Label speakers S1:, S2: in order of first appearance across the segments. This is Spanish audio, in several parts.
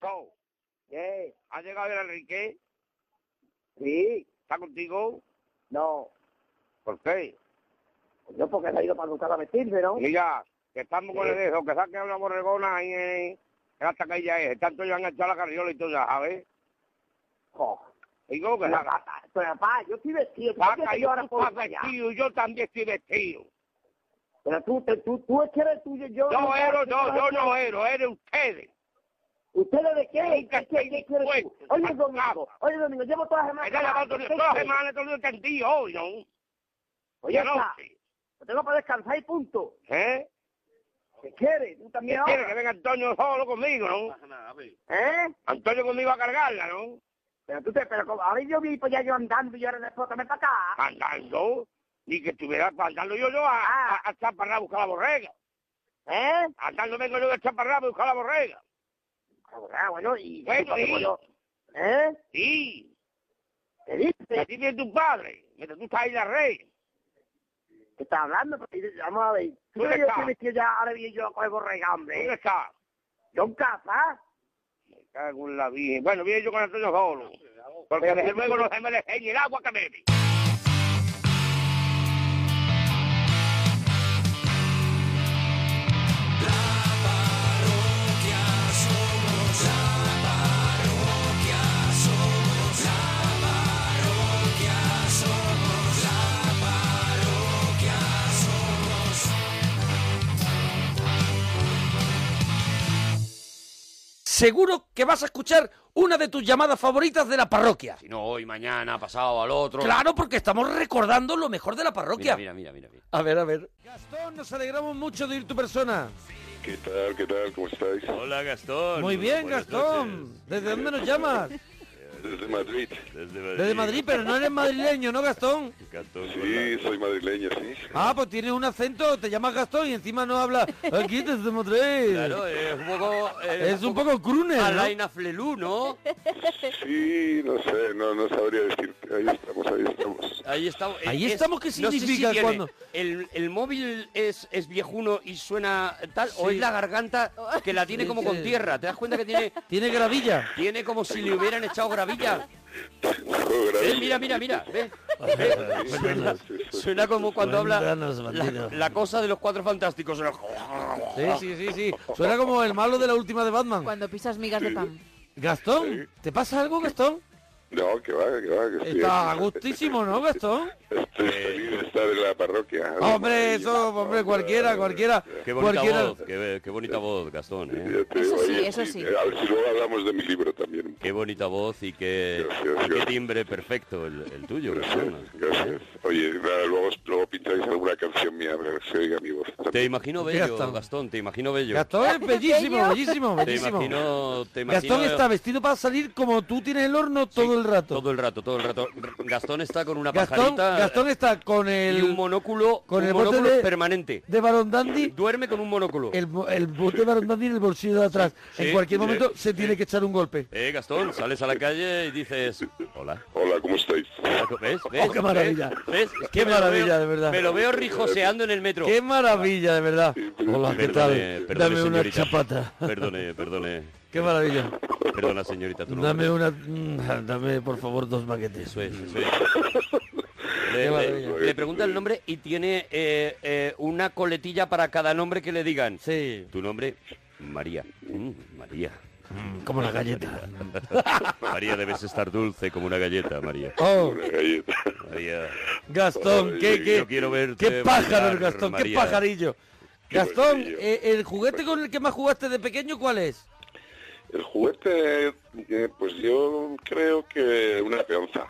S1: Pau,
S2: ¿Qué?
S1: ¿has llegado a ver a Enrique?
S2: Sí.
S1: ¿Está contigo?
S2: No.
S1: ¿Por qué?
S2: Pues yo porque he salido para buscar a vestirme, ¿no?
S1: Mira, que estamos con
S2: Sí.
S1: el dejo, que saquen una borregona ahí en en la taquilla es. Tanto ya han echado la carriola y todo ya, ¿sabes?
S2: Jo.
S1: Digo que
S2: Pero,
S1: la
S2: papá, pero, papá, yo estoy vestido. ¿tú crees
S1: vaca
S2: que
S1: y
S2: yo
S1: tú
S2: ahora puedo
S1: estás
S2: callar?
S1: vestido y yo también estoy vestido.
S2: Pero tú, te- tú, tú es que eres tuyo, yo...
S1: No ero, no, yo no
S2: es.
S1: ero, eres ustedes.
S2: ¿Ustedes de qué?
S1: Nunca
S2: ¿Qué, qué,
S1: estoy
S2: qué quieres tú?
S1: dispuesto.
S2: Oye, Domingo, oye, Domingo, llevo todas las
S1: Me
S2: semanas...
S1: da la
S2: trabajando,
S1: todas
S2: ¿qué
S1: las
S2: quieres?
S1: semanas, todo lo entendí hoy, ¿no?
S2: Oye,
S1: Anoche.
S2: está, lo tengo para descansar y punto.
S1: ¿Eh?
S2: ¿Qué quieres? Tú
S1: ¿Qué
S2: también
S1: quiere que
S2: ahora.
S1: venga Antonio solo conmigo, no?
S2: ¿Eh?
S1: Antonio conmigo a cargarla, ¿no?
S2: Pero tú te... Pero como ahora yo vi, pues ya yo andando y ahora después también para acá.
S1: Andando, ni que estuviera andando yo yo a, a,
S2: Ah.
S1: a Chaparral a buscar la borrega.
S2: ¿Eh?
S1: Andando vengo yo de Chaparral a buscar la borrega.
S2: Ah, bueno, y...
S1: Bueno, sí.
S2: yo- ¿Eh?
S1: Sí,
S2: ¿Qué
S1: y
S2: dices?
S1: así viene tu padre, mientras tú estás ahí la rey.
S2: ¿Qué estás hablando? Pues, Vamos a ver. ¿Tú
S1: ¿Dónde
S2: crees que yo
S1: está?
S2: estoy vestido ya ahora bien yo a coger borrega,
S1: ¿Dónde
S2: hombre?
S1: está?
S2: Yo en casa.
S1: Me cago en la virgen. Bueno, viene yo con Antonio solo. Porque
S2: Pero-
S1: desde luego no se me deje ni el agua que bebe.
S3: Seguro que vas a escuchar una de tus llamadas favoritas de la parroquia.
S4: Si no hoy, mañana, pasado, al otro.
S3: Claro, porque estamos recordando lo mejor de la
S4: Mira,
S3: parroquia.
S4: mira, mira, mira. mira.
S3: A ver, a ver. Gastón, nos alegramos mucho de ir tu persona.
S5: ¿Qué tal? ¿Qué tal? ¿Cómo estáis?
S6: Hola Gastón.
S3: Muy bien,
S6: Buenas
S3: Gastón.
S6: noches.
S3: ¿Desde dónde nos llamas?
S5: Desde Madrid.
S6: Desde Madrid.
S3: Desde Madrid, pero no eres madrileño, ¿no, Gastón?
S6: Gastón,
S5: Sí, soy madrileño, sí.
S3: Ah, pues tienes un acento, te llamas Gastón y encima no hablas. Aquí desde Madrid.
S4: Claro, es un poco... eh,
S3: Es un poco crooner, ¿no?
S4: Alaina Flelú, ¿no?
S3: eh.
S5: Sí, no sé, no, no sabría decirte. Ahí estamos, ahí estamos.
S4: Ahí estamos. Eh,
S3: Ahí
S4: es-
S3: estamos, ¿qué
S4: no sé si
S3: significa
S4: tiene
S3: cuando-
S4: El, el móvil es, es viejuno y suena tal, o
S3: Sí.
S4: es la garganta que la tiene
S3: Sí,
S4: como
S3: sí.
S4: con tierra. ¿Te das cuenta que tiene,
S3: Tiene gravilla.
S4: tiene como si le hubieran echado gravilla? Ve,
S5: Gracias.
S4: mira, mira, mira. ve, ve. Suena, suena como cuando habla
S3: Cuéntanos,
S4: la,
S3: bandido.
S4: la cosa de los cuatro fantásticos. suena-
S3: Sí, sí, sí, sí. Suena como el malo de la última de Batman.
S7: Cuando pisas migas de pan.
S3: Gastón, ¿te pasa algo, Gastón?
S5: No, que va, que va, que estoy
S3: Está a
S5: aquí.
S3: gustísimo, ¿no, Gastón?
S6: Eh.
S5: Estoy feliz de estar en la parroquia.
S3: Hombre, eso, hombre, cualquiera, cualquiera.
S6: Qué bonita
S3: Cualquiera-
S6: voz, Eh, qué, qué bonita voz, Gastón. ¿eh?
S5: Ya te
S7: Eso
S5: digo,
S7: sí, eh.
S5: oye,
S7: eso sí.
S5: A ver si luego hablamos de mi libro también.
S6: Qué bonita voz y qué,
S5: Gracias,
S6: y qué
S5: gracias.
S6: timbre perfecto el, el tuyo, Gastón.
S5: Gracias, gracias. Oye, nada, luego, luego pintáis alguna canción mía para que se oiga mi voz.
S6: Te imagino
S3: Ya
S6: bello,
S3: está.
S6: Gastón, te imagino bello.
S3: Gastón es bellísimo,
S7: Bello.
S3: bellísimo,
S6: Te
S3: bellísimo.
S6: imagino, te imagino
S3: Gastón está vestido para salir como tú tienes el horno todo el rato.
S6: todo el rato, todo el rato. R- Gastón está con una
S3: Gastón,
S6: pajarita
S3: Gastón está con
S6: y un
S3: el
S6: monóculo,
S3: con
S6: un
S3: el bote
S6: monóculo
S3: de-
S6: permanente.
S3: de Barón Dandy,
S6: Duerme con un monóculo.
S3: el, bo- el bote de Barón Dandy en el bolsillo de atrás.
S6: sí,
S3: en cualquier
S6: sí,
S3: momento
S6: sí.
S3: se tiene que echar un golpe.
S6: Eh, Gastón, sales a la calle y dices, hola.
S5: Hola, ¿cómo estáis?
S6: ¿Ves? ¿Ves?
S3: Oh, qué maravilla.
S6: ¿Ves? Es
S3: Qué
S6: me lo
S3: maravilla,
S6: veo-
S3: de verdad.
S6: Me lo veo rijoseando en el metro.
S3: ¡Qué maravilla, de verdad! Hola, ¿qué tal?
S6: Perdone, perdone,
S3: Dame una
S6: señorita.
S3: chapata.
S6: Perdone, perdone.
S3: ¡Qué maravilla!
S6: Perdona, señorita, tu nombre.
S3: Dame una... mm, Dame, por favor, dos maquetes.
S6: Eso es, eso es. Le,
S3: maravilla.
S6: le- le pregunta el nombre y tiene eh, eh, una coletilla para cada nombre que le digan.
S3: Sí,
S6: Tu nombre, María. Mm, María.
S3: mm, como la galleta.
S6: María, debes estar dulce como una galleta, María.
S3: ¡Oh!
S5: Una galleta.
S6: María.
S3: Gastón, qué,
S5: Yo
S3: qué,
S6: quiero verte
S3: qué pájaro el
S6: volar,
S3: Gastón, qué
S6: María.
S3: pajarillo.
S5: Qué
S3: Gastón,
S5: pajarillo.
S3: eh, ¿el juguete con el que más jugaste de pequeño cuál es?
S5: El juguete, eh, pues yo creo que una peonza.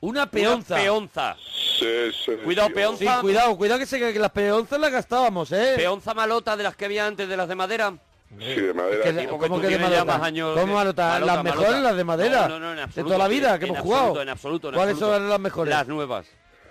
S3: Una peonza.
S6: Una peonza.
S5: Sí, sí,
S6: Cuidado,
S5: sí,
S6: peonza.
S3: Sí, cuidado, cuidado que, se, que las peonzas las gastábamos, ¿eh?
S6: Peonza malota de las que había antes, de las de madera.
S5: Sí, de madera.
S3: Que de-
S6: Tipo
S3: ¿Cómo
S6: tú
S3: que de
S6: tienes ya
S3: malota?
S6: más años
S3: ¿Cómo
S6: de-
S3: malota?
S6: malota,
S3: ¿Las
S6: malota.
S3: mejores las de madera?
S6: No, no, no, en absoluto.
S3: de toda la vida que
S6: En
S3: hemos
S6: absoluto,
S3: jugado.
S6: en absoluto, en
S3: ¿Cuáles
S6: absoluto.
S3: son las mejores?
S6: Las nuevas.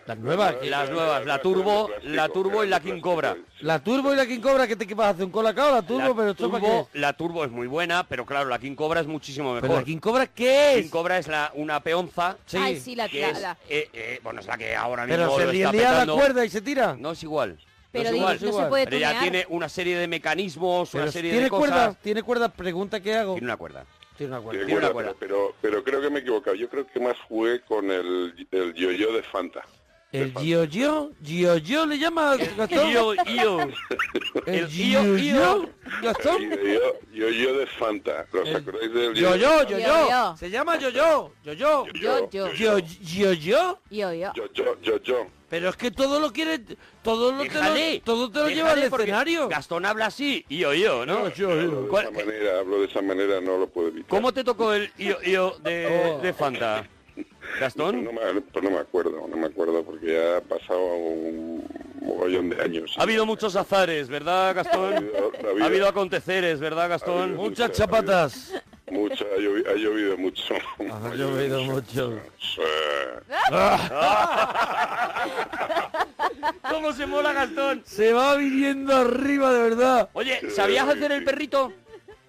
S3: Las nuevas.
S5: Ah,
S6: las
S5: era-
S6: nuevas,
S5: era
S6: la turbo,
S5: de plástico,
S6: la turbo y
S5: era
S6: la
S5: de
S6: King
S5: plástico.
S6: Cobra.
S3: La turbo y la King Cobra, ¿qué te que vas a hacer? ¿Un colacao? La turbo,
S6: la,
S3: pero esto para qué
S6: turbo,
S3: es?
S6: la turbo es muy buena, pero claro, la King Cobra es muchísimo mejor.
S3: ¿Pero la King Cobra qué es?
S6: King Cobra es la, una peonza
S3: Sí.
S7: Ay, sí, la,
S6: que
S7: la-
S6: es,
S7: la-
S6: eh, eh, bueno, es la que ahora mismo
S3: Pero se
S6: lo
S3: le
S6: está
S3: lía la
S6: petando.
S3: cuerda y se tira.
S6: No es igual.
S7: Pero
S6: no es
S7: di-
S6: igual.
S3: es
S7: no se
S3: igual.
S7: puede
S6: Pero ya
S7: tunear.
S6: tiene una serie de mecanismos,
S3: Pero
S6: una serie
S3: ¿Tiene
S6: de cosas.
S3: cuerda? ¿Tiene cuerda? Pregunta qué hago.
S6: Tiene una cuerda.
S3: Tiene una cuerda.
S5: Tiene
S6: Tiene una
S5: cuerda,
S6: cuerda.
S5: Pero, pero, pero creo que me he equivocado. Yo creo que más jugué con el, el yo-yo de Fanta.
S3: El Gio Gio, Gio Gio le llama Gastón.
S6: Yo, yo.
S3: El
S6: el
S3: Gio
S6: Gio,
S3: Gio,
S6: Gio.
S3: Gastón.
S5: Yo- Yo-yo de Fanta. ¿Los
S3: El-
S5: acordáis del
S3: Yo yo, yo
S7: Yo,
S3: yo.
S7: yo.
S3: Se llama yo yo, yo yo.
S7: Yo, yo.
S3: Gio Gio Gio.
S7: Yo, yo.
S5: Yo-yo, yo-yo.
S3: Pero es que todo lo quiere, todo lo te
S6: Déjale,
S3: lo, todo te lo lleva al
S6: déjale, porque
S3: escenario.
S6: Gastón habla así, yo, yo, ¿no?
S5: Hablo Ah, de esa
S6: ¿Cuál-
S5: manera, hablo de esa manera, no lo puedo evitar.
S6: ¿Cómo te tocó el yo, yo de,
S3: Oh.
S6: de Fanta?
S5: No,
S6: Gastón,
S5: me, pues no me acuerdo, no me acuerdo porque ya ha pasado un mogollón de años.
S6: ha habido muchos azares, ¿verdad,
S5: Ha
S6: Gastón?
S5: habido- ha habido-
S6: Ha habido aconteceres, ¿verdad, Gastón?
S5: Ha habido-
S3: Muchas chapatas. Ah,
S5: mucho, ha llovi- ha llovido mucho. Eh,
S3: Ha llovido mucho.
S5: Sí.
S3: Ah.
S6: Ah. ¿Cómo se mola, Gastón?
S3: Se va viniendo arriba de verdad.
S6: Oye, ¿sabías hacer el perrito?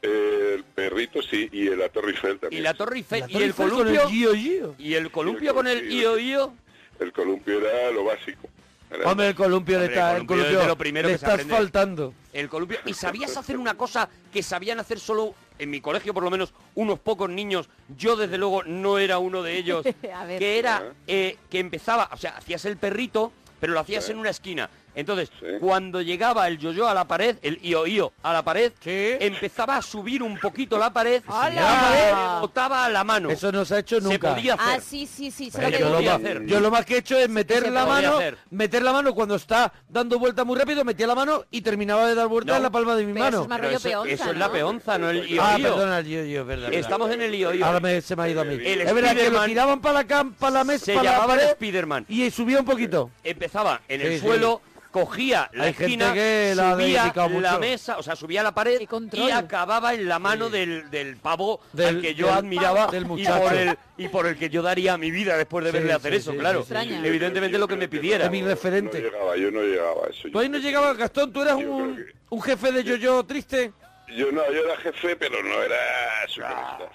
S5: El perrito sí, y la Torre Eiffel
S6: Y
S5: también.
S6: la Torre Eiffel,
S3: La
S6: y el
S3: Torre Eiffel con
S6: columpio,
S3: Gio Gio.
S6: y el columpio con el yo, yo.
S5: El columpio era lo básico. Era-
S3: Hombre, el columpio le
S6: Hombre,
S3: está,
S6: el
S3: el
S6: columpio es de
S3: columpio
S6: lo primero
S3: le
S6: que se
S3: estás
S6: aprende.
S3: faltando.
S6: El columpio. ¿Y sabías hacer una cosa que sabían hacer solo, en mi colegio por lo menos, unos pocos niños? Yo desde luego no era uno de ellos.
S7: A ver.
S6: Que
S5: Ajá.
S6: era eh, que empezaba, o sea, hacías el perrito, pero lo hacías
S5: Sí.
S6: en una esquina. Entonces,
S5: Sí.
S6: cuando llegaba el yo-yo a la pared, el io-io a la pared,
S3: Sí.
S6: empezaba a subir un poquito la pared,
S7: ¡Hala!
S6: y la pared le botaba a la mano.
S3: Eso no se ha hecho
S6: Se
S3: nunca.
S6: podía hacer.
S7: Ah, sí, sí, sí.
S6: Pero
S7: Solo
S3: Yo
S7: que
S6: yo
S3: lo,
S6: podía
S3: ma-
S6: hacer.
S3: yo lo más que he hecho es meter
S7: se
S3: la
S6: podía
S3: mano,
S6: hacer.
S3: meter la mano cuando está dando vuelta muy rápido, metía la mano y terminaba de dar vuelta
S6: No.
S3: en la palma de mi
S7: Pero
S3: mano.
S7: eso es más
S6: Pero
S7: rollo
S6: eso,
S7: peonza,
S6: eso es
S7: ¿no?
S6: la peonza, no el
S5: Yo-
S3: ah,
S6: io-io.
S3: perdona, el yo, yo, verdad. verdad.
S6: Estamos en el io-io.
S3: Este Ahora me- se me ha ido a mí.
S5: El
S3: es verdad que lo
S6: Spiderman-
S3: tiraban para la, cam- para la mesa,
S6: Se
S3: para la
S6: llamaba
S3: pared
S6: Spiderman.
S3: y subía un poquito.
S6: empezaba en el
S3: Sí, sí.
S6: suelo, cogía la
S3: Hay gente
S6: esquina,
S3: que la ha
S6: subía
S3: dedicado mucho.
S6: mesa, o sea, subía la pared
S7: Qué control.
S6: y acababa en la mano del, del pavo
S3: Del-
S6: al que yo
S3: del-
S6: admiraba
S3: del
S6: y,
S3: muchacho.
S6: por el, y por el que yo daría mi vida después de
S3: Sí,
S6: verle
S3: sí,
S6: hacer
S3: sí,
S6: eso,
S3: sí,
S6: claro.
S3: sí, sí.
S7: Extraña.
S6: Evidentemente lo que me pidiera.
S3: Es mi referente.
S5: No llegaba, yo no llegaba a eso.
S3: Tú ahí no llegabas, Gastón, tú eras
S5: Yo
S3: un,
S5: creo que-
S3: un jefe de yo-yo triste.
S5: Yo no, yo era jefe, pero no era
S6: Ah.
S5: superstar.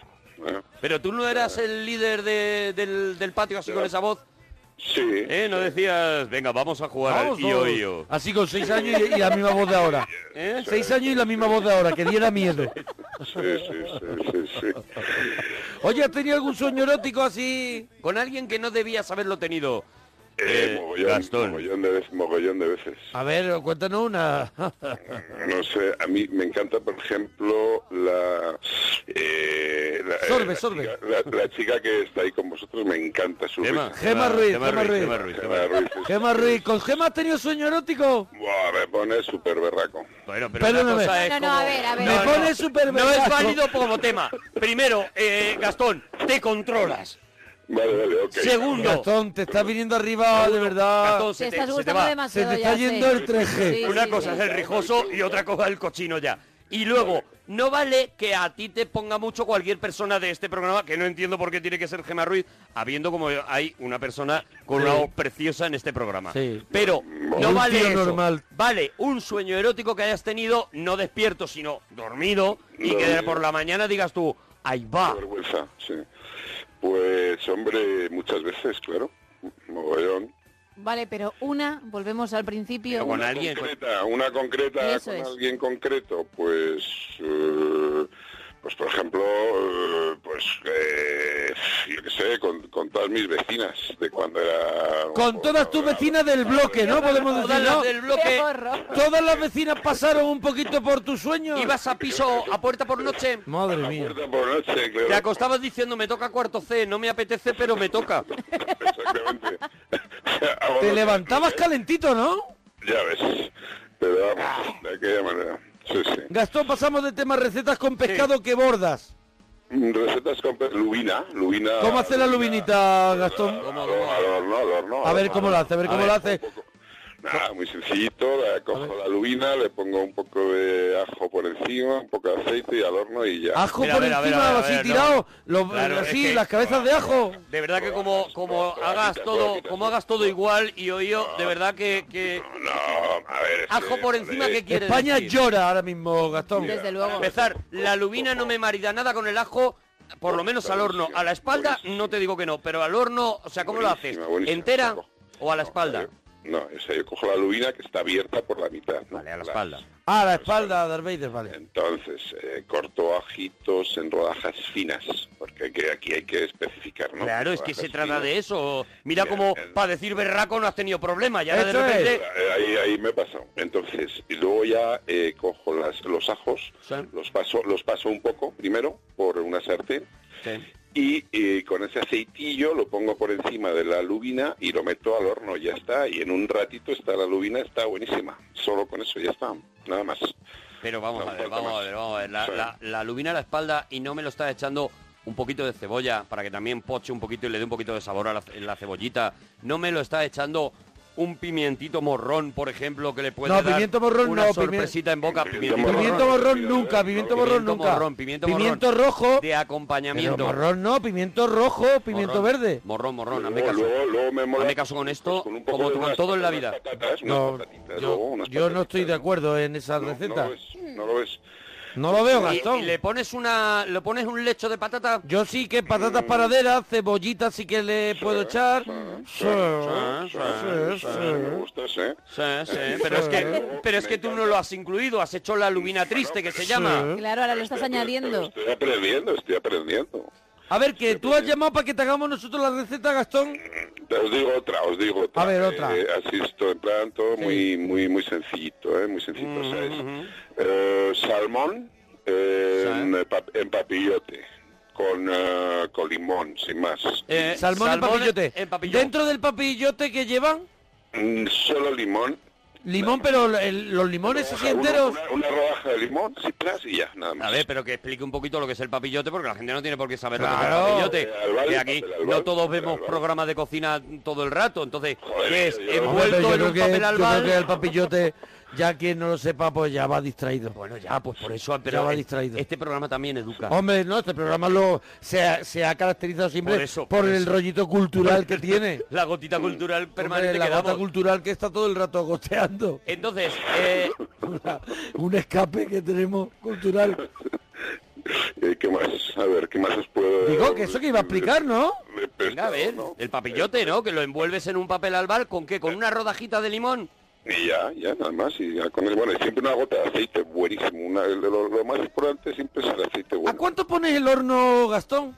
S5: ¿no?
S6: Pero tú no eras el líder de- del, del patio así
S5: Ya.
S6: con esa voz,
S5: Sí.
S6: ¿eh? No decías, venga, vamos a jugar
S3: Vamos
S6: al tío
S3: todos. Así con seis años y, y la misma voz de ahora.
S6: ¿Eh?
S3: Seis años y la misma voz de ahora, que diera miedo.
S5: Sí, sí, sí, sí, sí.
S3: Oye, ¿has tenido algún sueño erótico así?
S6: Con alguien que no debías haberlo tenido.
S5: Eh,
S6: Eh,
S5: mogollón,
S6: Gastón.
S5: mogollón de veces, mogollón de veces.
S3: A ver, cuéntanos una.
S5: No sé, a mí me encanta, por ejemplo, la... eh, la eh,
S3: Sorbe,
S5: la
S3: sorbe.
S5: chica- La, la chica que está ahí con vosotros me encanta su
S6: Gema,
S5: risa.
S3: Gema Ruiz, Gema Ah, Ruiz.
S6: Gema Ruiz, Gema
S5: Gema
S6: Ruiz.
S5: Ruiz. es-
S3: Gemma Ruiz, ¿con Gemma has tenido sueño erótico?
S5: Buah, me pone súper berraco.
S6: Bueno, pero
S3: Perdóname.
S6: una cosa
S7: No,
S6: es
S7: no, no,
S6: como-
S7: a ver, a ver.
S3: Me
S7: No,
S3: pone
S6: no.
S3: súper
S6: No es
S3: berraco.
S6: válido como tema. Primero, eh, Gastón, te controlas.
S5: Vale, vale, ok.
S6: Segundo.
S3: Gastón, te estás viniendo arriba, de verdad.
S6: Gastón,
S7: Te
S6: se te,
S7: estás
S6: se te
S7: gustando
S6: va.
S3: Se
S7: demasiado.
S3: te está
S7: ya sé.
S3: yendo el 3G.
S7: Sí,
S6: Una
S7: sí,
S6: cosa
S7: sí.
S6: es el rijoso y otra cosa el cochino ya. Y luego, no vale que a ti te ponga mucho cualquier persona de este programa, que no entiendo por qué tiene que ser Gemma Ruiz, habiendo como hay una persona con una
S3: Sí.
S6: voz preciosa en este programa.
S3: Sí.
S6: Pero no
S3: Un
S6: vale
S3: tío
S6: eso.
S3: normal.
S6: Vale un sueño erótico que hayas tenido, no despierto, sino dormido, y que
S5: Dormido.
S6: por la mañana digas tú, ahí
S5: Qué
S6: va.
S5: vergüenza, sí. Pues, hombre, muchas veces, claro. Mogollón.
S7: Vale, pero una, volvemos al principio.
S6: Pero con
S5: Una
S6: alguien, con-
S5: concreta, una concreta
S7: Eso
S5: con
S7: es.
S5: alguien concreto, pues eh, pues por ejemplo, eh, pues eh, yo qué sé, con, con todas mis vecinas de cuando era
S3: Con todas tus vecinas del bloque, ¿no? Podemos
S6: Todas
S3: decir,
S6: las
S3: ¿no?
S6: del
S7: ¡Qué
S6: bloque
S7: horror!
S3: Todas las vecinas pasaron un poquito por tu sueño.
S6: ibas a piso a puerta por noche.
S3: Madre mía.
S5: Puerta por noche, claro.
S6: Te acostabas diciendo, me toca cuarto C, no me apetece, pero me toca.
S5: Exactamente.
S3: Te levantabas calentito, ¿no?
S5: Ya ves. Pero
S3: Ah.
S5: vamos, de aquella manera. Sí, sí.
S3: Gastón, pasamos de temas recetas con pescado que bordas.
S5: Mm, Recetas con pe- lubina, lubina.
S3: ¿Cómo hace la lubinita, Gastón?
S5: Al al horno, al horno.
S3: A ver
S5: al
S3: cómo lo
S5: horno.
S3: hace, a ver
S6: A
S3: cómo
S6: ver.
S3: lo hace.
S5: Nada, muy sencillito, la cojo la lubina, le pongo un poco de ajo por encima, un poco de aceite y al horno y ya.
S3: Ajo
S6: Mira, a
S3: por
S6: ver, a ver, a
S3: encima,
S6: ver,
S3: así
S6: no.
S3: tirado, lo-
S6: Claro, es
S3: así,
S6: que-
S3: las cabezas de ajo.
S6: De verdad que como, como
S5: Todas
S6: hagas
S5: las
S6: todo,
S5: todas
S6: como
S5: las
S6: hagas todo igual y oío, de verdad que, que
S5: No, a ver. es
S6: ajo
S5: que,
S6: por encima
S5: joder,
S6: que quieres
S3: España
S6: decir?
S3: llora ahora mismo, Gastón.
S7: Desde luego.
S6: Para empezar, la lubina no me marida nada con el ajo, por lo menos al horno. A la espalda
S5: Buenísimo.
S6: no te digo que no, pero al horno, o sea, ¿cómo lo haces?
S5: Buenísimo, buenísimo.
S6: ¿Entera
S5: Ojo.
S6: o a la
S5: no,
S6: espalda?
S5: yo- No, o sea, yo cojo la lubina que está abierta por la mitad. ¿no?
S6: Vale, a la
S5: Las-
S6: espalda.
S3: Ah, la espalda, Darth Vader, vale.
S5: Entonces, eh, corto ajitos en rodajas finas, porque hay que- aquí hay que especificar, ¿no?
S6: Claro, es que
S5: Rodajas
S6: se trata
S5: finas.
S6: de eso. Mira
S5: Bien,
S6: como
S5: bien.
S6: para decir berraco no has tenido problema. Ya Ah, de
S3: Eso es.
S6: repente...
S5: Eh, Ahí, ahí me he pasado. Entonces, y luego ya eh, cojo las, los ajos,
S6: Sí.
S5: los paso, los paso un poco primero por una sartén y eh, con ese aceitillo lo pongo por encima de la lubina y lo meto al horno, ya está. Y en un ratito está la lubina, está buenísima. Solo con eso ya está, nada más.
S6: Pero vamos
S5: No
S6: a ver,
S5: importa
S6: vamos a
S5: más.
S6: ver, vamos a ver. La,
S5: Sí.
S6: la- la alubina a la espalda y no me lo está echando un poquito de cebolla para que también poche un poquito y le dé un poquito de sabor a la, la cebollita. No me lo está echando un pimientito morrón, por ejemplo, que le puede
S3: No,
S6: dar
S3: pimiento morrón
S6: una
S3: no, pimi-
S6: sorpresita en boca.
S5: Pimiento
S6: Pimiento,
S3: Pimiento
S6: morrón.
S3: morrón nunca, pimiento morrón
S6: Pimiento
S3: nunca.
S6: morrón, pimiento morrón.
S3: Pimiento rojo.
S6: De
S3: Pero
S6: acompañamiento.
S3: morrón no, pimiento rojo, pimiento
S6: Morrón,
S3: verde.
S6: Morrón, morrón, hazme
S5: luego,
S6: caso.
S5: luego, luego me mola, pues
S6: Hazme caso con esto,
S5: un poco
S6: como
S5: de
S6: tú con
S5: unas-
S6: todo en la
S5: unas
S6: vida.
S5: patatas, unas
S3: No,
S5: patatitas, luego
S3: yo,
S5: unas
S3: yo no estoy de
S5: patatitas.
S3: acuerdo en esa
S5: No, No,
S3: receta.
S5: lo ves, no lo ves.
S3: No lo veo,
S6: Y-
S3: Gastón.
S6: y le pones una, le pones un lecho de patata.
S3: Yo sí que patatas paraderas, cebollitas sí que le puedo echar. Sí,
S6: sí,
S3: sí,
S5: Sí,
S3: sí.
S5: me gustas, ¿eh?
S6: Sí, sí, pero es que, pero es que tú no lo has incluido, has hecho la lubina triste que se llama.
S7: Claro, ahora lo estás
S5: Pero- pero
S7: añadiendo.
S5: Estoy aprendiendo, estoy aprendiendo.
S3: A ver, que tú has llamado para que te hagamos nosotros la receta, Gastón.
S5: Te- Os digo otra, os digo otra.
S3: A ver, otra.
S5: Eh, así esto en plan todo muy, muy, muy sencillito, ¿eh? Muy sencillito. o sea, es, eh, salmón eh,
S6: Sí.
S5: en, pa- en papillote con, eh, con limón, sin más.
S6: Eh,
S3: Salmón, en papillote.
S6: en papillote.
S3: Dentro del papillote que llevan,
S5: Mm, Solo limón.
S3: limón, pero el- los limones así
S5: Una- una-
S3: enteros.
S5: Una, una rodaja de limón, sí, plas, y ya, nada más.
S6: A ver, pero que explique un poquito lo que es el papillote, porque la gente no tiene por qué saber
S3: Claro.
S6: lo que es el
S5: Eh, albal,
S6: papillote. Que aquí
S5: papel albal,
S6: no todos
S5: papel
S6: vemos
S5: albal.
S6: programas de cocina todo el rato, entonces,
S5: Joder,
S6: ¿qué es?
S5: yo-
S3: Hombre, pero
S6: Envuelto en
S3: yo, creo
S6: un
S3: que,
S6: papel
S3: yo creo que el
S6: albal.
S3: papillote, ya que no lo sepa, pues ya va distraído.
S6: Bueno, ya, pues por eso,
S3: Ya
S6: pero
S3: va
S6: es-
S3: distraído.
S6: este programa también educa.
S3: Hombre, no, este programa lo, se, ha, se ha caracterizado siempre
S6: Por eso, por
S3: el
S6: eso.
S3: rollito cultural que tiene.
S6: La gotita cultural permanente
S3: Hombre, la
S6: que
S3: gota
S6: damos.
S3: cultural que está todo el rato goteando.
S6: Entonces, eh,
S3: Una- un escape que tenemos cultural.
S5: Eh, ¿Qué más? A ver, ¿qué más pues? os puedo
S3: Digo que eso que iba a explicar, ¿no?
S5: Eh, pescado,
S6: venga, a ver,
S5: ¿no? Eh,
S6: el papillote, ¿no? Que lo envuelves en un papel albal, ¿con qué? ¿Con una rodajita de limón?
S5: Y ya, ya, nada más. Y ya con el, bueno, y siempre una gota de aceite buenísimo. Una, lo, lo más importante siempre es el aceite
S3: ¿A
S5: bueno.
S3: cuánto pones el horno, Gastón?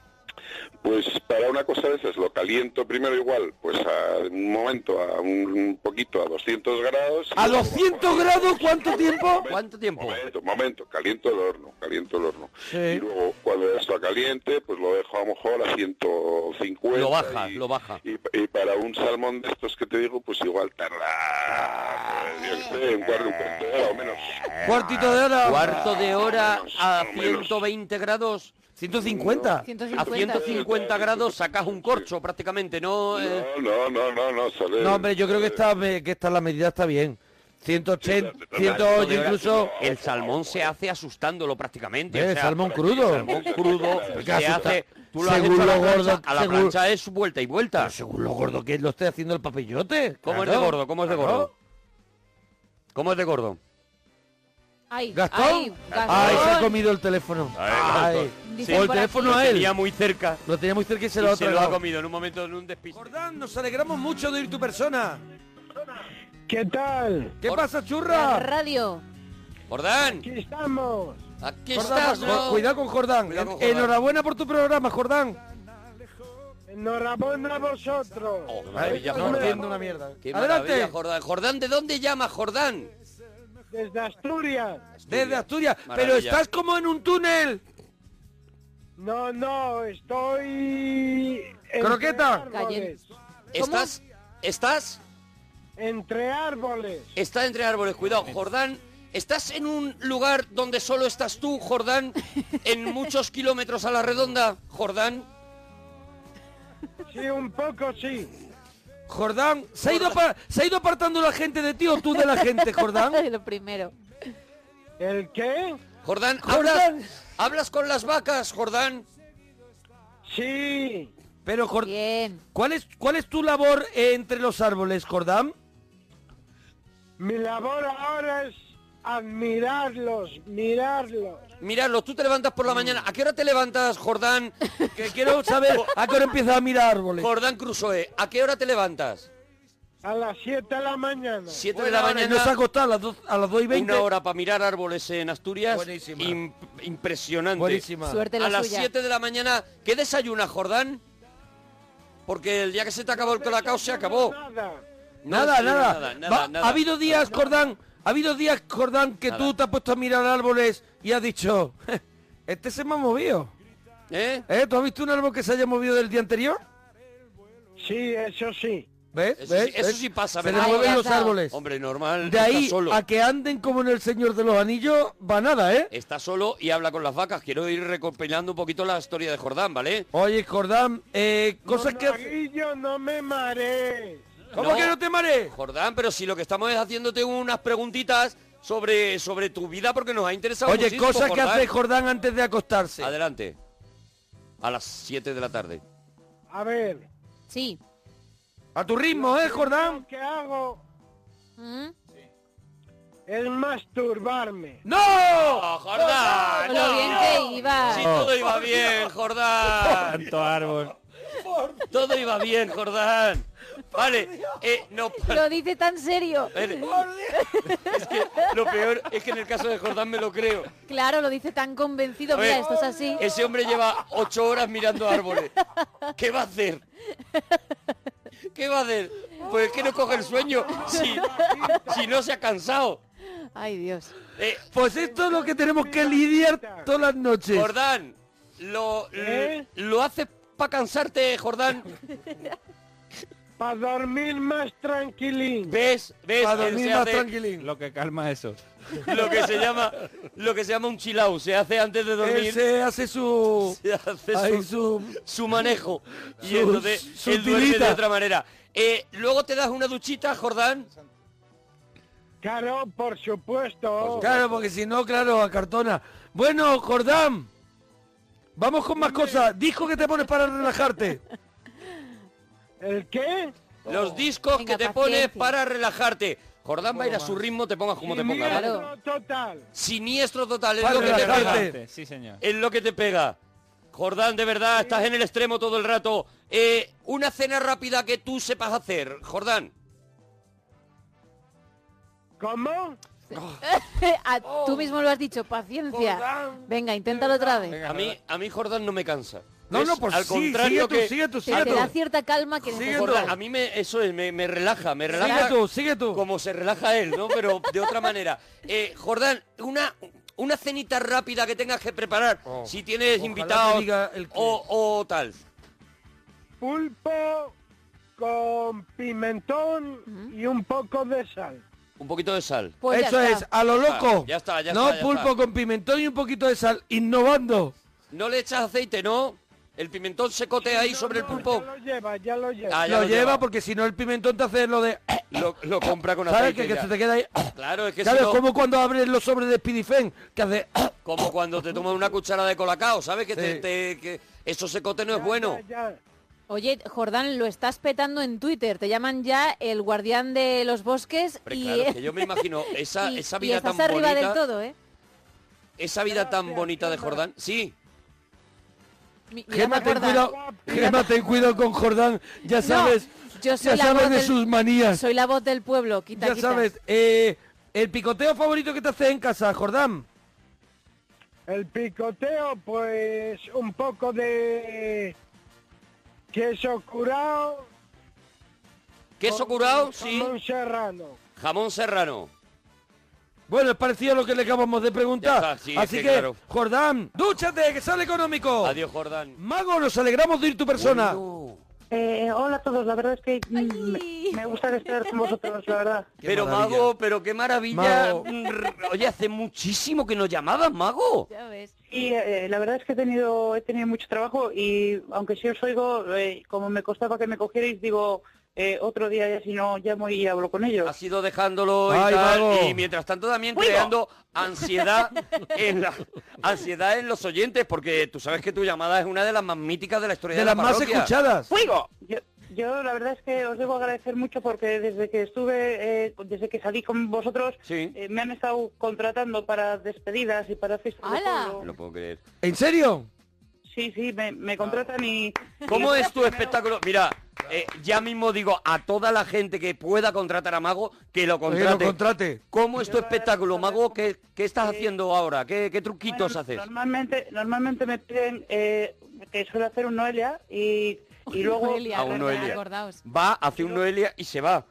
S5: Pues para una cosa de esas lo caliento primero igual, pues a un momento, a un, un poquito, a 200 grados. y
S3: ¿A
S5: luego-
S3: 200 grados cuánto tiempo?
S6: ¿Cuánto tiempo?
S5: Momento, momento, caliento el horno, caliento el horno.
S3: Sí.
S5: Y luego cuando ya está caliente, pues lo dejo a lo mejor a 150.
S6: Lo baja,
S5: y-
S6: lo baja.
S5: Y, y para un salmón de estos que te digo, pues igual tarda, pues, yo qué sé, un cuarto, un cuarto de hora o menos.
S3: Cuartito de hora.
S6: Cuarto de hora
S5: Menos,
S6: a
S5: menos.
S6: 120 grados.
S3: 150.
S7: 150.
S6: A 150 grados sacas un corcho prácticamente, ¿no? Eh,
S5: No, no, no, no, no, sale.
S3: No, hombre, yo creo que esta, me- que esta la medida está bien. 180,
S6: cuarto
S3: 108
S6: de hora.
S3: incluso.
S6: El salmón se hace asustándolo prácticamente.
S3: Eh,
S6: o sea,
S3: salmón crudo.
S6: El salmón crudo
S5: Pero
S6: se
S3: qué asusta.
S6: hace... Tú lo has
S3: Según
S6: hecho a la
S3: lo
S6: plancha,
S3: gordo-
S6: a la
S3: según-
S6: plancha es vuelta y vuelta.
S3: Pero según lo gordo que es, lo esté haciendo el papillote.
S6: ¿Cómo es de
S3: claro.
S6: gordo? ¿Cómo es de
S3: Claro.
S6: gordo? ¿Cómo es de gordo?
S7: Ay,
S3: ¿Gastón?
S7: ay, Gastón.
S3: Ay, se ha comido el teléfono.
S6: Ay,
S3: Ay.
S7: Dicen
S3: O el
S7: por
S3: teléfono
S7: aquí-
S3: a él.
S6: Tenía muy cerca.
S3: Lo tenía muy cerca y se
S6: Se
S3: lo
S6: lo,
S3: ha
S6: y se lo ha
S3: tragado.
S6: comido en un momento en un despiste.
S3: Jordán, nos alegramos mucho de oír tu persona.
S8: ¿Qué tal?
S3: ¿Qué
S6: Jor-
S3: pasa,
S7: La
S3: churra?
S7: radio.
S6: Jordán,
S8: Aquí estamos.
S6: aquí
S3: Jordán,
S6: estás,
S3: Jor-
S6: ¿no?
S3: Cuidado con Jordán. eh.
S6: Cuidado con
S3: En-
S6: Jordán.
S3: Enhorabuena por tu programa, Jordán.
S8: Enhorabuena a vosotros.
S6: Oh, qué maravilla,
S3: no
S6: Jordán.
S3: entiendo una mierda.
S6: Qué maravilla,
S3: Adelante.
S6: Jordán. Jordán, ¿de dónde llamas, Jordán?
S8: Desde Asturias.
S3: Desde Asturias. Pero
S6: Maravilla.
S3: estás como en un túnel.
S8: No, no, estoy... entre
S3: Croqueta.
S8: árboles.
S6: ¿Estás? ¿Estás?
S8: Entre árboles.
S6: Está entre árboles, cuidado, Jordán. ¿Estás en un lugar donde solo estás tú, Jordán? ¿En muchos kilómetros a la redonda, Jordán?
S8: Sí, un poco sí.
S3: Jordán, ¿se ha, ido apar- ¿se ha ido apartando la gente de ti o tú de la gente, Jordán?
S7: lo primero.
S8: ¿El qué?
S6: Jordán,
S3: Jordán.
S6: ¿hablas, hablas con las vacas, Jordán?
S8: Sí.
S3: Pero, Jordán,
S7: Bien.
S3: ¿cuál es, ¿cuál es tu labor eh, entre los árboles, Jordán?
S8: Mi labor ahora es admirarlos, mirarlos.
S6: Míralo, tú te levantas por la mañana. ¿A qué hora te levantas, Jordán?
S3: Que quiero saber a qué hora empiezas a mirar árboles.
S6: Jordán Crusoe, ¿a qué hora te levantas?
S8: a las 7 de la mañana.
S6: 7 de
S3: Bueno,
S6: la
S3: ahora
S6: mañana.
S3: Nos ha costado a las dos, a las dos y veinte.
S6: Una hora para mirar árboles en Asturias.
S3: Buenísima.
S6: Im- impresionante.
S3: Buenísima.
S7: Suerte
S6: A
S7: la
S6: las
S7: suya.
S6: 7 de la mañana, ¿qué desayuna, Jordán? Porque el día que se te acabó el colacao se acabó.
S8: Nada.
S6: No
S3: nada,
S6: desayuno,
S3: nada.
S6: nada, nada,
S3: Va-
S6: nada.
S3: Ha habido días, Cordán, ha habido días, Cordán, que
S6: Nada.
S3: tú te has puesto a mirar árboles y has dicho, este se me ha movido.
S6: ¿Eh?
S3: ¿Eh? ¿Tú has visto un árbol que se haya movido del día anterior?
S8: Sí, eso sí.
S3: ¿Ves?
S6: Eso,
S3: ¿Ves?
S6: sí, eso
S3: ¿Ves?
S6: sí pasa,
S3: ¿Eh? Se le
S6: ¿verdad?
S3: mueven los
S7: Enlazado.
S3: árboles.
S6: Hombre, normal.
S3: De ahí
S6: está solo.
S3: a que anden como en el Señor de los Anillos, va nada, ¿eh?
S6: Está solo y habla con las vacas. Quiero ir recopilando un poquito la historia de Jordán, ¿vale?
S3: Oye, Cordán, eh, cosas que... hace-
S8: Monaguillo, no me marees.
S3: ¿Cómo
S6: No.
S3: que no te marees?
S6: Jordán, pero si lo que estamos es haciéndote unas preguntitas sobre, sobre tu vida porque nos ha interesado
S3: Oye,
S6: muchísimo,
S3: cosas que
S6: Jordán.
S3: hace Jordán antes de acostarse.
S6: Adelante. A las 7 de la tarde.
S8: A ver.
S7: Sí.
S3: A tu ritmo, ¿eh, Jordán?
S8: Lo que hago
S7: ¿Mm?
S8: es masturbarme.
S3: ¡No!
S6: ¡Oh, Jordán!
S7: Con lo bien que iba.
S6: Si todo iba bien, Jordán.
S4: Tanto árbol.
S6: Todo iba bien, Jordán. Vale, eh, no, pa-
S7: Lo dice tan serio.
S6: Espere. es que lo peor es que en el caso de Jordán me lo creo.
S7: Claro, lo dice tan convencido.
S6: A ver,
S7: Mira, esto es así.
S6: Ese hombre lleva ocho horas mirando árboles. ¿Qué va a hacer? ¿Qué va a hacer? Pues es que no coge el sueño si, si no se ha cansado.
S7: Ay, Dios.
S6: Eh,
S3: Pues esto es lo que tenemos que lidiar todas las noches.
S6: Jordán, lo,
S8: ¿Eh?
S6: lo haces para cansarte, Jordán.
S8: Para dormir más tranquilín.
S6: ¿Ves? ¿Ves?
S3: Para
S6: Él
S3: dormir
S6: se
S3: más
S6: hace
S3: tranquilín.
S4: Lo que calma eso.
S6: lo que se llama lo que se llama un chill out, se hace antes de
S3: Él
S6: dormir, se,
S3: se hace su...
S6: hace
S3: ahí
S6: su,
S3: su...
S6: su manejo y
S3: su-
S6: entonces
S3: su
S6: él duerme de
S3: tirita.
S6: otra manera. Eh, luego te das una duchita, Jordán.
S8: Claro, por supuesto.
S3: Claro, porque si no, claro, a cartona. Bueno, Jordán, vamos con más cosas. Disco que te pones para relajarte.
S8: ¿El qué?
S6: Los discos
S7: Venga,
S6: que te pones
S7: paciencia.
S6: para relajarte. Jordán va a ir a su ritmo, te pongas como te pongas. ¿vale?
S7: Claro.
S8: Siniestro total.
S6: Siniestro total, es
S3: Para
S6: lo que te
S3: relajarte.
S6: pega.
S3: Relajante.
S4: Sí, señor.
S6: Es lo que te pega. Jordán, de verdad, estás en el extremo todo el rato. Eh, una cena rápida que tú sepas hacer, Jordán.
S8: ¿Cómo?
S7: Ah, Tú mismo lo has dicho, paciencia. Venga, inténtalo otra vez.
S6: A mí, a mí Jordán no me cansa.
S3: No,
S6: Es
S3: no, por
S6: al
S3: sí,
S6: contrario
S3: sigue tú,
S6: que
S3: sigue tú,
S7: Te,
S3: sigue
S7: te
S3: tú.
S7: da cierta calma que
S3: Sigue
S7: necesitas.
S6: Jordán, a mí me, eso es, me, me relaja, me
S3: Sigue
S6: relaja
S3: tú, sigue tú.
S6: como se relaja él, ¿no? Pero de otra manera. Eh, Jordán, una, una cenita rápida que tengas que preparar,
S3: Oh,
S6: si tienes
S3: ojalá
S6: invitados
S3: me diga el que-
S6: o, o tal.
S8: Pulpo con pimentón y un poco de sal.
S6: Un poquito de sal.
S7: Pues ya
S3: Eso
S7: está.
S3: es, a lo loco.
S6: Ya está, ya
S3: No,
S6: está, ya
S3: pulpo
S6: está.
S3: con pimentón y un poquito de sal, innovando.
S6: No le echas aceite, ¿no? El pimentón se cotea ahí sobre el
S8: No,
S6: pulpo.
S8: Ya lo lleva, ya lo lleva.
S6: Ah, ya
S3: lo, lleva, porque si no el pimentón te hace lo de...
S6: Lo, lo compra con
S3: ¿Sabes?
S6: aceite.
S3: Que, que
S6: ya.
S3: se te queda ahí...
S6: Claro, es que si
S3: Claro, es
S6: no-
S3: como cuando abres los sobres de Spidifen, que hace...
S6: Como cuando te tomas una cuchara de colacao, ¿sabes? Que, te,
S3: Sí.
S6: te- que eso secote no es
S8: Ya,
S6: bueno.
S8: ya, ya.
S7: Oye, Jordán, lo estás petando en Twitter. Te llaman ya el guardián de los bosques
S6: Hombre,
S7: y,
S6: claro, es que yo me imagino esa,
S7: y-
S6: esa
S7: y
S6: vida
S7: estás
S6: tan
S7: arriba
S6: bonita,
S7: del todo, ¿eh?
S6: esa vida tan bonita de Jordán. Sí,
S7: Mi- mira,
S3: Gema,
S7: me
S3: ten
S7: acuerdo.
S3: cuidado, Gema, ten cuidado con Jordán, ya sabes,
S7: yo
S3: ya
S7: soy la
S3: sabes
S7: voz
S3: de
S7: del-
S3: sus manías.
S7: Soy la voz del pueblo, quita,
S3: Ya
S7: quita.
S3: sabes, eh, el picoteo favorito que te haces en casa, Jordán.
S8: El picoteo, pues un poco de queso curado.
S6: queso
S8: con
S6: curado, sí,
S8: jamón serrano.
S6: jamón serrano.
S3: Bueno, es parecido a lo que le acabamos de preguntar.
S6: Ya está, sí, es
S3: Así
S6: que
S3: que,
S6: claro.
S3: Jordán, dúchate, que sale económico. Mm,
S6: Adiós, Jordán.
S3: Mago, nos alegramos de ir tu persona.
S6: Bueno.
S9: Eh, hola a todos, la verdad es que mm,
S7: Ay.
S9: me, me gusta estar con vosotros, la verdad.
S3: Qué
S6: Pero
S3: maravilla.
S6: Mago, pero qué maravilla. Mm,
S3: Mago.
S6: Oye, hace muchísimo que nos llamabas, Mago.
S7: Ya ves.
S9: Y eh, la verdad es que he tenido, he tenido mucho trabajo y aunque sí os oigo, eh, como me costaba que me cogierais, digo, eh, otro día ya si no llamo y hablo con ellos.
S6: Has ido dejándolo y
S3: Ay,
S6: tal,
S3: Mago.
S6: y mientras tanto también creando ansiedad en la ansiedad en los oyentes, porque tú sabes que tu llamada es una de las más míticas de la historia de,
S3: De las
S6: la
S3: más
S6: parroquia.
S3: escuchadas.
S9: ¡Fuego! Yo, yo la verdad es que os debo agradecer mucho porque desde que estuve, eh, desde que salí con vosotros,
S6: Sí.
S9: eh, me han estado contratando para despedidas y para fiestas de
S7: ¡Hala!
S9: pueblo.
S6: No lo puedo creer.
S3: ¿En serio?
S9: Sí, sí, me, me contratan y...
S6: ¿Cómo es tu espectáculo? Mira, eh, ya mismo digo a toda la gente que pueda contratar a Mago que lo
S3: lo
S6: contrate.
S3: contrate.
S6: ¿Cómo es tu espectáculo, Mago? ¿Qué, qué estás haciendo ahora? ¿Qué, qué truquitos haces?
S9: Normalmente, normalmente me piden eh, que suelo hacer un Noelia y, y luego...
S6: a un Noelia.
S7: acordaos.
S6: Va, hace un Noelia y se va.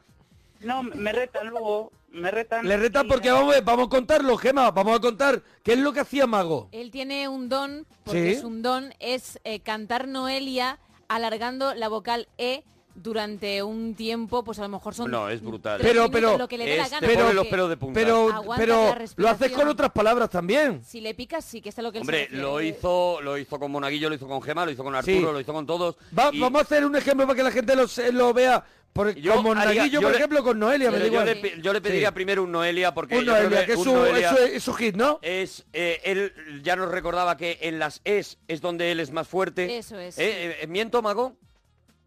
S9: No, me retan luego, me retan.
S3: Le retan
S7: ¿eh?
S3: porque vamos, a ver, vamos a contarlo, Gema, vamos a contar qué es lo que hacía Mago.
S7: Él tiene un don, porque
S3: Sí.
S7: es un don, es eh, cantar Noelia alargando la vocal E durante un tiempo, pues a lo mejor son
S6: No, es brutal.
S7: tres
S3: Pero-
S7: minutos,
S3: pero-
S7: lo que le dé la
S6: Es-
S7: gana.
S6: te pone
S7: porque
S6: los pelos de punta.
S3: Pero,
S7: Aguanta la
S3: pero lo haces
S7: respiración.
S3: con otras palabras también.
S7: Si le picas, sí, que es a lo que él se
S6: Hombre,
S7: refiere.
S6: lo hizo, lo hizo con Monaguillo, lo hizo con Gema, lo hizo con Arturo,
S3: Sí.
S6: lo hizo con todos.
S3: Va-
S6: y-
S3: Vamos a hacer un ejemplo para que la gente lo, se- lo vea. Por,
S6: Yo
S3: con
S6: haría-
S3: Monaguillo,
S6: yo
S3: por
S6: le-
S3: ejemplo, con Noelia, me
S6: Pero
S3: da
S6: yo,
S3: igual.
S6: le, yo le pediría
S3: Sí.
S6: primero un Noelia porque
S3: Un
S6: yo creo
S3: Noelia, que es
S6: un
S3: su,
S6: Noelia
S3: eso es- es su hit, ¿no?
S6: es, eh, él ya nos recordaba que en las es es donde él es más fuerte.
S7: Eso es,
S6: Eh, eh, ¿Miento, Mago?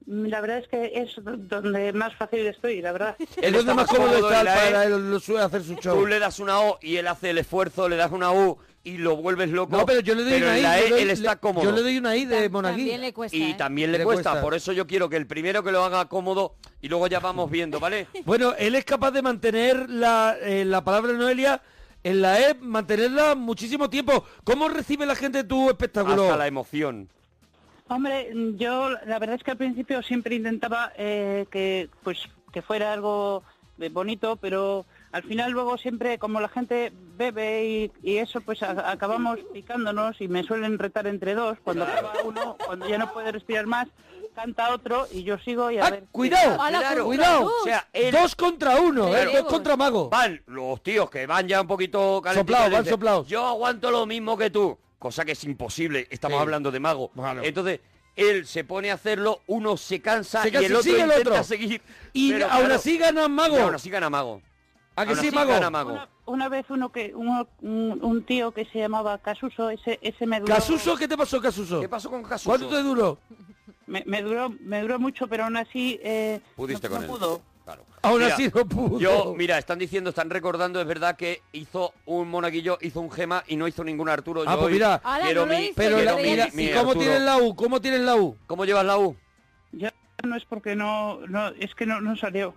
S9: La verdad es que es donde más fácil estoy, la verdad.
S3: Es donde
S6: está
S3: más cómodo
S6: en
S3: está
S6: la E,
S3: para él, lo suele hacer su show.
S6: Tú le das una O y él hace el esfuerzo, le das una U y lo vuelves loco.
S3: No, pero yo le doy
S6: pero
S3: una
S6: en
S3: I.
S6: la
S3: yo
S6: E
S3: doy-
S6: él está
S3: le-
S6: cómodo.
S3: Yo le doy una I de
S7: Tam-
S3: Monaguillo.
S7: También le cuesta.
S6: y
S7: ¿eh?
S6: también le,
S3: Le
S6: cuesta.
S3: cuesta.
S6: Por eso yo quiero que el primero que lo haga cómodo y luego ya vamos viendo, ¿vale?
S3: Bueno, él es capaz de mantener la, eh, la palabra Noelia en la E, mantenerla muchísimo tiempo. ¿Cómo recibe la gente tu espectáculo?
S6: Hasta la emoción.
S9: Hombre, mm, yo la verdad es que al principio siempre intentaba eh, que pues que fuera algo eh, bonito, pero al final luego siempre como la gente bebe y, y eso pues a- acabamos picándonos y me suelen retar entre dos cuando acaba uno, cuando ya no puede respirar más, canta otro y yo sigo y a
S3: ¡Ah,
S9: ver.
S3: cuidado!
S7: ¡Hala,
S6: Claro,
S7: contra
S3: cuidado.
S7: dos!
S6: O sea, él-
S3: Dos contra uno,
S7: Claro.
S3: eh, dos contra mago.
S6: Van los tíos que van ya un poquito calentitos.
S3: Soplaos,
S6: y
S3: van
S6: dicen,
S3: soplaos.
S6: Yo aguanto lo mismo que tú. Cosa que es imposible. Estamos
S3: Sí.
S6: hablando de mago.
S3: Claro.
S6: Entonces, él se pone a hacerlo, uno se cansa
S3: Se
S6: y
S3: cansa
S6: el
S3: y
S6: otro
S3: sigue el
S6: intenta
S3: otro.
S6: seguir.
S3: Y
S6: Pero,
S3: aún
S6: claro,
S3: así gana mago.
S6: y aún así gana mago.
S3: ¿A que
S6: Aún
S3: sí,
S6: así
S3: mago?
S6: gana mago.
S9: Una, una vez uno que uno- un, un tío que se llamaba Casuso, ese ese me duró
S3: ¿Casuso? ¿Qué te pasó, Casuso?
S6: ¿Qué pasó con Casuso?
S3: ¿Cuánto te duró?
S9: me, me duró me duró mucho, pero aún así eh,
S6: Pudiste
S9: no-
S6: con
S9: no
S6: él.
S9: pudo.
S6: Claro.
S3: Aún
S6: Mira,
S3: así no pudo.
S6: Yo, mira, están diciendo, están recordando, es verdad que hizo un monaguillo, hizo un gema y no hizo ningún Arturo.
S3: Ah,
S6: Yo
S3: pues
S6: hoy
S3: mira.
S7: Ala,
S6: quiero
S7: no lo
S6: mi-
S7: hizo,
S3: pero
S7: yo
S3: la,
S6: quiero
S7: creía
S3: mira,
S7: que
S6: mi-
S7: sí.
S6: mi
S3: ¿cómo
S6: Arturo.
S3: tienes la U? ¿Cómo tienes la U?
S6: ¿Cómo llevas la U?
S9: Ya no es porque no, no es que no, no salió.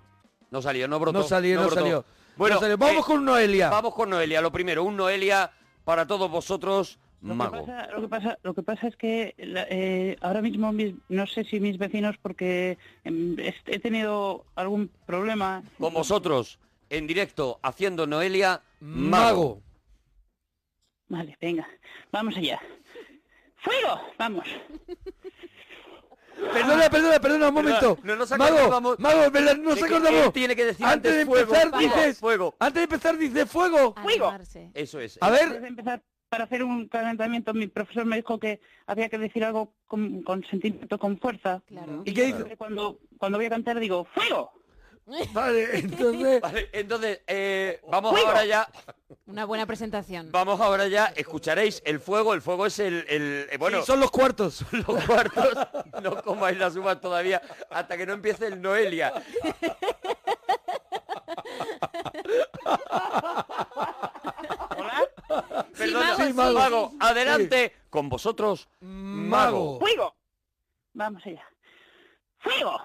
S6: No salió, no brotó.
S3: No salió, no
S6: brotó.
S3: salió.
S6: Bueno,
S3: No salió. vamos
S6: eh,
S3: con Noelia.
S6: Vamos con Noelia, lo primero, un Noelia para todos vosotros,
S9: Lo
S6: mago.
S9: que pasa, lo que pasa, lo que pasa es que la- eh, ahora mismo mis- no sé si mis vecinos porque em, es- he tenido algún problema.
S6: Con vosotros, en directo, haciendo Noelia, mago.
S3: Mago.
S9: Vale, venga, vamos allá. Fuego, vamos.
S3: Perdona, perdona, perdona, un
S6: Perdona,
S3: momento.
S6: no nos
S3: mago,
S6: acordábamos-
S3: mago, ¿verdad?
S6: De
S3: Nos
S6: que
S3: acordamos.
S6: él tiene que decir
S3: antes de
S6: antes fuego,
S3: empezar
S6: fuego,
S3: dices
S6: fuego.
S3: Antes de empezar dice fuego.
S9: ¡Fuego!
S7: Animarse.
S6: Eso es.
S3: A ver,
S9: Antes de empezar para hacer un calentamiento, mi profesor me dijo que había que decir algo con, con sentimiento, con fuerza.
S7: Claro.
S3: ¿Y qué
S9: yo
S3: dice?
S9: Cuando, cuando voy a cantar digo, ¡fuego!
S3: Vale, entonces.
S6: Vale, entonces, eh, vamos
S9: Fuego.
S6: ahora ya,
S7: Una buena presentación.
S6: vamos ahora ya, escucharéis el fuego, el fuego es el, el- eh, bueno,
S3: Sí, son los cuartos.
S6: los cuartos, no comáis las uvas todavía, hasta que no empiece el Noelia.
S9: ¿Hola?
S6: Perdona,
S7: mago, sí.
S6: mago, adelante, con vosotros, mago.
S3: Mago.
S9: ¡Fuego! Vamos allá. ¡Fuego!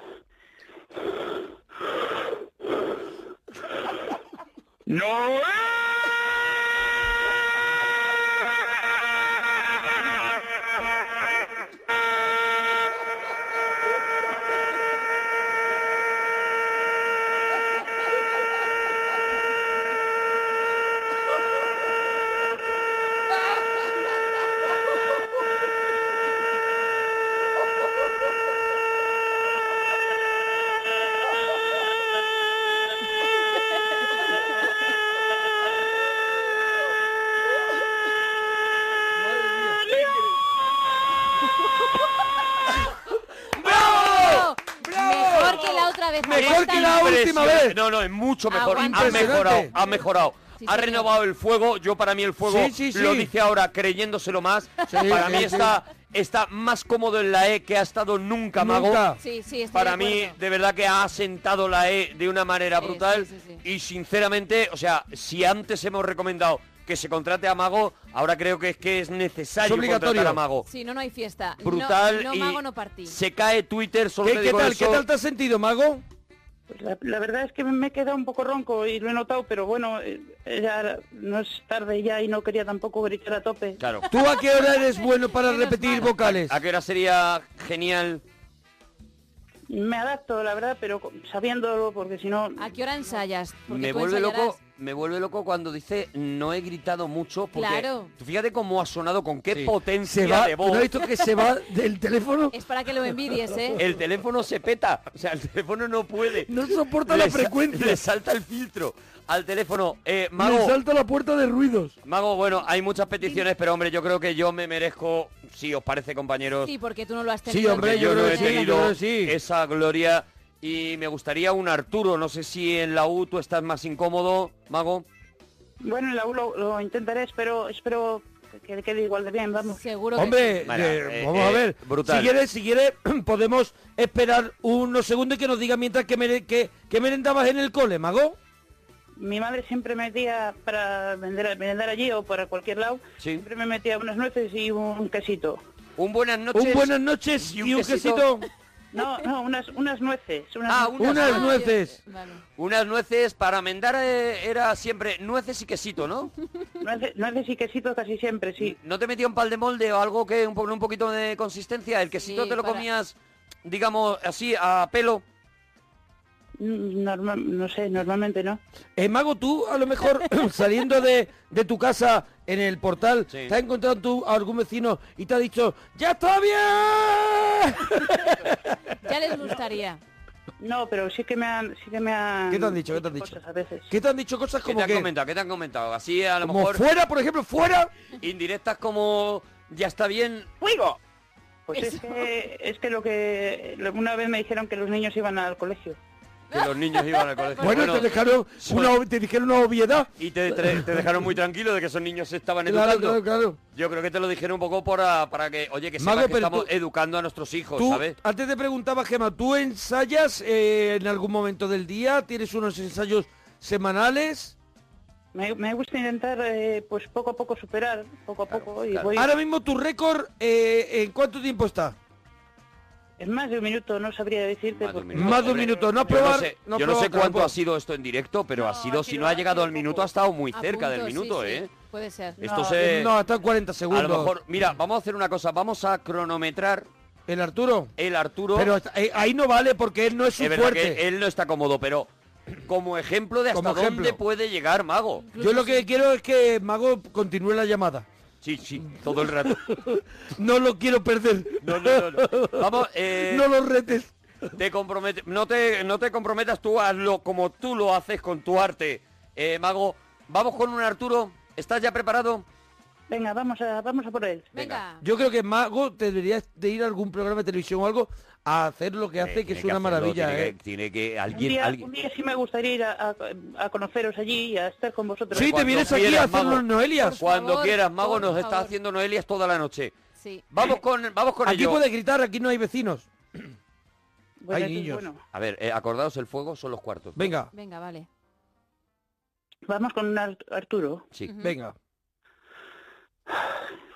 S1: ¡No!
S7: ¡Bravo! Mejor que la otra vez.
S3: Mejor que la
S7: Aguantan-
S3: última vez.
S6: No, no, es mucho mejor.
S7: Aguanta.
S6: Ha mejorado,
S3: Impresionante.
S6: ha mejorado.
S7: Sí,
S6: ha
S7: señor.
S6: renovado el fuego. Yo para mí el fuego
S3: Sí, sí, sí.
S6: lo dice ahora creyéndoselo más. para
S3: sí,
S6: mí
S3: sí.
S6: está, está más cómodo en la E que ha estado nunca,
S3: Nunca.
S6: Mago.
S7: Sí, sí, estoy
S6: Para
S7: de
S6: mí,
S7: acuerdo.
S6: de verdad que ha asentado la E de una manera
S7: Sí,
S6: brutal.
S7: sí, sí, sí.
S6: Y sinceramente, o sea, si antes hemos recomendado que se contrate a Mago, ahora creo que es que es necesario contratar a Mago.
S7: Si no, no hay fiesta. No-
S6: Brutal
S7: No,
S6: y
S7: mago, no partí.
S6: Se cae Twitter, solo
S3: ¿Qué,
S6: te
S3: qué
S6: digo
S3: tal,
S6: eso.
S3: ¿Qué tal te has sentido, Mago?
S9: Pues la, la verdad es que me he quedado un poco ronco y lo he notado, pero bueno, eh, ya no es tarde ya y no quería tampoco gritar a tope.
S6: Claro.
S3: ¿Tú a qué hora eres bueno para repetir vocales?
S6: ¿A qué hora sería genial?
S9: Me adapto, la verdad, pero co- sabiéndolo, porque si no...
S7: ¿A qué hora ensayas? Porque
S6: Me
S7: tú
S6: vuelve
S7: ensayarás-
S6: loco, me vuelve loco cuando dice no he gritado mucho porque
S7: Claro.
S6: tú fíjate cómo ha sonado con qué
S3: Sí.
S6: potencia
S3: Se va,
S6: de
S3: ¿tú
S6: voz.
S3: ¿No has visto que se va del teléfono?
S7: Es para que lo envidies, ¿eh?
S6: El teléfono se peta, o sea, el teléfono no puede.
S3: No soporta la
S6: Le sa-
S3: frecuencia.
S6: Le salta el filtro al teléfono. Eh,
S3: Me
S6: Mago,
S3: salta la puerta de ruidos.
S6: Mago, bueno, hay muchas peticiones, pero hombre, yo creo que yo me merezco, si os parece, compañeros,
S7: Sí, porque tú no lo has
S3: Sí,
S7: tenido. ¿eh?
S3: hombre,
S6: que yo
S3: yo
S6: no
S3: creo
S6: he
S3: que sí, yo
S6: tenido
S3: creo que sí.
S6: esa gloria y me gustaría un Arturo. No sé si en la U tú estás más incómodo, Mago.
S9: Bueno, en la U lo, lo intentaré, espero, espero que- que quede igual de bien, vamos.
S7: Seguro que
S3: Hombre,
S6: Vale,
S3: eh,
S6: eh,
S3: vamos a
S6: eh,
S3: ver.
S6: brutal.
S3: Si quieres, si quieres, podemos esperar unos segundos y que nos diga mientras que, mere- que, que merendabas en el cole, Mago.
S9: Mi madre siempre me metía para vender, merendar allí o para cualquier lado,
S6: Sí.
S9: siempre me metía unas nueces y un quesito.
S6: Un buenas noches.
S3: un buenas noches y un, quesito.
S9: No, no, unas, unas nueces. Unas
S6: Ah,
S9: nueces.
S6: unas,
S3: Unas
S7: Ah,
S3: nueces.
S7: yo- vale.
S6: unas nueces para merendar eh, era siempre nueces y quesito, ¿no?
S9: Nueces, nueces y quesitos casi siempre, sí.
S6: ¿No te metía un pal de molde o algo que un, po- un poquito de consistencia? El quesito
S7: Sí,
S6: te lo
S7: para-
S6: comías, digamos, así a pelo.
S9: Mm, normal- no sé, normalmente no.
S3: Eh, Mago, tú a lo mejor saliendo de, de tu casa en el portal,
S6: Sí.
S3: te has encontrado tú a algún vecino y te ha dicho, ¡Ya está bien!
S7: Ya les gustaría.
S9: No, pero sí que me han... Sí que me han
S3: ¿Qué te han dicho? ¿Qué te han dicho?
S9: cosas a veces.
S3: ¿Qué te han dicho cosas
S6: ¿Qué
S3: como
S6: te han
S3: que...
S6: comentado? ¿Qué te han comentado? Así a lo
S3: como
S6: mejor
S3: fuera, por ejemplo, fuera.
S6: indirectas como ya está bien.
S9: ¡Fuego! Pues es
S7: Eso.
S9: que, es que lo que... lo- Una vez me dijeron que los niños iban al colegio.
S6: Que los niños iban al colegio.
S3: Bueno, te dejaron
S6: son-
S3: una, ob- Pues te dijeron una obviedad.
S6: Y te, te- te dejaron muy tranquilo de que esos niños se estaban
S3: Claro,
S6: educando.
S3: claro, claro.
S6: Yo creo que te lo dijeron un poco para, para que, oye, que sepas
S3: Mago,
S6: que
S3: pero
S6: estamos
S3: tú-
S6: educando a nuestros hijos,
S3: Tú,
S6: ¿sabes?
S3: antes te preguntaba, Gemma, ¿tú ensayas eh, en algún momento del día? ¿Tienes unos ensayos semanales?
S9: Me, me gusta intentar, eh, pues poco a poco superar, poco a poco, y
S6: claro.
S9: voy...
S3: Ahora mismo tu récord, eh, ¿en cuánto tiempo está?
S9: Es más de un minuto, no sabría decirte.
S6: Más de un
S9: porque-
S6: minuto.
S3: Más de un
S6: hombre,
S3: minuto. No has
S6: Yo no
S3: probado-
S6: sé,
S3: no has
S6: yo no sé
S3: probado
S6: cuánto
S3: tampoco.
S6: ha sido esto en directo, pero
S9: No,
S6: ha sido,
S9: ha
S6: si
S9: sido-
S6: no ha
S9: ha
S6: llegado
S9: sido
S6: al minuto,
S9: poco.
S6: ha estado muy
S7: A
S6: cerca del
S7: punto, sí,
S6: minuto,
S7: sí,
S6: ¿eh?
S7: Puede ser.
S6: Esto
S9: No,
S6: se...
S3: No, hasta 40
S6: a
S3: segundos.
S6: lo mejor... Mira, vamos a hacer una cosa. Vamos a cronometrar
S3: El Arturo.
S6: el Arturo.
S3: Pero hasta- eh, ahí no vale porque él no es su
S6: es verdad que
S3: fuerte.
S6: él no está cómodo, pero como ejemplo de hasta
S3: Como ejemplo.
S6: dónde puede llegar Mago.
S3: Yo lo que quiero es que Mago continúe la llamada.
S6: Sí, sí, todo el rato.
S3: No lo quiero perder.
S6: No, no, no. no. Vamos, eh,
S3: No lo retes.
S6: te compromete- no, te, no te comprometas tú, hazlo como tú lo haces con tu arte, eh, Mago. Vamos con un Arturo. ¿Estás ya preparado?
S9: Venga, vamos a, vamos a por él.
S7: Venga.
S3: Yo creo que Mago te deberías de ir a algún programa de televisión o algo a hacer lo que
S6: Eh,
S3: hace, que
S6: tiene
S3: es una
S6: hacerlo,
S3: maravilla.
S6: Tiene,
S3: ¿eh?
S6: que, tiene que-
S9: Un
S6: alguien,
S9: día, un
S6: alguien.
S9: día sí me gustaría ir a, a- a conoceros allí y a estar con vosotros.
S3: Sí, te
S6: cuando
S3: vienes aquí
S6: quieras,
S3: a hacer
S6: Mago.
S3: los Noelias.
S7: Por
S6: Cuando
S7: favor,
S6: quieras, Mago,
S7: por
S6: nos está
S7: favor.
S6: haciendo Noelias toda la noche.
S7: Sí.
S6: Vamos con, vamos con
S3: Aquí
S6: ello.
S3: puedes gritar, aquí no hay vecinos.
S9: Bueno,
S3: Hay
S9: eso es
S3: niños.
S9: bueno.
S6: A ver, eh, acordaos, el fuego son los cuartos.
S3: Venga,
S7: Venga, vale.
S9: Vamos con un Ar- Arturo.
S6: Sí.
S7: Ujú.
S3: venga.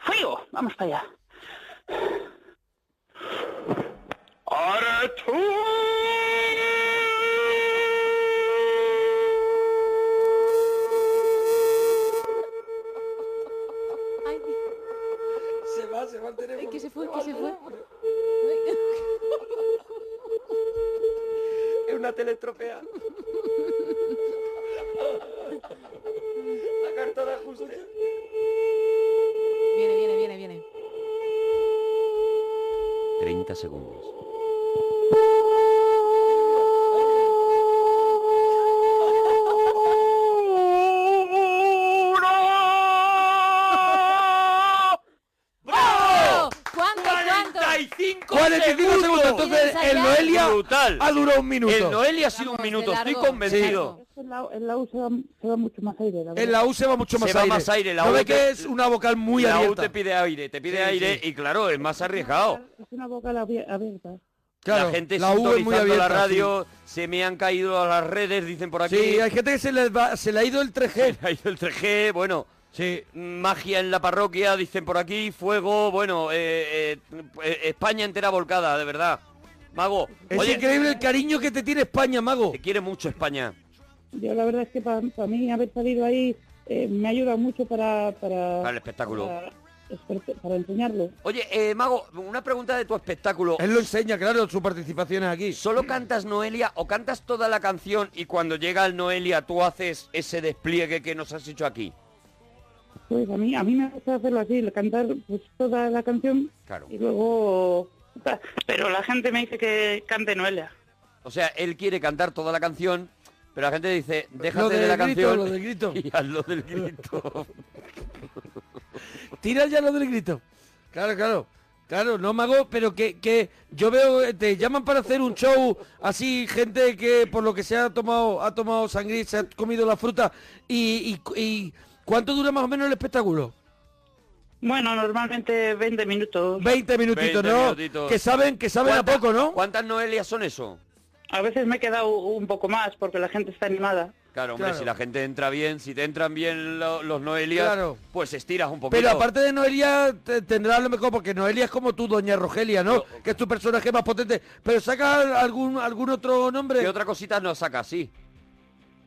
S9: ¡Fuego! Vamos para allá.
S7: Ay,
S3: Se va, se va el
S7: ay,
S3: teléfono.
S7: que se fue, que se fue.
S3: Es una teleestropea. La carta de ajuste.
S7: Viene, viene, viene, viene.
S6: 30 segundos.
S7: ¡Oh! ¿Cuánto, cuánto?
S6: 45
S3: 45 segundos, entonces
S7: Tienes
S3: el
S7: allá-
S3: Noelia
S6: Brutal.
S3: ha durado un minuto.
S6: El Noelia ha sido un
S7: Vamos, de
S6: minuto, estoy
S7: largo, de
S6: convencido.
S7: largo.
S9: En la, en la U se va, se va mucho más aire, la verdad.
S3: En la U se va mucho
S6: Se
S3: más
S6: va
S3: aire.
S6: más aire, la
S3: ¿No
S6: U
S3: ve
S6: te-
S3: que es una vocal muy
S6: la U
S3: abierta?
S6: te pide aire, te pide
S3: Sí,
S6: aire
S3: sí.
S6: y claro, es más arriesgado.
S9: Es una vocal abie- abierta.
S3: Claro,
S6: la gente
S3: la U es muy
S6: sintonizando
S3: abierta.
S6: la radio, se me han caído a las redes, dicen por
S3: Sí.
S6: aquí.
S3: Sí, hay gente que se le, va- se le ha ido el 3G.
S6: ha ido el 3G, bueno, Mm, Magia en la parroquia, dicen por aquí, fuego, bueno, eh, eh, eh, España entera volcada, de verdad. Mago,
S3: Es increíble el cariño que te tiene España, Mago.
S6: Te quiere mucho España.
S9: Yo la verdad es que para mí haber salido ahí eh, me ha ayudado mucho para... Para,
S6: Para el espectáculo.
S9: Para, espect- para enseñarlo.
S6: Oye, eh, Mago, una pregunta de tu espectáculo.
S3: Él lo enseña, claro, sus participaciones aquí.
S6: ¿Solo cantas Noelia o cantas toda la canción y cuando llega el Noelia tú haces ese despliegue que nos has hecho aquí?
S9: Pues a mí, a mí me gusta hacerlo así, el cantar pues, toda la canción
S6: Claro.
S9: y luego... Pero la gente me dice que cante Noelia.
S6: O sea, él quiere cantar toda la canción, pero la gente dice, déjate
S3: Lo
S6: de
S3: del
S6: la
S3: grito,
S6: canción
S3: lo del grito.
S6: y haz lo del grito.
S3: Tira ya lo del grito. Claro, claro. Claro, no mago, pero que, que yo veo, eh, te llaman para hacer un show así, gente que por lo que se ha tomado, ha tomado sangre, y se ha comido la fruta. Y, y- y cuánto dura más o menos el espectáculo?
S9: Bueno, normalmente 20 minutos.
S3: 20 minutitos,
S6: 20
S3: ¿no?
S6: minutitos.
S3: Que saben, que saben a
S6: ¿Cuántas-
S3: poco, ¿no?
S6: ¿Cuántas Noelias son eso?
S9: A veces me he quedado un poco más porque la gente está animada.
S6: Claro, hombre,
S3: Claro.
S6: si la gente entra bien, si te entran bien lo- los Noelias,
S3: Claro.
S6: pues estiras un poquito.
S3: Pero aparte de Noelia, te- tendrá lo mejor, porque Noelia es como tú, doña Rogelia, ¿no? Que es tu personaje más potente. Pero saca algún, algún otro nombre.
S6: ¿Qué otra cosita nos sacas? Sí.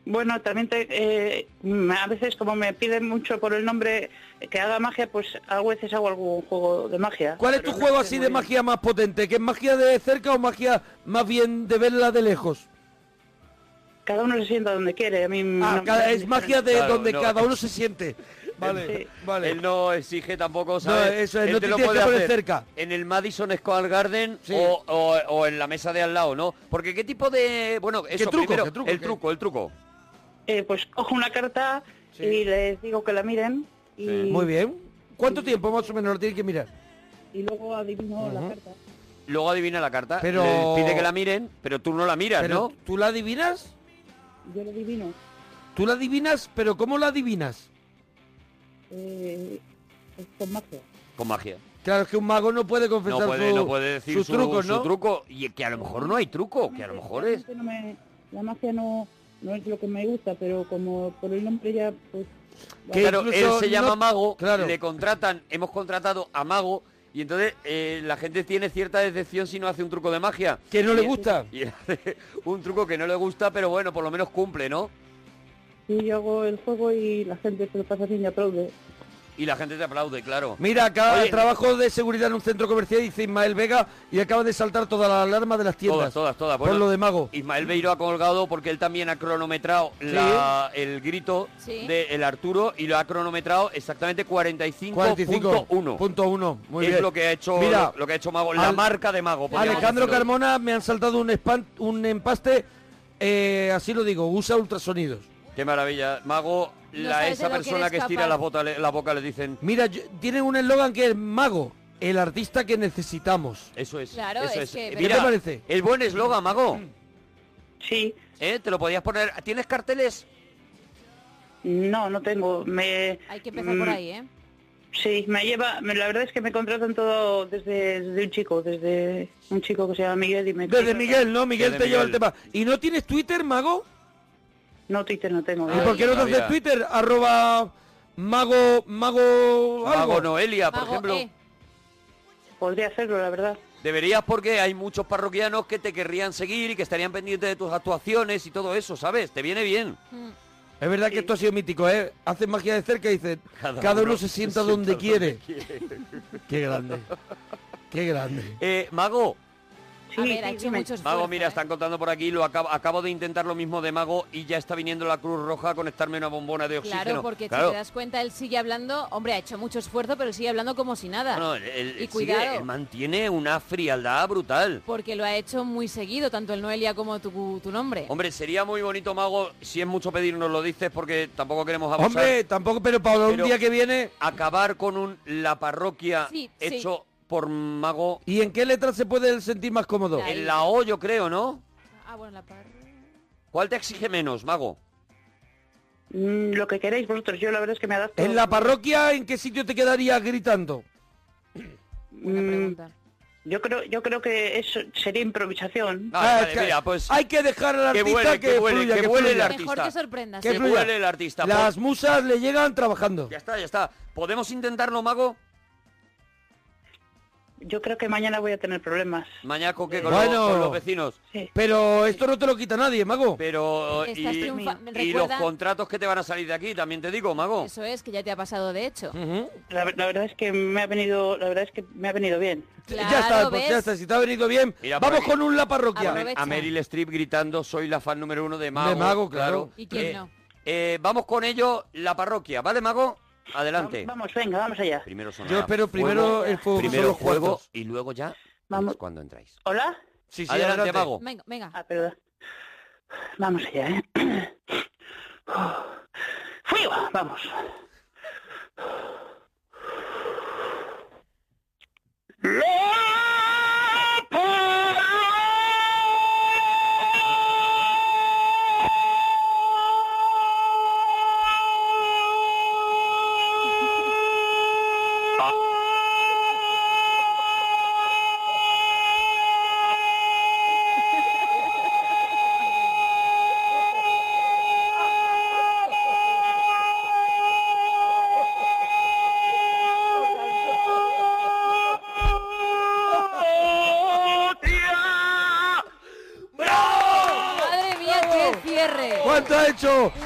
S9: Bueno, también te- eh, mm, a veces como me piden mucho por el nombre eh, que haga magia, pues a veces hago algún juego de magia.
S3: ¿Cuál es tu
S9: Pero
S3: juego
S9: no
S3: así
S9: sé
S3: de
S9: muy bien.
S3: magia más potente? ¿Que es magia de cerca o magia más bien de verla de lejos?
S9: Cada uno se sienta donde quiere. A mí
S3: Ah,
S9: no-
S3: cada- es magia de
S6: Claro,
S3: donde
S6: no.
S3: cada uno se siente. Vale,
S9: Sí.
S3: vale.
S6: Él no exige tampoco, ¿sabes?
S3: eso es,
S6: Él
S3: no te
S6: lo
S3: tienes que
S6: puede
S3: poner
S6: hacer
S3: cerca.
S6: En el Madison Square Garden
S3: Sí.
S6: o, o- o en la mesa de al lado, ¿no? Porque qué tipo de... Bueno, eso
S3: truco,
S6: primero,
S3: qué truco,
S6: el
S3: qué-
S6: truco, el truco.
S9: Eh, pues cojo una carta
S3: Sí.
S9: y les digo que la miren y,
S3: Muy bien. ¿Cuánto tiempo más o menos lo tienes que mirar?
S9: y luego adivino la carta.
S6: Luego adivina la carta,
S3: Pero-
S6: le pide que la miren, pero tú no la miras,
S3: Pero,
S6: ¿no?
S3: ¿Tú la adivinas?
S9: Yo la adivino.
S3: ¿Tú la adivinas? ¿Pero cómo la adivinas?
S9: eh, pues con magia.
S6: Con magia.
S3: Claro, es que un mago no puede confesar
S6: No puede,
S3: su-
S6: no puede decir
S3: sus
S6: su,
S3: trucos,
S6: su
S3: ¿no?
S6: truco. Y que a lo mejor no hay truco, que a lo mejor es...
S9: Realmente no me- la magia no, no es lo que me gusta, pero como por el nombre ya, pues...
S3: Que
S6: claro, él
S3: incluso
S6: se llama
S3: no-
S6: Mago,
S3: claro.
S6: le contratan, hemos contratado a Mago, y entonces eh, la gente tiene cierta decepción si no hace un truco de magia.
S3: Que no le
S6: Y-
S3: gusta.
S6: Y hace un truco que no le gusta, pero bueno, por lo menos cumple, ¿no?
S9: Sí, yo hago el juego y la gente se lo pasa bien y aplaude.
S6: Y la gente te aplaude, claro.
S3: Mira, acá
S6: Oye.
S3: trabajo de seguridad en un centro comercial, dice Ismael Vega, y acaba de saltar toda la alarma de las tiendas.
S6: Todas, todas, todas.
S3: Por
S6: Bueno,
S3: lo de mago.
S6: Ismael Beiro ha colgado porque él también ha cronometrado la- el grito
S7: Sí.
S6: del Arturo y lo ha cronometrado exactamente 45.1.
S3: 45.1. Muy
S6: es
S3: bien.
S6: lo que ha hecho
S3: Mira,
S6: lo, que ha hecho Mago, la
S3: Al-
S6: marca de Mago. podríamos
S3: Alejandro
S6: decirlo.
S3: Carmona me han saltado un, espan- un empaste, eh, así lo digo, usa ultrasonidos.
S6: Qué maravilla. Mago,
S7: No
S6: la,
S7: sabes de
S6: esa
S7: lo que
S6: persona
S7: eres
S6: que estira
S7: capaz.
S6: las botas, le- las bocas le dicen.
S3: Mira, yo- tienen un eslogan que es mago, el artista que necesitamos.
S6: Eso es.
S7: Claro,
S6: eso
S7: es
S6: Eh,
S7: que- ¿Qué
S3: ¿Qué
S6: Mira,
S3: te parece?
S6: el buen eslogan, Mago.
S9: Sí,
S6: ¿Eh? Te lo podías poner. ¿Tienes carteles?
S9: no, no tengo. Me,
S7: Hay que empezar por
S9: Mm,
S7: ahí, ¿eh?
S9: Sí, me lleva... me- la verdad es que me contratan todo desde, desde un chico, desde un chico que se llama Miguel y me...
S3: Desde Miguel, ¿no? Miguel
S6: Desde
S3: te lleva el
S6: Miguel.
S3: tema. ¿Y no tienes Twitter, mago?
S9: No, Twitter no tengo.
S3: ¿Y
S6: Ay,
S3: por qué no te
S6: todavía.
S3: haces Twitter? Arroba mago, mago, algo.
S6: Mago Noelia, por
S7: Mago,
S6: ejemplo.
S7: eh.
S9: Podría hacerlo, la verdad.
S6: Deberías porque hay muchos parroquianos que te querrían seguir y que estarían pendientes de tus actuaciones y todo eso, ¿sabes? Te viene bien.
S7: Mm.
S3: Es verdad que esto ha sido mítico, ¿eh? Haces magia de cerca y dices, cada, uno, se sienta donde quiere. Qué grande. Qué grande.
S6: Eh, Mago,
S7: a
S9: Sí,
S7: ver, ha
S9: sí,
S7: hecho
S9: dime.
S7: mucho esfuerzo.
S6: Mago, mira,
S7: ¿eh?
S6: están contando por aquí, lo acabo, acabo de intentar lo mismo de Mago y ya está viniendo la Cruz Roja a conectarme una bombona de oxígeno.
S7: Claro, porque si
S6: Claro.
S7: te das cuenta, él sigue hablando, hombre, ha hecho mucho esfuerzo, pero él sigue hablando como si nada.
S6: Bueno, él- él
S7: y
S6: sigue-
S7: cuidado, Pues-
S6: él mantiene una frialdad brutal.
S7: porque lo ha hecho muy seguido, tanto el Noelia como tu, tu nombre.
S6: Hombre, sería muy bonito, Mago, si es mucho pedir, nos lo dices porque tampoco queremos abusar.
S3: Hombre, tampoco, pero para un
S6: Pero-
S3: día que viene...
S6: Acabar con un La Parroquia
S7: Sí, sí.
S6: hecho por Mago
S3: ¿Y en qué letra se puede él sentir más cómodo?
S7: Ahí.
S6: en la O, yo creo, ¿no?
S7: Ah, bueno, la par-
S6: ¿Cuál te exige menos, Mago?
S9: Mm, Lo que queréis vosotros, yo la verdad es que me adapto.
S3: ¿En la parroquia en qué sitio te quedarías gritando?
S7: Buena
S9: Mm,
S7: pregunta.
S9: Yo creo, yo creo que eso sería improvisación.
S6: Ah, vale, mira, pues
S3: Hay que dejar al
S6: Que
S3: artista que,
S6: vuele, que vuele,
S3: fluya,
S6: que vuele el
S3: fluya.
S6: artista.
S7: Mejor que sorprendas.
S3: Que
S6: Que
S3: fluya.
S6: vuele el artista. por-
S3: Las musas le llegan trabajando.
S6: Ya está, ya está. ¿Podemos intentarlo, mago?
S9: Yo creo que mañana voy a tener problemas.
S6: Mañaco, que con,
S3: Bueno.
S6: lo- con los vecinos.
S9: Sí.
S3: Pero esto no te lo quita nadie, mago.
S6: Pero, y,
S7: Estás triunfa-
S6: y los
S7: recuerda-
S6: contratos que te van a salir de aquí, también te digo, mago.
S7: Eso es, que ya te ha pasado de hecho.
S3: Ujú.
S9: La, la verdad es que me ha venido, la verdad es que me ha venido bien.
S3: ya está,
S7: Claro,
S3: pues
S7: ¿ves?
S3: ya está. Si te ha venido bien,
S6: Mira, por
S3: vamos
S6: aquí.
S3: con un la parroquia.
S7: Aprovecha.
S6: A Meryl Streep gritando, soy la fan número uno de Mago.
S3: De Mago, claro.
S7: ¿Y quién
S6: Eh,
S7: no?
S6: eh, vamos con ello, la parroquia. ¿Vale, Mago? Adelante.
S9: Vamos, venga, vamos allá.
S6: Primero sonará
S3: Yo espero primero
S6: fuego,
S3: el fuego. que son
S6: primero
S3: los
S6: juego
S3: cuartos.
S6: y luego ya
S9: Vamos.
S6: cuando entráis.
S9: ¿Hola?
S3: Sí, sí,
S6: adelante,
S3: adelante.
S6: Mago.
S7: Venga, venga.
S9: Ah, perdón. Vamos allá, ¿eh? ¡Fuego! Vamos.
S7: ¡Madre mía, qué cierre!
S3: ¿Cuánto ha hecho?
S6: 46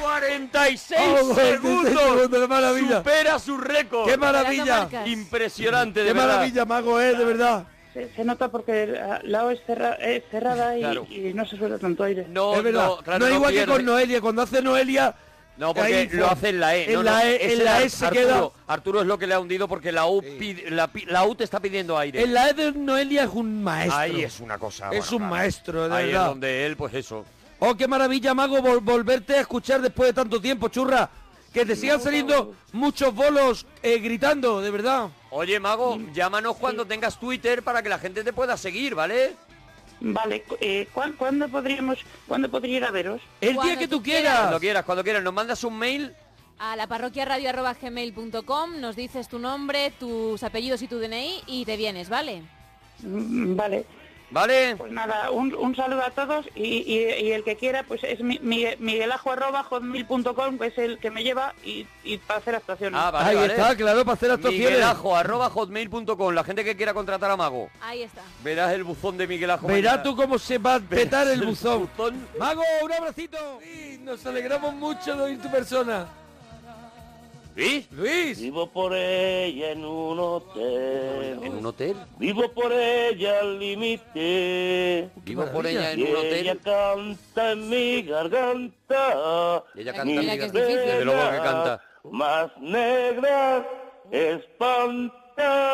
S3: Oh, 46
S6: segundos.
S3: segundos, qué maravilla.
S6: Supera su récord.
S3: ¡Qué maravilla!
S7: marcas.
S6: Impresionante, de
S3: ¡Qué
S6: verdad.
S3: maravilla, mago, eh! De verdad.
S9: Se, se nota porque la, la O es, cerra- es cerrada y,
S6: Claro.
S9: y no se suelta tanto aire.
S6: No,
S3: es verdad.
S6: no, claro,
S3: no es
S6: no
S3: igual que
S6: pierde.
S3: con Noelia. Cuando hace Noelia,
S6: No, porque
S3: Ahí,
S6: lo
S3: Juan.
S6: hace en la E.
S3: En
S6: no,
S3: la
S6: no,
S3: E-
S6: es
S3: en
S6: el
S3: la
S6: Ar-
S3: E se
S6: Arturo.
S3: queda-
S6: Arturo es lo que le ha hundido porque la U, pide- la, pi- la U te está pidiendo aire.
S3: en la E de Noelia es un maestro.
S6: Ahí es una cosa.
S3: Es un maestro, de
S6: Ahí
S3: verdad.
S6: es donde él, pues eso.
S3: Oh, qué maravilla, mago, vol- volverte a escuchar después de tanto tiempo, churra. Que te sigan saliendo muchos bolos eh, gritando, de verdad.
S6: Oye, Mago,
S3: Mm.
S6: llámanos cuando tengas Twitter para que la gente te pueda seguir, ¿vale?
S9: Vale, cu- eh, ¿cuán- ¿cuándo podríamos, cuándo podría ir a veros?
S3: El día
S7: Cuando
S3: que tú
S7: tú quieras.
S3: quieras.
S6: Cuando quieras, cuando quieras. Nos mandas un mail.
S7: A la parroquiaradio.gmail.com nos dices tu nombre, tus apellidos y tu DNI y te vienes, ¿vale?
S9: Mm, Vale,
S6: ¿Vale?
S9: pues nada, un, un saludo a todos y, y- y el que quiera, pues es mi, mi- miguelajo arroba hotmail.com, que es el que me lleva y, y para hacer actuaciones.
S6: Ah, vale,
S3: Ahí
S6: vale.
S3: está, claro, para hacer actuaciones.
S6: Miguelajo, arroba hotmail.com. La gente que quiera contratar a Mago.
S7: Ahí está.
S6: Verás el buzón de Miguelajo.
S3: Verás
S6: mañana.
S3: tú cómo se va a petar el buzón.
S6: buzón.
S3: Mago, un abracito. Sí, nos alegramos mucho de oír tu persona.
S6: ¿Sí?
S3: Luis.
S4: Vivo por ella en un hotel.
S6: ¿En un hotel?
S4: Vivo por ella al límite.
S6: Vivo por
S3: maravilla.
S6: ella en
S4: Y
S6: un
S4: ella
S6: hotel.
S4: canta en mi garganta.
S6: Y ella
S7: Mira
S6: canta.
S7: que es difícil.
S6: Desde luego que canta.
S4: Más negra espanta.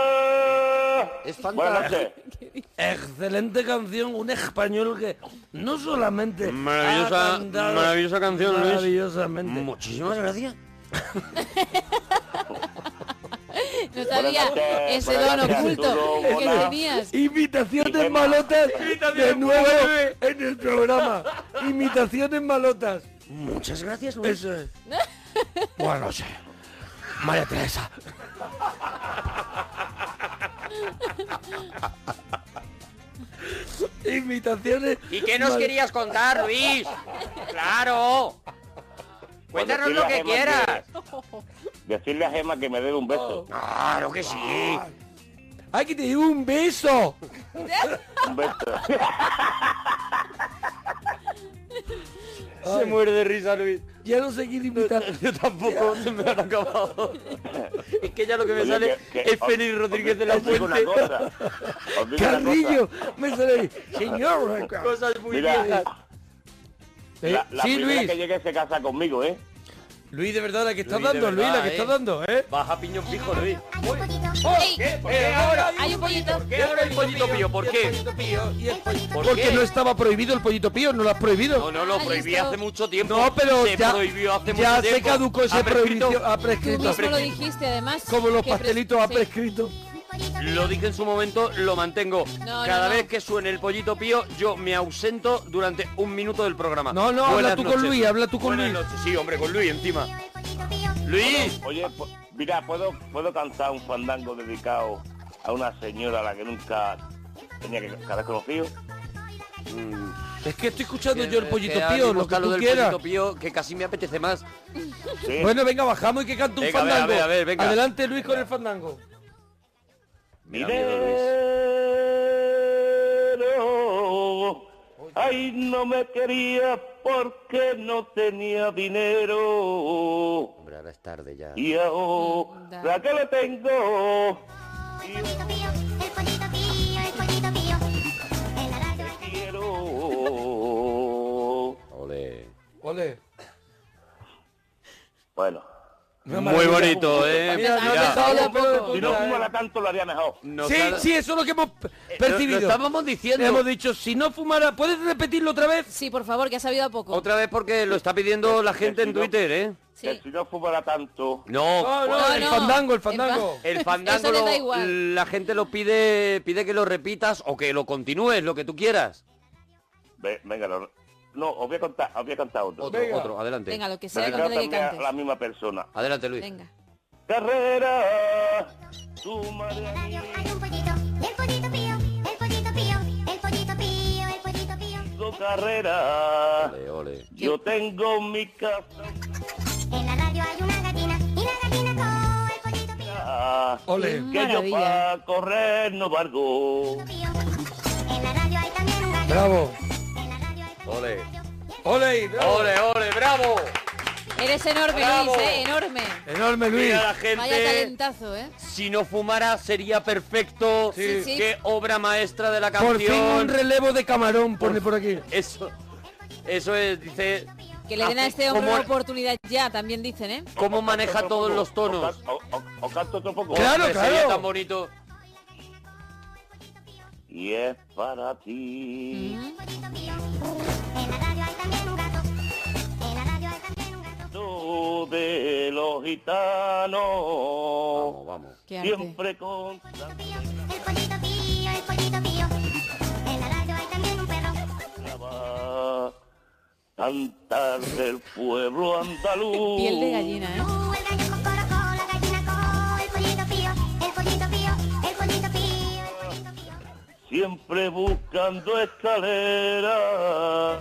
S6: Es
S4: Buenas
S6: fantástico.
S4: noches.
S3: Excelente canción, un español que no solamente ha
S6: Maravillosa-
S3: cantado
S6: maravillosa canción, Luis.
S3: maravillosamente.
S6: Muchísimas gracias.
S7: No sabía
S4: noches,
S7: ese
S4: buenas
S7: don
S4: noches,
S7: oculto
S4: Arturo,
S7: que
S4: hola.
S7: tenías.
S3: Imitaciones malotas de nuevo en el programa. Imitaciones malotas.
S6: Muchas gracias,
S3: Eso es. Buenas noches. María Teresa. Imitaciones.
S6: ¿Y qué nos
S3: mal-
S6: querías contar, Luis? ¡Claro! Cuéntanos
S4: Cuando estoy
S6: lo que
S4: en la Gema,
S6: quieras.
S4: que- Decirle a Gema que me dé un beso.
S6: Claro que sí.
S3: ¡Ay, que te dio un beso!
S4: Un beso.
S6: Se muere de risa, Luis.
S3: Ya no sé quién imitar.
S6: Yo tampoco se me han acabado. Es que ya lo que me
S4: Oye,
S6: sale
S4: que- que-
S6: es Félix
S4: os-
S6: Rodríguez
S4: os-
S6: de la
S4: os digo
S6: Fuente.
S4: una cosa, os digo una
S3: ¡Carrillo!
S4: cosa.
S3: Me sale. ¡Señor!
S6: Cosas muy
S4: Mira,
S6: viejas.
S3: Eh,
S4: La, la
S3: sí,
S4: primera
S3: Luis.
S4: que llegue se casa conmigo, ¿eh?
S3: Luis, de verdad, la que estás
S6: Luis, de
S3: dando, Luis, la
S6: verdad,
S3: que
S6: eh.
S3: estás dando, ¿eh?
S6: Baja piñón fijo, Luis.
S7: Ey,
S6: Eh, ahora?
S7: Hay un pollito.
S6: ¿Por qué ahora el pollito pío? ¿Por qué? ¿Por
S3: Porque
S6: qué?
S3: no estaba prohibido el pollito pío, no lo has prohibido.
S6: No, no, lo
S7: Ay,
S6: prohibí
S7: esto-
S6: hace mucho tiempo.
S3: No, pero
S6: se
S3: ya,
S6: prohibió hace
S3: ya
S6: mucho tiempo.
S3: se caducó esa
S6: Ha prescrito.
S3: prohibición, ha
S7: Tú
S3: prescrito,
S7: mismo lo dijiste, además.
S3: como los
S7: que pres-
S3: pastelitos ha
S7: sí.
S3: prescrito.
S6: Lo dije en su momento, lo mantengo.
S7: No,
S6: Cada
S7: no, no.
S6: vez que suene el pollito pío, yo me ausento durante un minuto del programa.
S3: No, no, habla
S6: Buenas
S3: tú con
S6: noches.
S3: Luis, habla tú con
S6: Buenas
S3: Luis.
S6: noches. Sí, hombre, con Luis encima. Luis,
S4: Oye, po- mira, ¿puedo, puedo cantar un fandango dedicado a una señora a la que nunca
S10: Tenía que cada vez que lo fío.
S3: Mm. Es que estoy escuchando yo el
S10: eh,
S3: pollito
S10: que ahora
S3: pío,
S10: mismo
S3: lo
S10: está
S3: que
S10: lo
S3: tú
S10: del
S3: quieras.
S10: pollito
S6: Pío, que casi me apetece más.
S3: Bueno, venga, bajamos y que cante un
S6: Venga, a ver,
S3: fandango.
S6: a ver, a ver, venga.
S3: Adelante, Luis, con el fandango.
S10: dinero. Ay, no me quería porque no tenía dinero.
S6: Hombre, ahora es tarde ya.
S10: Y ahora que le tengo.
S6: Ole.
S3: Ole.
S10: Bueno.
S6: Muy bonito, ¿eh?
S3: Mira, no ha dejado la pelo de punta,
S10: Si no
S3: ¿eh?
S10: fumara tanto lo haría mejor.
S3: sí, sí, eso es lo que
S6: Eh,
S3: hemos p- percibido.
S6: estábamos diciendo.
S3: Hemos dicho, si no fumara, ¿puedes repetirlo otra vez?
S7: Sí, por favor, que ha sabido a poco.
S6: Otra vez porque lo está pidiendo la gente en Twitter, ¿eh?
S7: Sí.
S10: Si no fumara tanto.
S6: No,
S7: no, el no. fandango,
S3: el fandango.
S6: El
S7: Eso
S6: fandango,
S7: le da
S6: lo-
S7: igual.
S6: la gente lo pide, pide que lo repitas o que lo continúes, lo que tú quieras.
S10: Ve- venga, no, no, os voy a contar, os voy a contar otro.
S6: Otro, otro, adelante.
S7: Venga, lo que sea,
S10: Dedicado
S7: con que le
S10: también a
S7: cantes.
S10: la misma persona.
S6: Adelante, Luis.
S7: Venga.
S10: Carrera, tu madre. Tengo carrera. Yo tengo mi casa. En la radio
S3: Ole.
S10: hay una gatina y la gatina con el pollito pío. Ah, Que yo
S7: Maravilla.
S10: pa' correr no valgo.
S3: Bravo.
S6: Ole.
S3: Ole, bravo.
S6: Ole, ole, bravo.
S7: Eres enorme,
S6: Bravo.
S7: Luis, ¿eh? Enorme.
S3: Enorme, Luis.
S6: Mira la
S7: Vaya
S6: gente.
S7: talentazo, ¿eh?
S6: Si no fumara sería perfecto.
S7: Sí. Sí, sí.
S6: Qué obra maestra de la
S3: Por fin
S6: canción.
S3: un relevo de camarón, pone por aquí.
S6: Eso, eso es, dice.
S7: Que le
S3: Ah,
S7: den a este hombre una oportunidad ya, también dicen, ¿eh?
S6: ¿Cómo maneja
S10: Otro
S6: todos
S10: poco,
S6: los tonos?
S10: O, ca- o- o canto otro poco.
S3: Claro,
S6: Hombre,
S3: claro.
S6: Sería tan bonito.
S10: Y es para ti. Tú de los gitanos.
S6: Vamos, vamos.
S7: Qué arte.
S10: Siempre con... Cantaba, cantar del pueblo andaluz.
S7: Piel de gallina, ¿eh?
S10: Siempre buscando escaleras.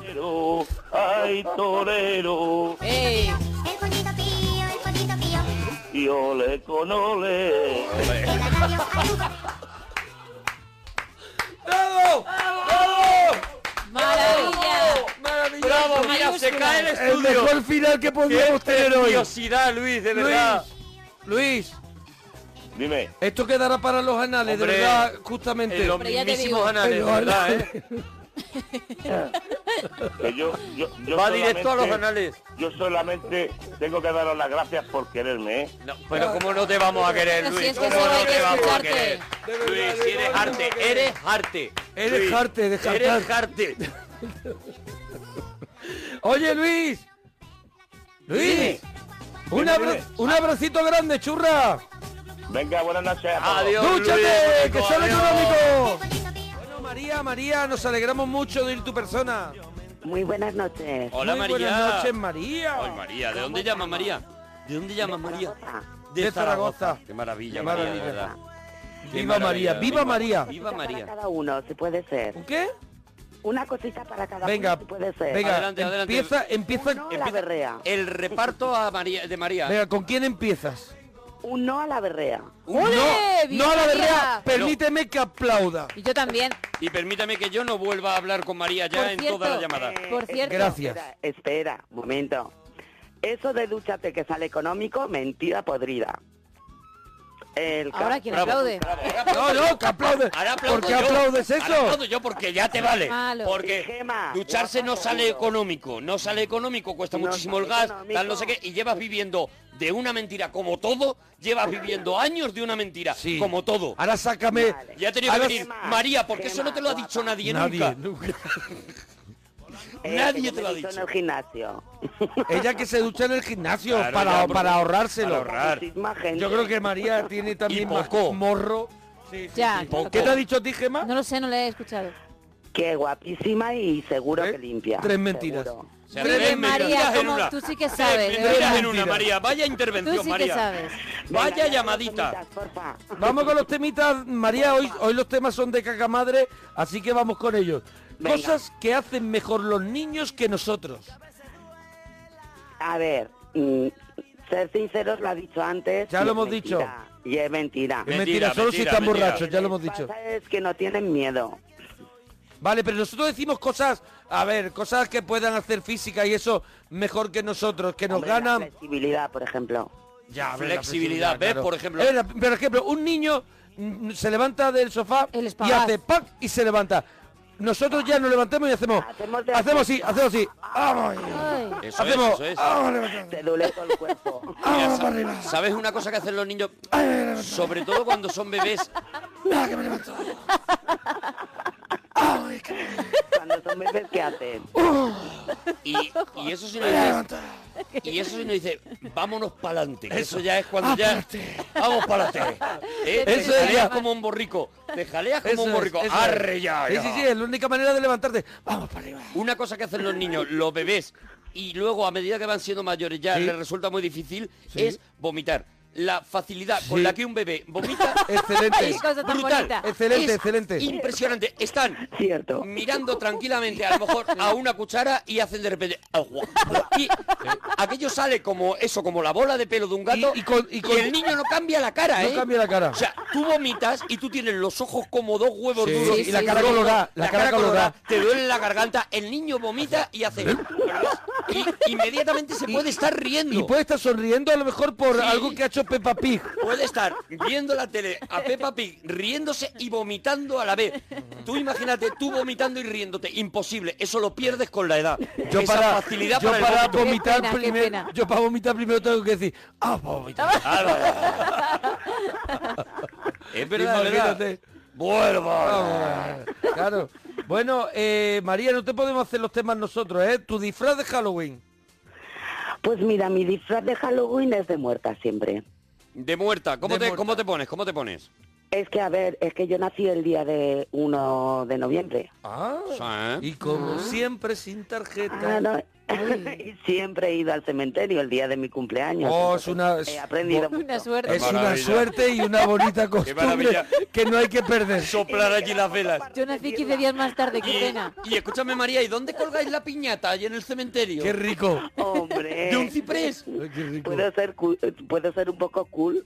S10: Pero, ay torero,
S7: ¡Ey!
S10: y ole con ole.
S3: ¡Bravo! ¡Bravo!
S7: ¡Maravilla!
S3: ¡Maravilloso!
S6: Bravo, mira, se
S7: Mayúscula.
S6: cae el
S3: El
S6: estudio.
S3: mejor final que podíamos
S6: Qué
S3: tener hoy.
S6: preciosidad, Luis, de
S3: Luis,
S6: verdad.
S3: Luis,
S10: Dime,
S3: esto quedará para los anales,
S6: Hombre,
S3: de verdad, justamente.
S6: En los
S7: Hombre, ya te
S6: mismísimos
S7: digo.
S6: anales, de
S3: En los
S6: ¿verdad?
S3: anales.
S6: ¿eh?
S10: que yo, yo, yo
S6: Va directo a los
S10: solamente-
S6: anales.
S10: Yo solamente tengo que daros las gracias por quererme, ¿eh?
S6: No, pero ¿cómo no te vamos a querer,
S7: Así
S6: Luis?
S7: es que
S6: ¿Cómo
S7: solo
S6: no
S7: hay que
S6: te vamos a
S7: escucharte.
S6: querer?
S3: De verdad,
S6: Luis,
S3: de
S6: si eres
S3: verdad,
S6: arte,
S3: no te
S6: eres arte.
S3: Eres
S6: Luis,
S3: arte, deja
S6: Eres
S3: estar.
S6: arte.
S3: Oye, Luis. Luis. Un, abra- un abracito grande, churra.
S10: Venga, buenas noches. a todos.
S6: Adiós,
S3: ¡Dúchate!
S6: Luis,
S3: ¡Que sale
S6: adiós.
S3: económico! Bueno, María, María, nos alegramos mucho de ir tu persona.
S2: Muy buenas noches.
S6: Hola,
S3: Muy
S6: María.
S3: Buenas noches, María.
S6: Ay, María, ¿de dónde llamas, María? ¿De dónde llamas, María?
S3: De Zaragoza.
S6: Qué maravilla,
S3: Qué
S6: María, de
S3: maravilla.
S6: verdad. Qué
S3: Viva María,
S6: maravilla,
S3: viva María.
S6: Viva María.
S2: cada uno, si puede ser.
S3: ¿Un qué?
S2: Una cosita para cada
S3: Venga,
S2: uno, si puede ser.
S3: venga,
S6: Adelante, adelante.
S3: empieza, empieza,
S2: Uno a la berrea.
S6: El reparto a María, de María.
S3: Venga, ¿con quién empiezas?
S2: Un no a la berrea.
S7: ¡Ole! ¡Viva
S3: no a la
S7: María!
S3: verdad, permíteme que aplauda.
S7: Y yo también.
S6: Y permítame que yo no vuelva a hablar con María ya
S7: Por
S6: en
S7: cierto,
S6: toda la llamada.
S2: eh,
S7: Por cierto.
S3: Gracias.
S2: Espera, espera, un momento. Eso de dúchate que sale económico, mentira podrida. El
S7: Ahora quien
S6: Bravo.
S7: aplaude.
S3: No, no, que aplaude.
S6: Ahora aplaudo
S3: ¿Por qué
S6: yo.
S3: aplaudes
S6: Ahora
S3: eso?
S6: aplaudo yo porque ya te vale.
S7: Malo.
S6: Porque
S2: Gema,
S6: ducharse no
S2: guapa,
S6: sale
S2: seguro.
S6: económico, no sale económico, cuesta
S2: No
S6: muchísimo
S2: sale
S6: el gas,
S2: económico.
S6: tal no sé qué, y llevas viviendo de una mentira como todo, llevas viviendo años de una mentira
S3: Sí.
S6: como todo.
S3: Ahora sácame.
S2: Vale.
S6: Ya tenía que
S3: Ahora
S6: venir,
S3: sí.
S6: María, porque eso no te lo ha
S2: Gema,
S6: dicho nadie,
S3: Nadie,
S6: nunca.
S3: nunca.
S2: Eh,
S6: nadie
S2: que yo
S6: te
S2: me
S6: lo ha
S2: visto
S6: dicho.
S2: En el gimnasio.
S3: Ella que se ducha en el gimnasio
S6: Claro,
S3: para,
S6: ya, porque-
S3: para ahorrárselo.
S6: para ahorrar.
S2: Muchísima gente.
S3: Yo creo que María tiene también
S6: poco.
S3: más morro. Sí, sí,
S7: Ya,
S3: sí.
S7: poco.
S3: ¿Qué te ha dicho a ti, Gemma?
S7: No lo sé, no le he escuchado.
S2: que es guapísima y seguro que limpia.
S3: ¿Eh? Tres mentiras.
S2: seguro.
S7: Tres María, como tú sí que sabes. de
S6: Mentiras
S7: verdad.
S6: en una, María. Vaya
S7: Tú
S6: intervención,
S7: sí que
S6: María.
S7: sabes.
S6: Vaya llamadita.
S3: Vamos con los temitas, María. Hoy, hoy los temas son de caca madre, así que vamos con ellos. Cosas que hacen mejor los niños que nosotros.
S2: A ver, mm, ser sinceros lo ha dicho antes.
S3: Ya
S2: y
S3: lo
S2: es
S3: hemos dicho.
S2: mentira, Y es mentira.
S3: Es mentira, solo si están borrachos, ya lo hemos dicho.
S2: Pasa Es que no tienen miedo.
S3: Vale, pero nosotros decimos cosas, a ver, cosas que puedan hacer física y eso mejor que nosotros, que nos
S2: Hombre,
S3: ganan.
S2: La flexibilidad, por ejemplo.
S3: Ya, hombre, la
S6: Flexibilidad, ¿ves? Por ejemplo-
S3: Ah, Es verdad, por ejemplo, un niño mm, se levanta del sofá y hace ¡pac! y se levanta. Nosotros ya nos levantamos y hacemos. Hacemos así, hacemos así. ¡Vamos!
S6: Eso es,
S3: hacemos.
S6: eso es.
S3: ¡vamos, levanta!
S2: Te duele todo el cuerpo.
S6: Mira, sa- ¿Sabes una cosa que hacen los niños? Sobre todo cuando son bebés.
S2: Cuando son bebés, ¿qué hacen?
S6: Y, y eso si no dices... Y eso si no dice, vámonos para adelante. Eso ya es cuando ya... Vamos para adelante.
S3: Eso
S6: Eso
S3: es
S6: te jaleas
S3: ya.
S6: como un borrico. Te jaleas como
S3: Eso
S6: un
S3: es,
S6: borrico.
S3: eso es.
S6: Arre ya,
S3: Sí,
S6: ya.
S3: sí, sí, es la única manera de levantarte. Vamos para arriba.
S6: Una cosa que hacen los niños, los bebés, y luego a medida que van siendo mayores ya
S3: Sí.
S6: les resulta muy difícil,
S3: Sí.
S6: es vomitar. La facilidad
S3: Sí.
S6: con la que un bebé vomita
S3: Excelente.
S6: es
S3: Qué cosa tan
S6: brutal.
S3: bonita. Excelente,
S6: Es
S3: excelente.
S6: Impresionante. Están
S2: Cierto.
S6: mirando tranquilamente a lo mejor a una cuchara y hacen de repente agua. Y aquello sale como eso, como la bola de pelo de un gato
S3: Y- y con- y con-
S6: el niño no cambia la cara,
S3: No
S6: ¿eh?
S3: cambia la cara.
S6: O sea, tú vomitas y tú tienes los ojos como dos huevos
S3: Sí,
S6: duros.
S3: sí, y la cara colorada, la cara colorada. ¿Eh?
S6: Te duele la garganta, el niño vomita y hace... Y inmediatamente se puede estar riendo.
S3: Y puede estar sonriendo a lo mejor por
S6: Sí.
S3: algo que ha hecho Peppa Pig.
S6: Puede estar viendo la tele a Peppa Pig riéndose y vomitando a la vez. Tú imagínate, tú vomitando y riéndote. Imposible. Eso lo pierdes con la edad.
S3: Yo
S6: Esa
S3: para,
S6: facilidad
S3: yo
S6: para, el
S3: para
S6: vómito.
S3: vomitar
S7: pena, qué pena.
S3: primero, yo para vomitar primero tengo que decir, ah, para vomitar.
S6: Ah, Es verdad, es verdad.
S3: Imagínate.
S6: Bueno, va.
S3: Vamos, claro. Bueno, eh, María, no te podemos hacer los temas nosotros, ¿eh? Tu disfraz de Halloween.
S2: Pues mira, mi disfraz de Halloween es de muerta siempre.
S6: De muerta. ¿Cómo,
S3: De
S6: te,
S3: muerta.
S6: ¿Cómo te pones? ¿Cómo te pones?
S2: Es que, a ver, es que yo nací el día de 1 de noviembre.
S3: Ah.
S6: ¿eh?
S3: Y como siempre sin tarjeta.
S2: Ah, no. Y siempre he ido al cementerio el día de mi cumpleaños.
S3: Oh, es una-
S2: He aprendido.
S7: Una
S2: mucho.
S7: suerte.
S3: Es una
S6: maravilla.
S3: suerte y una bonita costumbre
S6: maravilla.
S3: que no hay que perder.
S6: Soplar allí las velas.
S7: Yo nací 15 días más tarde, qué pena.
S6: Y, y escúchame, María, ¿y dónde colgáis la piñata? ¿Allí en el cementerio?
S3: Qué rico.
S2: Hombre.
S6: ¿De un ciprés?
S3: Ay, qué rico.
S2: Puedo ser, cu- puedo ser un poco cool,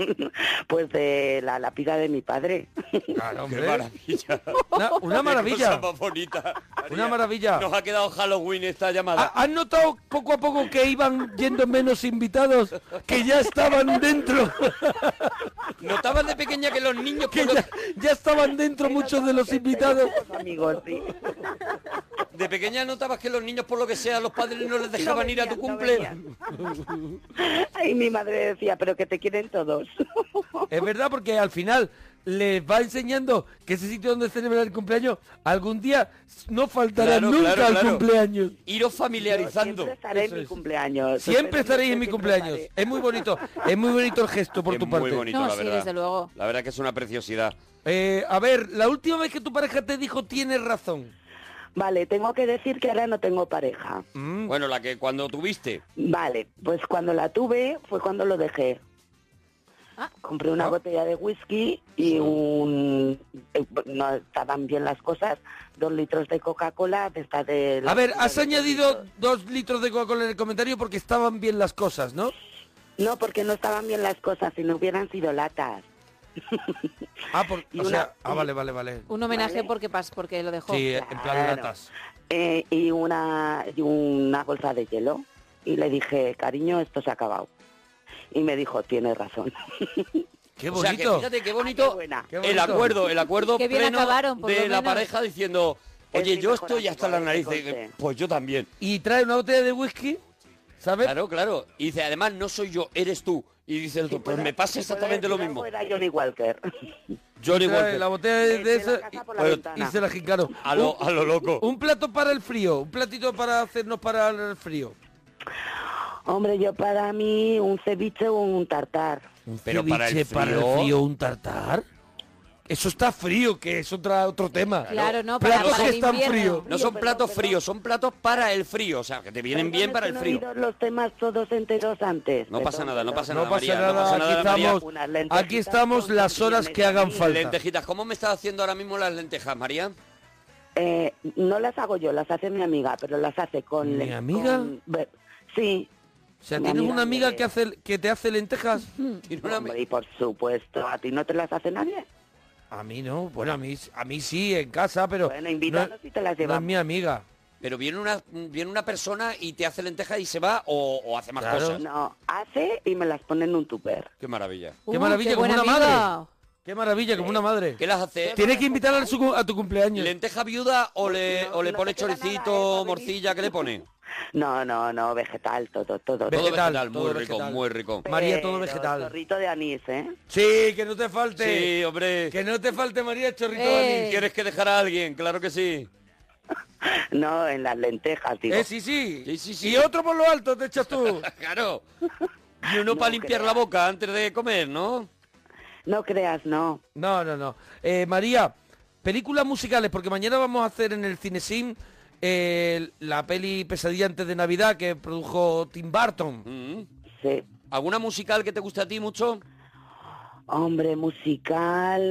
S2: pues de la lápida de mi padre.
S3: Claro,
S6: ¡Qué
S3: Ah, hombre.
S6: maravilla!
S3: Una, una
S6: Qué
S3: maravilla.
S6: cosa más bonita.
S3: Una
S6: María,
S3: maravilla. Ah,
S6: Nos ha quedado Halloween esta llamada.
S3: ¿Ha- ¿Has notado poco a poco que iban yendo menos invitados? Que ya estaban dentro.
S6: Notabas de pequeña que los niños
S3: Que
S6: cuando-
S3: ya, ya estaban dentro muchos de los invitados.
S2: Los amigos, sí.
S6: de pequeña notabas que los niños por lo que sea los padres no les dejaban ir a tu
S2: venían, no venían.
S6: cumple.
S2: Ay, mi madre decía, pero que te quieren todos.
S3: Es verdad, porque al final les va enseñando que ese sitio donde celebrar el cumpleaños algún día no faltará
S6: Claro,
S3: nunca
S6: claro,
S3: al
S6: claro.
S3: cumpleaños.
S6: Iros familiarizando.
S2: Siempre estaré en mi cumpleaños.
S3: Siempre estaréis en mi
S2: Siempre
S3: cumpleaños.
S2: estaré.
S3: Es muy bonito. Es muy bonito el gesto por
S6: es
S3: tu
S6: muy
S3: parte.
S6: bonito,
S7: No,
S6: la
S7: sí,
S6: verdad.
S7: desde luego.
S6: La verdad que es una preciosidad.
S3: Eh, a ver, la última vez que tu pareja te dijo tienes razón.
S2: Vale, tengo que decir que ahora no tengo pareja.
S3: Mm,
S6: Bueno, la que cuando tuviste.
S2: Vale, pues cuando la tuve fue cuando lo dejé.
S7: Ah.
S2: Compré una botella de whisky y un... eh, No estaban bien las cosas. Dos litros de Coca-Cola de esta de...
S3: A ver, has añadido dos litros de Coca-Cola en el comentario porque estaban bien las cosas, ¿no?
S2: No, porque no estaban bien las cosas, si no hubieran sido latas.
S3: Ah, por-
S2: Y
S3: o
S2: una-
S3: sea, ah, vale, vale, vale.
S7: Un homenaje
S2: Vale.
S7: porque pas, porque lo dejó.
S3: Sí, en plan
S2: Claro.
S3: latas.
S2: Eh, y, una, y una bolsa de hielo. Y le dije, cariño, esto se ha acabado. Y me dijo, tienes razón.
S3: Qué
S6: O sea, que
S3: bonito.
S6: fíjate qué
S2: Ay, qué
S6: bonito,
S2: buena.
S3: Qué bonito.
S6: el acuerdo, el acuerdo
S7: Qué bien
S6: pleno
S7: acabaron, por lo
S6: de la
S7: menos.
S6: pareja diciendo,
S2: Es
S6: oye,
S2: mi
S6: yo
S2: mejor
S6: estoy hasta la
S2: amigo,
S6: nariz.
S2: este
S6: de-
S2: coche.
S6: Pues yo también.
S3: Y trae una botella de whisky, ¿sabes?
S6: Claro, claro. Y dice, además no soy yo, eres tú. Y dice el otro, pues me pasa exactamente lo mismo.
S2: Era Johnny Walker.
S6: Johnny
S3: Trae
S6: Walker.
S3: la botella de,
S2: Desde
S3: esa
S2: la casa por la
S3: y-
S2: ventana.
S3: y se Pues, la jincaron.
S6: A lo, a lo loco.
S3: Un plato para el frío, un platito para hacernos para el frío.
S2: Hombre, yo para mí un ceviche o un tartar.
S6: Pero para el ceviche, para el frío,
S3: un tartar. Eso está frío, que es otra, otro tema.
S7: Claro, no, para-
S3: Platos
S7: para
S3: que
S7: el
S3: están
S7: invierno.
S3: fríos.
S6: No son platos fríos, son platos para el frío, o sea, que te vienen bien para el frío.
S2: los temas todos enteros antes.
S6: No pasa nada, no pasa
S3: No
S6: nada,
S3: pasa
S6: María,
S3: nada,
S6: no pasa
S3: aquí
S6: nada, María.
S3: estamos- Unas lentejitas aquí estamos con las horas que hagan
S2: champiñones también. falta.
S6: Lentejitas, ¿cómo me estás haciendo ahora mismo las lentejas, María?
S2: Eh, no las hago yo, las hace mi amiga, pero las hace con...
S3: ¿Mi amiga?
S2: con- be- sí.
S3: O sea, ¿tienes una amiga que, hace, que te hace lentejas?
S2: Hombre, y por supuesto, ¿a ti no te las hace nadie?
S3: A mí no, bueno, a mí, a mí sí, en casa, pero...
S2: Bueno, invítanos
S3: no-
S2: y te las
S3: no es
S2: llevamos.
S3: mi amiga.
S6: Pero viene una, viene una persona y te hace lentejas y se va o, o hace más cosas.
S2: No, hace y me las pone en un tupper.
S6: Qué maravilla.
S3: Qué maravilla, como una madre. Qué maravilla, como una madre.
S6: ¿Qué las hace?
S3: Tienes que invitar a, su- a tu cumpleaños.
S6: ¿Lenteja viuda o le, o le
S2: no
S6: pone
S2: te queda
S6: choricito, morcilla? ¿Qué le pone?
S2: No, no, no, vegetal, todo, todo.
S6: Todo
S2: todo.
S6: vegetal, muy
S2: todo
S6: rico,
S2: vegetal.
S6: muy rico.
S3: María, todo
S2: Pero
S3: vegetal.
S2: Chorrito de anís, ¿eh?
S3: Sí, que no te falte.
S6: Sí, hombre.
S3: Que no te falte María Chorrito
S2: Eh.
S3: Dani.
S6: ¿Quieres que dejar a alguien? Claro que sí.
S2: No, en las lentejas, digo.
S3: Eh, sí, sí.
S6: Sí, sí, sí.
S3: Y otro por lo alto te echas tú.
S6: Claro. Y uno para limpiar la boca antes de comer, ¿no?
S2: No creas, no.
S3: No, no, no. Eh, María, películas musicales, porque mañana vamos a hacer en el Cinesim eh, la peli Pesadilla antes de Navidad que produjo Tim Burton.
S6: Mm.
S2: Sí.
S6: ¿Alguna musical que te guste a ti mucho?
S2: Hombre, musical,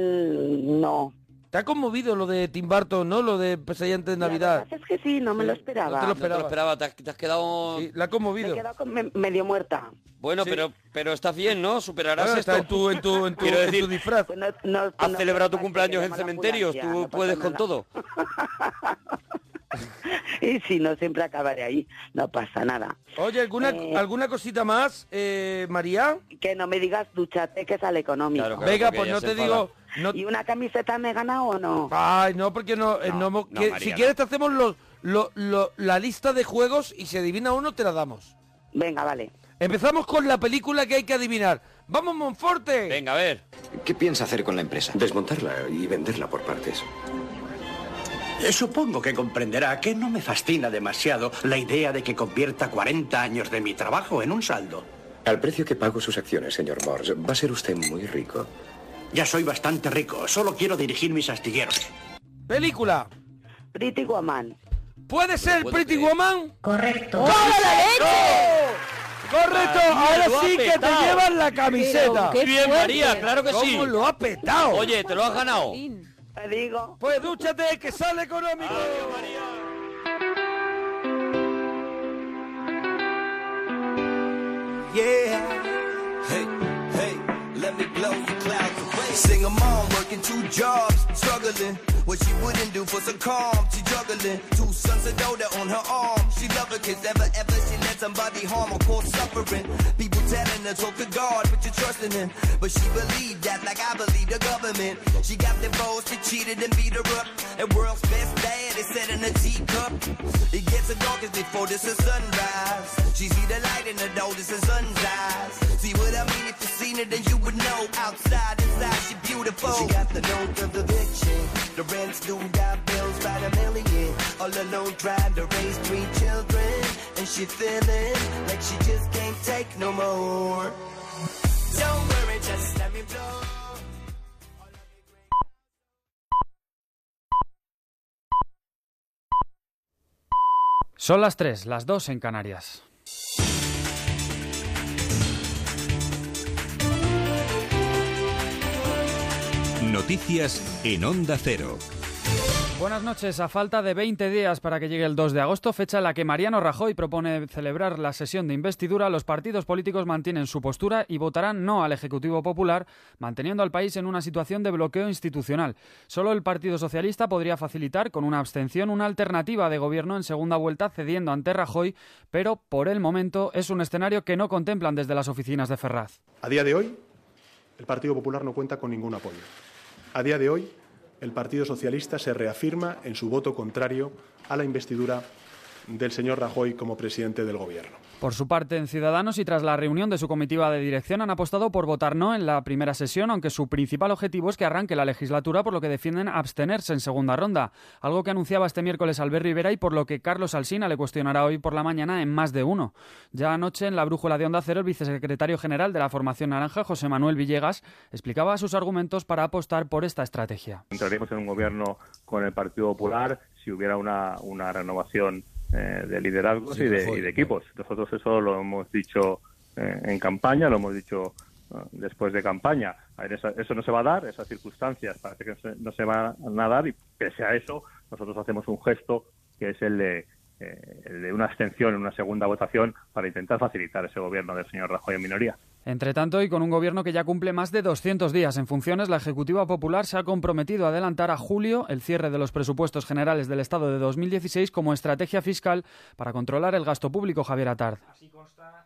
S2: no.
S3: Te ha conmovido lo de Tim Burton, ¿no? Lo de Pesadilla antes de
S2: La
S3: Navidad.
S2: verdad es que sí, no me lo esperaba.
S3: No te lo
S6: No te lo
S3: esperaba.
S6: esperaba, te has, te has quedado...
S3: Sí, la ha
S2: Me
S3: conmovido.
S2: he quedado con- me- medio muerta.
S6: Bueno, pero, pero estás bien, ¿no? Superarás
S3: Claro, está en
S6: esto.
S3: tu, en tu, en tu,
S6: Quiero
S3: en tu
S6: decir-
S3: disfraz.
S2: Pues no- no-
S6: Has
S2: no-
S6: celebrado tu
S2: no,
S6: cumpleaños
S2: que
S6: en
S2: llama la
S6: cementerios,
S2: ambulancia,
S6: tú
S2: no pasa
S6: puedes con
S2: nada.
S6: todo.
S2: Y si no, siempre acabaré ahí. No pasa nada.
S3: Oye, ¿alguna,
S2: Eh.
S3: ¿alguna cosita más, eh, María?
S2: Que no me digas duchate, que sale económico.
S6: Claro, claro.
S3: Venga,
S6: porque
S3: pues
S6: ella
S3: no
S6: se
S3: te
S6: enfada.
S3: digo... No,
S2: ¿Y una camiseta me he ganado o no?
S3: Ay, no, porque no... eh,
S6: No,
S3: no hemos-
S6: no,
S3: que-
S6: María,
S3: si
S6: no.
S3: quieres te hacemos los, lo- lo- la lista de juegos y si adivina uno te la damos.
S2: Venga, vale.
S3: Empezamos con la película que hay que adivinar. ¡Vamos, Monforte!
S6: Venga, a ver.
S11: ¿Qué piensa hacer con la empresa? Desmontarla y venderla por partes.
S12: Eh, Supongo que comprenderá que no me fascina demasiado la idea de que convierta 40 años de mi trabajo en un saldo.
S11: Al precio que pago sus acciones, señor Morse, va a ser usted muy rico.
S12: Ya soy bastante rico, solo quiero dirigir mis astilleros.
S3: Película.
S2: Pretty Woman.
S3: ¿Puede ser
S6: puedo
S3: Pretty
S6: creer.
S3: Woman?
S13: Correcto.
S3: ¡Correcto!
S6: María,
S3: Ahora
S6: lo ha
S3: sí que te
S6: petado.
S3: llevan la camiseta.
S7: qué
S6: Bien,
S7: fuerte.
S6: María, claro que sí.
S3: ¿Cómo lo ha petado?
S6: Oye, te lo has ganado.
S7: Jolín.
S2: Te digo.
S3: Pues dúchate que sale económico.
S14: Yeah. Hey, hey, let me blow the clouds away. Sing 'em on, working two jobs, struggling. What she wouldn't do for some calm, she juggling. Two sons of Doda on her arm. She love her kids, ever, ever she let somebody harm or cause suffering. People telling her, talk to God, but you're trusting him. But she believed that, like I believe the government. She got divorced, they cheated and beat her up. And world's best dad is set in a teacup. It gets the darkest before this is sunrise. She see the light in the door, this is sunrise. See what I mean? If you seen her, then you would know. Outside, inside, she beautiful. She got the note of the eviction. The rent's due, got bills by the million. All alone, trying to raise three children. And she feeling like she just can't take no more. Don't worry, just let me blow.
S15: Son las 3, las 2 en Canarias.
S16: Noticias en Onda Cero.
S15: Buenas noches. A falta de 20 días para que llegue el 2 de agosto, fecha en la que Mariano Rajoy propone celebrar la sesión de investidura, los partidos políticos mantienen su postura y votarán no al Ejecutivo Popular, manteniendo al país en una situación de bloqueo institucional. Solo el Partido Socialista podría facilitar con una abstención una alternativa de gobierno en segunda vuelta cediendo ante Rajoy, pero por el momento es un escenario que no contemplan desde las oficinas de Ferraz.
S17: A día de hoy, el Partido Popular no cuenta con ningún apoyo. A día de hoy, el Partido Socialista se reafirma en su voto contrario a la investidura del señor Rajoy como presidente del Gobierno.
S15: Por su parte, en Ciudadanos y tras la reunión de su comitiva de dirección han apostado por votar no en la primera sesión, aunque su principal objetivo es que arranque la legislatura, por lo que defienden abstenerse en segunda ronda, algo que anunciaba este miércoles Albert Rivera y por lo que Carlos Alsina le cuestionará hoy por la mañana en más de uno. Ya anoche, en la brújula de Onda Cero, el vicesecretario general de la Formación Naranja, José Manuel Villegas, explicaba sus argumentos para apostar por esta estrategia.
S13: Entraríamos en un gobierno con el Partido Popular si hubiera una, una renovación eh, de liderazgos
S18: Sí,
S13: y, de,
S18: Rajoy,
S13: y de
S18: claro.
S13: equipos. Nosotros eso lo hemos dicho eh, en campaña, lo hemos dicho eh, después de campaña. A ver, esa- eso no se va a dar, esas circunstancias parece que no se, no se van a dar y pese a eso nosotros hacemos un gesto que es el de, eh, el de una abstención en una segunda votación para intentar facilitar ese gobierno del señor Rajoy en minoría.
S15: Entre tanto, y con un gobierno que ya cumple más de 200 días en funciones, la Ejecutiva Popular se ha comprometido a adelantar a julio el cierre de los presupuestos generales del Estado de 2016 como estrategia fiscal para controlar el gasto público, Javier Atard.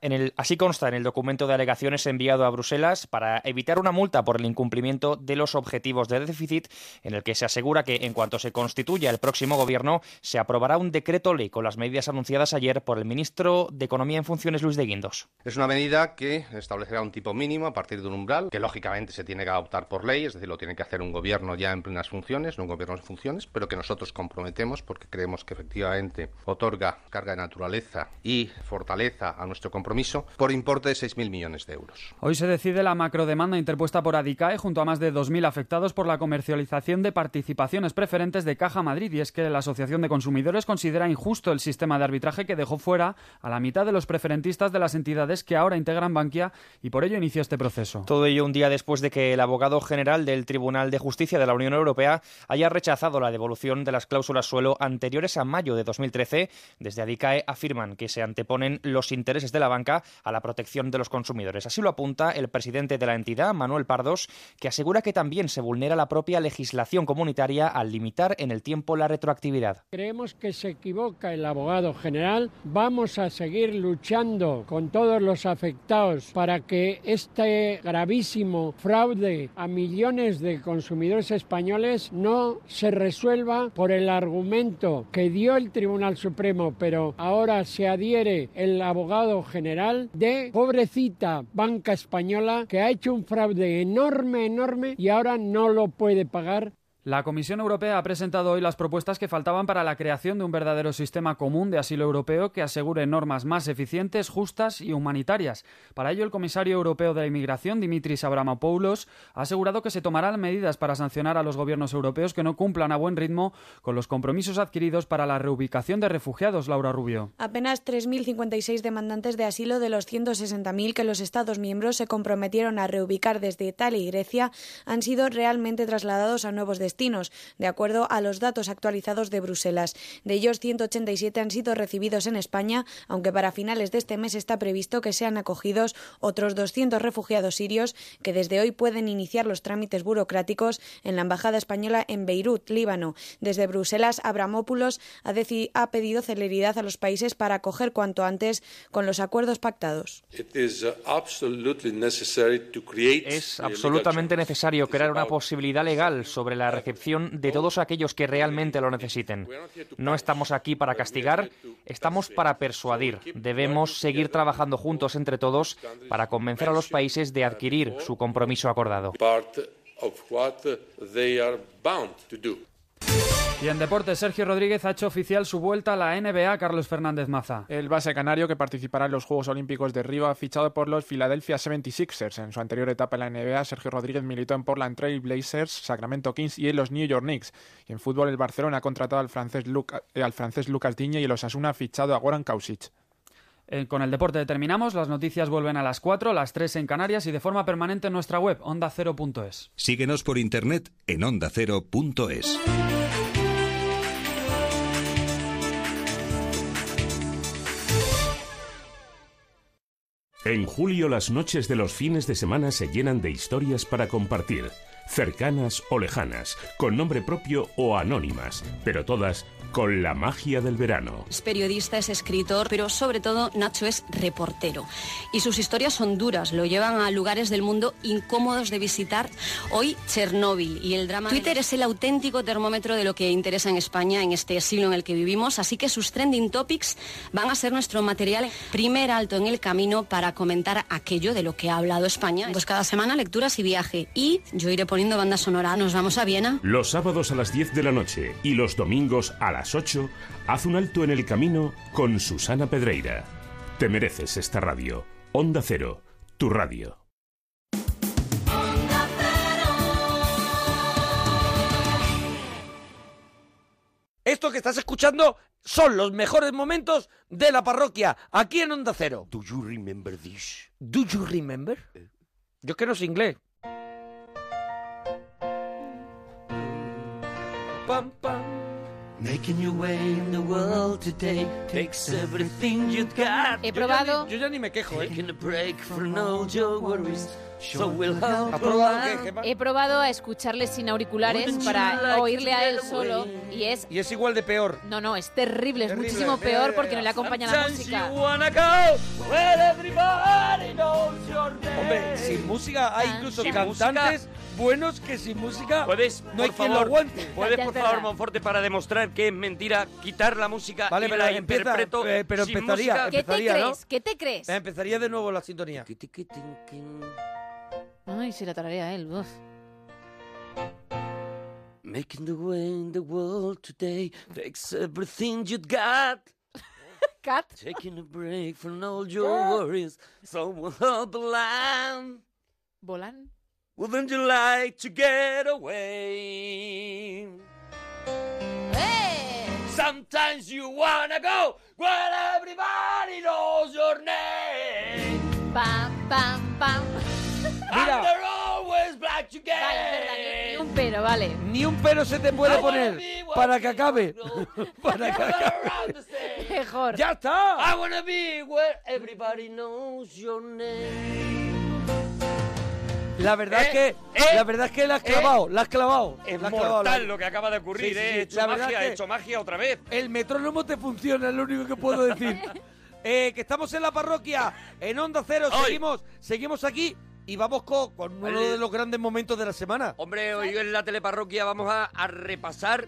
S19: En el- así consta en el documento de alegaciones enviado a Bruselas para evitar una multa por el incumplimiento de los objetivos de déficit, en el que se asegura que en cuanto se constituya el próximo gobierno, se aprobará un decreto ley con las medidas anunciadas ayer por el ministro de Economía en funciones, Luis de Guindos.
S20: Es una medida que establecerá un tipo mínimo a partir de un umbral, que lógicamente se tiene que adoptar por ley, es decir, lo tiene que hacer un gobierno ya en plenas funciones, no un gobierno en funciones, pero que nosotros comprometemos porque creemos que efectivamente otorga carga de naturaleza y fortaleza a nuestro compromiso por importe de 6.000 millones de euros.
S15: Hoy se decide la macrodemanda interpuesta por Adicae junto a más de 2.000 afectados por la comercialización de participaciones preferentes de Caja Madrid y es que la Asociación de Consumidores considera injusto el sistema de arbitraje que dejó fuera a la mitad de los preferentistas de las entidades que ahora integran Bankia y por ello inició este proceso.
S19: Todo ello un día después de que el abogado general del Tribunal de Justicia de la Unión Europea haya rechazado la devolución de las cláusulas suelo anteriores a mayo de 2013. Desde Adicae afirman que se anteponen los intereses de la banca a la protección de los consumidores. Así lo apunta el presidente de la entidad, Manuel Pardos, que asegura que también se vulnera la propia legislación comunitaria al limitar en el tiempo la retroactividad.
S21: Creemos que se equivoca el abogado general. Vamos a seguir luchando con todos los afectados para que este gravísimo fraude a millones de consumidores españoles no se resuelva por el argumento que dio el Tribunal Supremo, pero ahora se adhiere el abogado general de pobrecita banca española que ha hecho un fraude enorme, enorme y ahora no lo puede pagar
S15: La Comisión Europea ha presentado hoy las propuestas que faltaban para la creación de un verdadero sistema común de asilo europeo que asegure normas más eficientes, justas y humanitarias. Para ello, el comisario europeo de la inmigración, Dimitris Avramopoulos, ha asegurado que se tomarán medidas para sancionar a los gobiernos europeos que no cumplan a buen ritmo con los compromisos adquiridos para la reubicación de refugiados, Laura Rubio.
S22: Apenas 3.056 demandantes de asilo de los 160.000 que los Estados miembros se comprometieron a reubicar desde Italia y Grecia han sido realmente trasladados a nuevos destinos, de acuerdo a los datos actualizados de Bruselas. De ellos, 187 han sido recibidos en España, aunque para finales de este mes está previsto que sean acogidos otros 200 refugiados sirios que desde hoy pueden iniciar los trámites burocráticos en la Embajada Española en Beirut, Líbano. Desde Bruselas, Abramopoulos ha, deci- ha pedido celeridad a los países para acoger cuanto antes con los acuerdos pactados.
S23: It is uh, absolutely necessary to create
S19: Es
S23: a legal
S19: absolutamente necesario crear una posibilidad legal sobre la recepción de todos aquellos que realmente lo necesiten. No estamos aquí para castigar, estamos para persuadir. Debemos seguir trabajando juntos entre todos para convencer a los países de adquirir su compromiso acordado.
S23: part of what uh, they are bound to do.
S15: Y en deportes, Sergio Rodríguez ha hecho oficial su vuelta a la NBA, Carlos Fernández Maza.
S24: El base canario que participará en los Juegos Olímpicos de Río ha fichado por los Philadelphia 76ers. En su anterior etapa en la NBA, Sergio Rodríguez militó en Portland Trail Blazers, Sacramento Kings y en los New York Knicks. Y en fútbol, el Barcelona ha contratado al francés, Luca- eh, al francés Lucas Digne y el Osasuna ha fichado a Goran Kausic.
S15: Eh, con el deporte terminamos, las noticias vuelven a las 4, las 3 en Canarias y de forma permanente en nuestra web, onda0.es.
S16: Síguenos por internet en ondacero.es.
S25: En julio las noches de los fines de semana se llenan de historias para compartir, cercanas o lejanas, con nombre propio o anónimas, pero todas con la magia del verano.
S26: Es periodista, es escritor, pero sobre todo Nacho es reportero. Y sus historias son duras, lo llevan a lugares del mundo incómodos de visitar. Hoy Chernóbil y el drama... Twitter es el auténtico termómetro de lo que interesa en España en este siglo en el que vivimos, así que sus trending topics van a ser nuestro material primer alto en el camino para comentar aquello de lo que ha hablado España. Pues cada semana lecturas y viaje. Y yo iré poniendo banda sonora, nos vamos a Viena.
S25: Los sábados a las 10 de la noche y los domingos a las 8, haz un alto en el camino con Susana Pedreira. Te mereces esta radio. Onda Cero, tu radio.
S3: Esto que estás escuchando son los mejores momentos de la parroquia, aquí en Onda Cero.
S27: Do you remember this? Eh.
S3: ¿Do you remember? Yo es que no sé inglés. Pam, pam.
S23: Making your way in the world today takes everything you got.
S7: He probado.
S3: Yo ya ni me quejo, ¿eh?
S23: Taking a break from all your worries, so we'll
S3: ¿Ha
S23: help you
S3: probado
S23: out.
S7: He probado a escucharle sin auriculares para oírle a él solo y es
S3: Y es igual de peor.
S7: no no es terrible, es
S3: Terrible.
S7: muchísimo
S3: Mira,
S7: peor
S3: mira,
S7: porque no le acompaña la
S3: Sometimes
S7: música.
S3: you wanna go where everybody knows your name. Hombre, sin música hay incluso
S6: Sin
S3: cantantes buenos que sin música
S6: ¿Puedes,
S3: no hay
S6: por
S3: quien lo
S6: favor,
S3: aguante.
S6: ¿Puedes, por favor, Monforte, para demostrar que es mentira, quitar la música
S3: Vale,
S6: y
S3: pero
S6: la
S3: empieza,
S6: interpreto
S3: eh, pero
S6: sin
S3: empezaría,
S6: música?
S7: ¿Qué te
S3: empezaría, ¿no?
S7: crees? ¿Qué te crees?
S3: Eh, Empezaría de nuevo la sintonía.
S7: Ay, si la tararea él, uf.
S23: Making the way in the world today takes everything you got.
S7: Cat.
S23: Taking a break from all your worries, so we'll help along.
S7: Volán.
S23: Wouldn't you like to get away?
S6: Sometimes you wanna go where everybody knows your name.
S7: Pam, pam, pam.
S6: And they're always black to get.
S7: Ni un pero, vale.
S3: Ni un pero se te puede poner para que acabe. para que acabe.
S7: Mejor.
S3: ¡Ya está!
S23: I wanna be where everybody knows your name.
S3: La verdad es que, la verdad es que la has clavado, la has clavado.
S6: Eh, Es
S3: la has clavado, la-
S6: mortal lo que acaba de ocurrir,
S3: Sí, sí,
S6: eh.
S3: sí.
S6: He hecho
S3: La verdad
S6: magia,
S3: es
S6: he
S3: que-
S6: hecho magia otra vez.
S3: El metrónomo te funciona, es lo único que puedo decir. Eh, que estamos en la parroquia, en Onda Cero, seguimos, seguimos aquí y vamos co- con, uno de los grandes momentos de la semana.
S6: Hombre, hoy en la teleparroquia vamos a, a repasar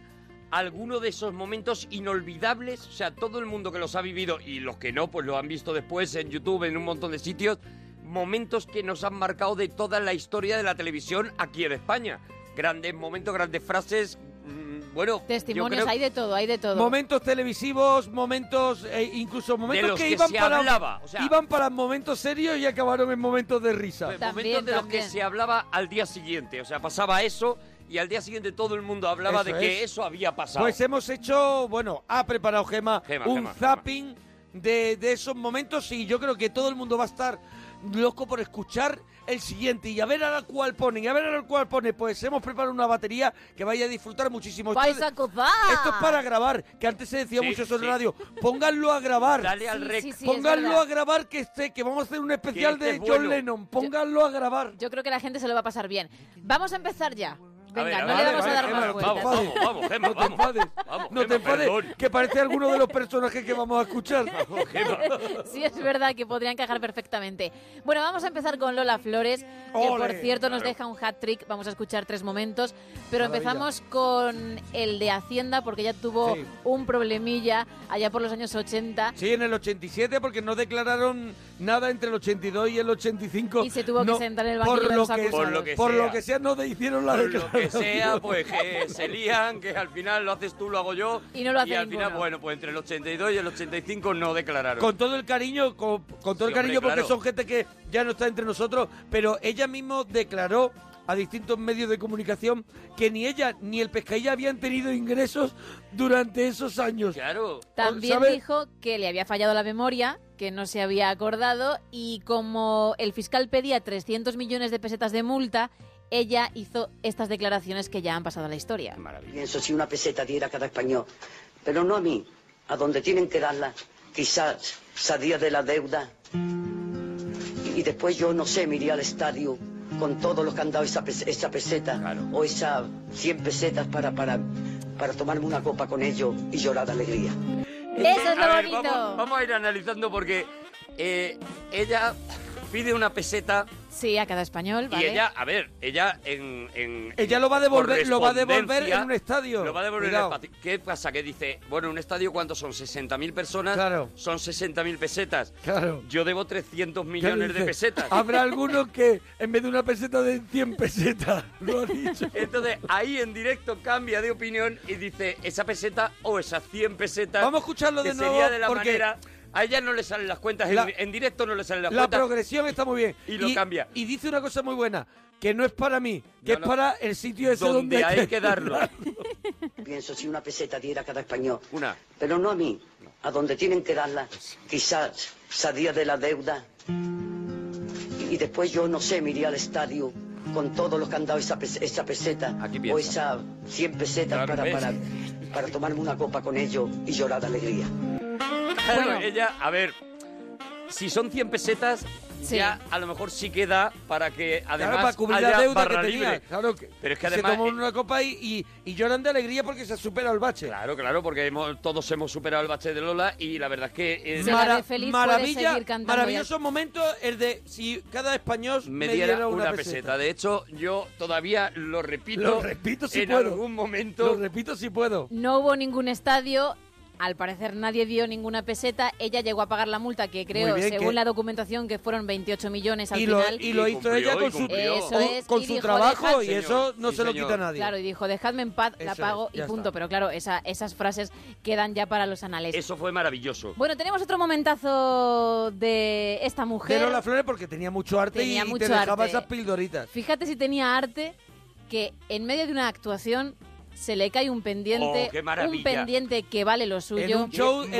S6: algunos de esos momentos inolvidables. O sea, todo el mundo que los ha vivido y los que no, pues lo han visto después en YouTube, en un montón de sitios. Momentos que nos han marcado de toda la historia de la televisión aquí en España. Grandes momentos, grandes frases. mm, Bueno,
S7: Testimonios,
S6: yo creo
S7: hay de todo, hay de todo.
S3: Momentos televisivos, momentos, eh, incluso momentos
S6: los
S3: que,
S6: que
S3: iban,
S6: se
S3: para,
S6: hablaba, o sea- Pues
S3: iban para momentos serios y acabaron en momentos de risa.
S6: momentos de los que se hablaba al día siguiente. O sea, pasaba eso y al día siguiente todo el mundo hablaba
S3: Eso
S6: de que
S3: es.
S6: eso había pasado.
S3: Pues hemos hecho, bueno, ha preparado Gema,
S6: Gema,
S3: un
S6: Gema,
S3: zapping De, de esos momentos y yo creo que todo el mundo va a estar loco por escuchar el siguiente y a ver a cuál pone, y a ver a cuál pone. Pues hemos preparado una batería que vaya a disfrutar muchísimo. Esto-
S7: ¡Vais a gozar!
S3: Esto es para grabar, que antes se decía
S6: Sí,
S3: mucho eso en
S6: sí.
S3: radio. Pónganlo a grabar.
S6: Dale al Sí, rec. sí, sí, es
S3: Pónganlo
S6: verdad.
S3: a grabar que este, que vamos a hacer un especial
S6: este
S3: de
S6: es
S3: John
S6: bueno.
S3: Lennon. Pónganlo a grabar.
S7: Yo creo que la gente se lo va a pasar bien. Vamos a empezar ya. Venga,
S3: ver, a
S7: no
S3: ver,
S7: le
S3: vale,
S7: vamos
S3: vale,
S7: a dar
S3: Gemma,
S7: más
S3: no te enfades.
S7: vueltas.
S3: No te enfades. No te enfades, que parece alguno de los personajes que vamos a escuchar.
S7: Sí, es verdad que podrían encajar perfectamente. Bueno, vamos a empezar con Lola Flores, que por
S3: ¡Ole!
S7: cierto nos
S3: Claro.
S7: deja un hat trick. Vamos a escuchar tres momentos, pero
S3: Maravilla.
S7: empezamos con el de Hacienda, porque ella tuvo
S3: Sí.
S7: un problemilla allá por los años 80.
S3: Sí, en el 87, porque no declararon nada entre el 82 y el 85. Y se
S7: tuvo que sentar en el banquillo
S3: por
S7: de
S3: lo
S7: los
S3: que,
S7: acusados.
S3: Por lo que, sea. no te hicieron la
S6: Por lo que
S3: declaración.
S6: sea, pues que se lían, que al final lo haces tú, lo hago yo.
S7: Y no lo hace
S6: al final,
S7: ninguno.
S6: bueno, pues entre el 82 y el 85 no declararon.
S3: Con todo el cariño, con, con todo el
S6: Sí,
S3: cariño,
S6: hombre,
S3: porque
S6: claro.
S3: son gente que ya no está entre nosotros, pero ella mismo declaró a distintos medios de comunicación que ni ella ni el pescailla habían tenido ingresos durante esos años.
S6: Claro.
S7: También dijo que le había fallado la memoria, que no se había acordado y como el fiscal pedía 300 millones de pesetas de multa, ella hizo estas declaraciones que ya han pasado a la historia.
S28: Pienso si una peseta diera cada español, pero no a mí, a donde tienen que darla, quizás salía de la deuda. Y después yo no sé, me iría al estadio con todos los que han dado esa, pes- esa peseta o esas 100 pesetas para, para,
S8: para tomarme una copa con ellos y llorar de alegría.
S7: Eso es lo
S6: A ver,
S7: bonito.
S6: vamos, vamos a ir analizando porque eh, ella pide una peseta
S7: Sí, a cada español,
S6: y
S7: ¿vale?
S6: ella, a ver, ella en, en-
S3: Ella lo va a devolver- lo va a devolver en un estadio.
S6: Lo va a devolver
S3: Cuidado.
S6: en el estadio. ¿Qué pasa? Que dice, bueno, en un estadio cuántos son 60.000 personas,
S3: Claro.
S6: son 60.000 pesetas.
S3: Claro.
S6: Yo debo 300 millones de
S3: dice?
S6: pesetas.
S3: Habrá algunos que en vez de una peseta de 100 pesetas, lo ha dicho.
S6: Entonces ahí en directo cambia de opinión y dice esa peseta o esas 100 pesetas.
S3: Vamos a escucharlo de
S6: que
S3: nuevo,
S6: Sería de la
S3: porque-
S6: manera. A ella no le salen las cuentas, en-
S3: La-
S6: en, directo no le salen las
S3: La
S6: cuentas.
S3: progresión está muy bien.
S6: Y lo cambia.
S3: Y dice una cosa muy buena, que no es para mí, que es
S6: no.
S3: para el sitio ese donde,
S6: Donde hay que darlo.
S8: Pienso si una peseta diera cada español.
S6: Una.
S8: Pero no a mí, a donde tienen que darla. Quizás salía de la deuda. Y después yo, no sé, me iría al estadio con todos los que han dado esa, pes- esa peseta o
S6: piensa.
S8: esa 100 pesetas
S6: Claro,
S8: para,
S6: ¿ves?
S8: para, para tomarme una copa con ellos y llorar de alegría.
S6: Bueno, ella, a ver, si son 100 pesetas, ya a lo mejor sí queda para que además
S3: para cubrir
S6: haya
S3: la deuda
S6: barra
S3: que tenía.
S6: libre.
S3: Claro que,
S6: Pero es que
S3: se
S6: además
S3: toman una copa y, y- y lloran de alegría porque se ha superado el bache.
S6: Claro, claro, porque hemos- todos hemos superado el bache de Lola y la verdad es que... eh,
S3: Mara-
S7: feliz, puede
S3: maravilla,
S7: seguir cantando
S3: maravilloso momento el de si cada español
S6: me diera una, peseta. De hecho, yo todavía lo repito.
S3: Lo repito si
S6: en
S3: puedo.
S6: algún momento.
S3: Lo repito si puedo.
S7: No hubo ningún estadio, al parecer nadie dio ninguna peseta, ella llegó a pagar la multa que creo,
S3: bien,
S7: según
S3: que-
S7: la documentación, que fueron 28 millones al
S3: Y lo,
S7: final.
S3: y lo hizo ella con su,
S7: Eso
S3: con-
S7: es,
S3: con
S7: y
S3: su
S7: dijo,
S3: trabajo
S7: "Dejad-".
S3: y eso no se lo quita nadie.
S7: Claro, y dijo, dejadme en paz, la
S6: Eso
S7: pago
S6: es,
S7: y
S6: ya
S7: punto.
S6: está.
S7: Pero claro, esa- esas frases quedan ya para los anales.
S3: Eh.
S6: Eso fue maravilloso.
S7: Bueno, tenemos otro momentazo de esta mujer.
S3: Pero la flores porque tenía mucho arte
S7: Tenía
S3: y
S7: mucho
S3: te dejaba
S7: arte.
S3: esas pildoritas.
S7: Fíjate si tenía arte que en medio de una actuación se le cae un pendiente,
S3: Oh, qué
S7: un
S3: maravilla.
S7: pendiente que vale lo suyo.
S3: En un show, en,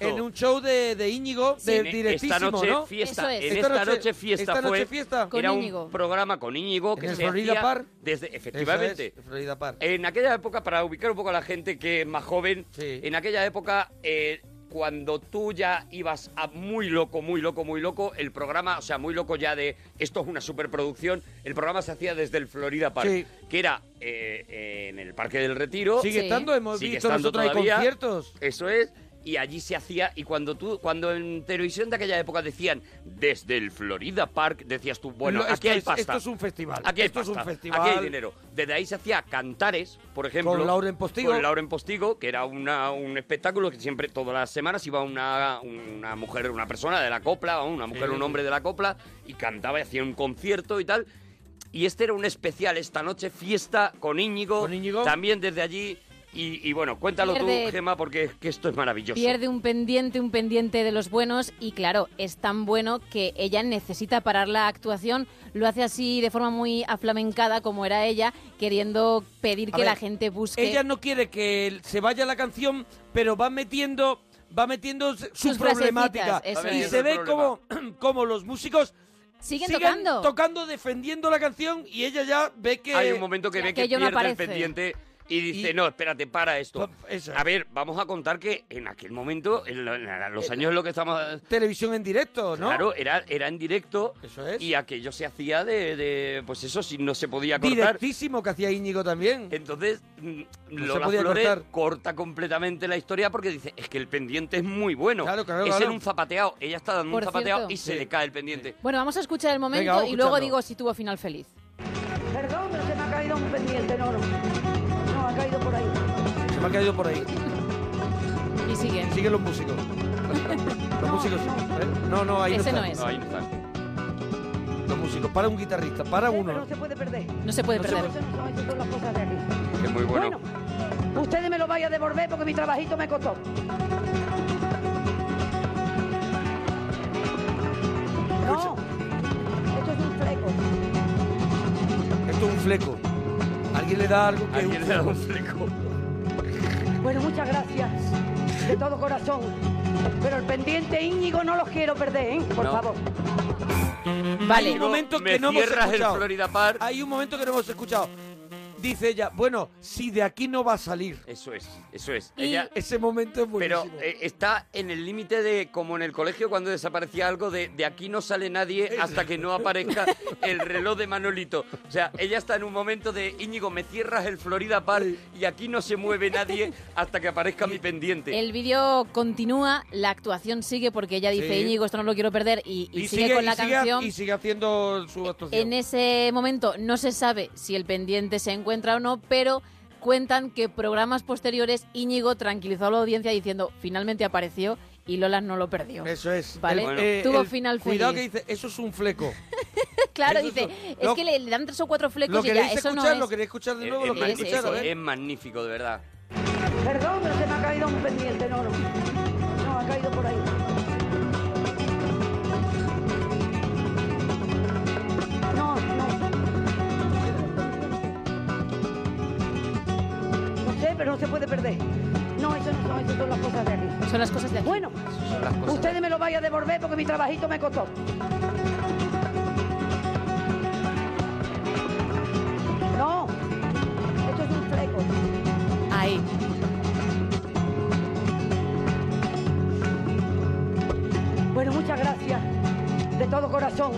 S3: en un show de, de Íñigo,
S6: Sí.
S3: de
S6: En
S3: directísimo,
S6: esta noche
S3: ¿no?
S6: fiesta, en esta, noche, fiesta
S3: esta
S6: fue
S3: noche fiesta.
S6: era un programa con Íñigo que
S3: el
S6: se
S3: Florida
S6: hacía
S3: Park.
S6: desde efectivamente
S3: Eso es, Florida Park.
S6: En aquella época, para ubicar un poco a la gente que es más joven, en aquella época, eh, cuando tú ya ibas a muy loco, muy loco, muy loco, el programa, o sea, muy loco ya de esto es una superproducción, el programa se hacía desde el Florida Park,
S3: Sí.
S6: que era eh, eh, en el Parque del Retiro.
S3: Sigue Sí. estando, hemos
S6: Sigue
S3: visto
S6: estando
S3: nosotros ahí
S6: todavía.
S3: conciertos.
S6: Eso es. Y allí se hacía, y cuando tú, cuando en televisión de aquella época decían desde el Florida Park, decías tú, bueno,
S3: No, esto
S6: aquí hay
S3: es-
S6: pasta.
S3: esto es un festival,
S6: Aquí hay
S3: esto es un
S6: pasta,
S3: festival.
S6: Aquí hay dinero. Desde ahí se hacía cantares, por ejemplo.
S3: Con Lauren Postigo.
S6: Con Lauren Postigo, que era una, un espectáculo que siempre, todas las semanas, iba una, una mujer, una persona de la copla, o una mujer,
S3: Sí.
S6: un hombre de la copla, y cantaba y hacía un concierto y tal. Y este era un especial esta noche, fiesta con Íñigo. También desde allí. Y, y bueno, cuéntalo
S7: Pierde-
S6: tú, Gema, porque es que esto es maravilloso.
S7: Pierde un pendiente, un pendiente de los buenos y claro, es tan bueno que ella necesita parar la actuación, lo hace así de forma muy aflamencada como era ella, queriendo pedir
S3: A
S7: que la
S3: ver,
S7: gente busque
S3: Ella no quiere que el- se vaya la canción, pero va metiendo va metiendo s- su
S7: Sus
S3: problemática.
S7: frasecitas, eso
S3: Y
S7: es.
S3: se ve como, como los músicos
S7: Siguen tocando.
S3: defendiendo la canción y ella ya ve que...
S6: Hay un momento que ve que pierde el pendiente y dice, no, espérate, para esto. A ver, vamos a contar que en aquel momento, en lo- en los años en los que estamos... eh,
S3: Televisión en directo, ¿no?
S6: Claro, era, era en directo
S3: Eso es.
S6: y aquello se hacía de, de- Pues eso, si no se podía cortar.
S3: Directísimo que hacía Íñigo también.
S6: Entonces, mm,
S3: No se
S6: Lola
S3: podía
S6: Flores
S3: cortar.
S6: corta completamente la historia porque dice, es que el pendiente es muy bueno. es
S3: claro.
S6: en un zapateado. Ella está dando
S7: Por
S6: un zapateado
S7: cierto.
S6: y se le cae el pendiente.
S7: Bueno, vamos a escuchar el momento
S6: Venga, vamos a
S7: y luego
S6: escucharlo.
S7: digo si tuvo final feliz.
S4: Perdón, pero se me ha caído un pendiente, no, no. No, ha caído por ahí.
S3: Se me ha caído por ahí.
S7: Y sigue.
S3: Siguen los músicos. Los músicos. ¿eh? No, no, ahí
S7: Ese
S3: no,
S7: no
S3: están.
S7: es. No, ahí
S3: Los músicos. Para un guitarrista, para uno.
S4: Se puede perder.
S7: No se puede perder.
S4: No, esas son las cosas de aquí.
S6: Es muy bueno.
S4: Ustedes me lo vayan a devolver porque mi trabajito me costó. No, esto es un fleco.
S3: Esto es un fleco. Alguien le da algo que
S6: Alguien
S3: es
S6: le da
S3: un
S6: un fleco.
S4: Bueno, muchas gracias. De todo corazón. Pero el pendiente Íñigo no los quiero perder, ¿eh? Por
S3: No.
S4: favor.
S3: Hay un momento
S6: me
S3: que no hemos
S6: cierras el
S3: escuchado.
S6: Florida Park.
S3: Hay un momento que no hemos escuchado. dice ella, bueno, si de aquí no va a salir.
S6: Eso es, eso es.
S3: Y ese momento es
S6: Pero eh, está en el límite de, como en el colegio cuando desaparecía algo, de, de aquí no sale nadie hasta que no aparezca el reloj de Manolito. O sea, ella está en un momento de, Íñigo, me cierras el Florida Park y aquí no se mueve nadie hasta que aparezca mi pendiente.
S7: El vídeo continúa, la actuación sigue porque ella dice,
S3: Sí.
S7: Íñigo, esto no lo quiero perder, y, y
S3: Y
S7: sigue, con la
S3: y sigue-
S7: canción. Eh,
S3: Y sigue haciendo su actuación.
S7: En ese momento no se sabe si el pendiente se encuentra o no, pero cuentan que programas posteriores Íñigo tranquilizó a la audiencia diciendo finalmente apareció y Lola no lo perdió.
S3: Eso es.
S7: Vale,
S3: El- eh,
S7: tuvo
S3: el-
S7: final
S3: Cuidado que
S7: feliz.
S3: dice, eso es un fleco.
S7: claro,
S3: eso es
S7: dice, es
S3: lo-
S7: que le, le dan tres o cuatro flecos
S3: ¿Lo
S7: y ya,
S3: queréis
S7: eso
S3: escuchar?
S7: no es.
S3: ¿Lo queréis escuchar de
S6: Es-
S3: nuevo?
S6: Eh, es,
S3: ¿Lo queréis
S6: magnífico,
S3: escuchar? A ver.
S6: es magnífico, de verdad.
S4: Perdón, pero se me ha caído un pendiente, no, no. No, ha caído por ahí. No, no. No sé, pero no se puede perder. No, eso no son, eso son las cosas de aquí.
S7: Son las cosas de aquí.
S4: Bueno, ustedes me lo vayan a devolver porque mi trabajito me costó. No, esto es un fleco.
S7: Ahí.
S4: Bueno, muchas gracias, de todo corazón.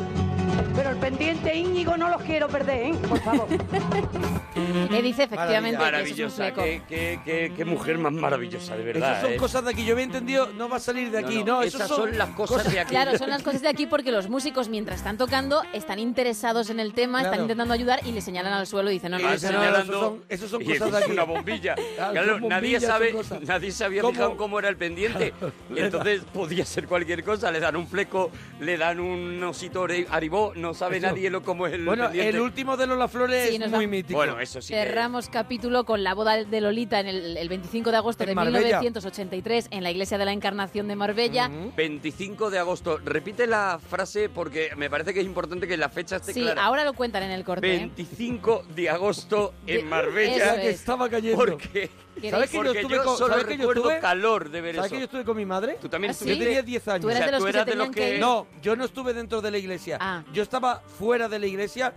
S4: Pero el pendiente Íñigo no los quiero perder, ¿eh? Por favor.
S7: Le Eh, dice efectivamente que eso es un
S6: Maravillosa,
S7: fleco.
S6: qué, qué- qué- qué mujer más maravillosa, de verdad.
S3: Esas son
S6: ¿eh?
S3: cosas de aquí. Yo había entendido, no va a salir de aquí. No,
S6: no, esas son las cosas de aquí.
S7: Claro, son las cosas de aquí porque los músicos mientras están tocando están interesados en el tema, están
S3: Claro.
S7: intentando ayudar y le señalan al suelo y dicen no,
S6: Y
S7: no,
S6: eso
S7: eso no,
S6: Ah, señalando-
S3: esos son
S6: y
S3: cosas
S6: eso
S3: de
S6: es
S3: aquí.
S6: una bombilla.
S3: Claro,
S6: Claro,
S3: son
S6: nadie
S3: bombillas, son
S6: sabe,
S3: cosas.
S6: nadie se había
S3: ¿Cómo?
S6: fijado en cómo era el pendiente. Y entonces podía ser cualquier cosa. Le dan un fleco, le dan un osito ori- aribó, no sabe
S3: Eso.
S6: nadie lo, cómo es el
S3: Bueno,
S6: pendiente.
S3: el último de Lola Flores
S7: Sí,
S3: es
S7: nos
S3: muy
S7: va-
S3: mítico.
S6: Bueno, eso sí. que-
S7: Cerramos capítulo con la boda de Lolita en el, el 25 de agosto
S6: En
S7: de
S6: Marbella.
S7: 1983 en la iglesia de la Encarnación de Marbella.
S3: Mm.
S6: 25 de agosto. Repite la frase porque me parece que es importante que la fecha esté
S7: Sí,
S6: clara.
S7: ahora lo cuentan en el corte. ¿eh?
S6: 25 de agosto en Marbella.
S7: eso es. Que estaba
S3: cayendo.
S6: Porque,
S7: ¿Queréis?
S3: ¿Sabes que yo
S6: porque
S3: estuve
S6: yo
S3: con-
S6: solo
S3: ¿sabes que yo
S6: recuerdo
S3: estuve?
S6: calor de ver
S3: ¿Sabes
S6: eso.
S3: que yo estuve con mi madre?
S6: ¿Tú también ¿Ah, sí?
S3: Yo tenía 10 años.
S6: Tú eras O sea, de los tú que se eras de los tenían que que- ir. Ah.
S3: No, yo no estuve dentro de la iglesia. Yo estaba fuera de la iglesia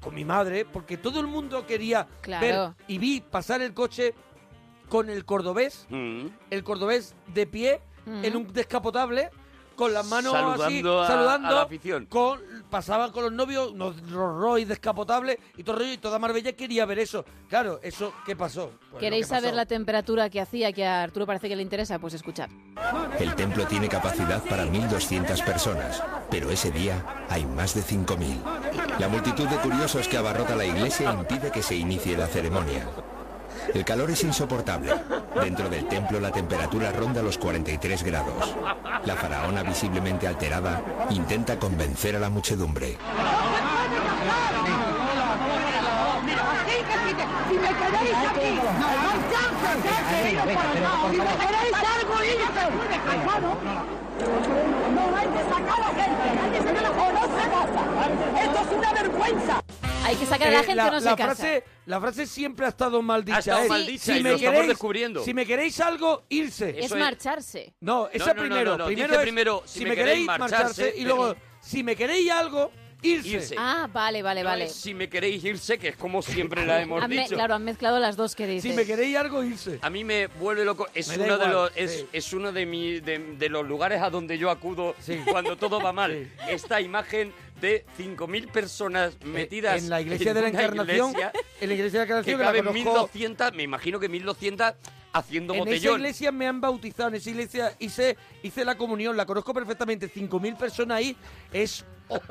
S3: con mi madre porque todo el mundo quería
S7: Claro.
S3: ver y vi pasar el coche con el cordobés, el cordobés de pie
S6: Mm.
S3: en un descapotable con las manos
S6: Saludando a-
S3: así, saludando
S6: a la afición.
S3: Con, pasaban con los novios, los Rolls descapotables y todo el rollo y toda Marbella quería ver eso. Claro, eso qué pasó. Pues lo
S7: ¿Queréis
S3: que pasó.
S7: saber la temperatura que hacía que a Arturo parece que le interesa? Pues escuchar.
S5: El templo tiene capacidad para 1.200 personas, pero ese día hay más de 5.000. La multitud de curiosos que abarrota la iglesia impide que se inicie la ceremonia. El calor es insoportable. Dentro del templo la temperatura ronda los 43 grados. La faraona visiblemente alterada intenta convencer a la muchedumbre.
S9: Si me queréis aquí, no hay chance, chance, iros para el lado. Si me queréis algo, iros para el lado. No hay que sacar a la gente, hay que sacar a la gente, no se casa. Esto es una vergüenza.
S7: Hay que sacar a la gente
S3: Eh, la,
S7: no se
S3: la
S7: casa.
S3: frase, la frase siempre ha estado mal dicha.
S6: estado
S3: ¿eh?
S6: mal dicha y lo estamos descubriendo.
S3: Si me queréis algo, irse.
S7: Es marcharse.
S3: No, esa
S6: no, no,
S3: primero.
S6: no, no,
S3: Primero,
S6: dice
S3: es,
S6: primero,
S3: si, me queréis marcharse, y luego
S6: pero-
S3: si me queréis algo, irse.
S7: Ah, vale, vale,
S6: No
S7: vale.
S6: es si me queréis irse, que es como siempre la hemos
S7: Han me-
S6: dicho.
S7: claro, han mezclado las dos que dices.
S3: queréis algo, irse.
S6: A mí me vuelve loco. Es
S3: Me da
S6: uno de
S3: igual,
S6: los es,
S3: sí.
S6: es uno de, mi- de, de los lugares a donde yo acudo cuando todo va mal. Esta imagen de 5.000 personas metidas
S3: Eh, en la iglesia de la
S6: una
S3: Encarnación,
S6: iglesia
S3: en la iglesia de la
S6: que
S3: Encarnación que,
S6: caben
S3: la conozco.
S6: 1.200, me imagino que 1.200 haciendo
S3: En esa
S6: botellón.
S3: iglesia me han bautizado, en esa iglesia hice, hice la comunión, la conozco perfectamente, 5.000 personas ahí, es,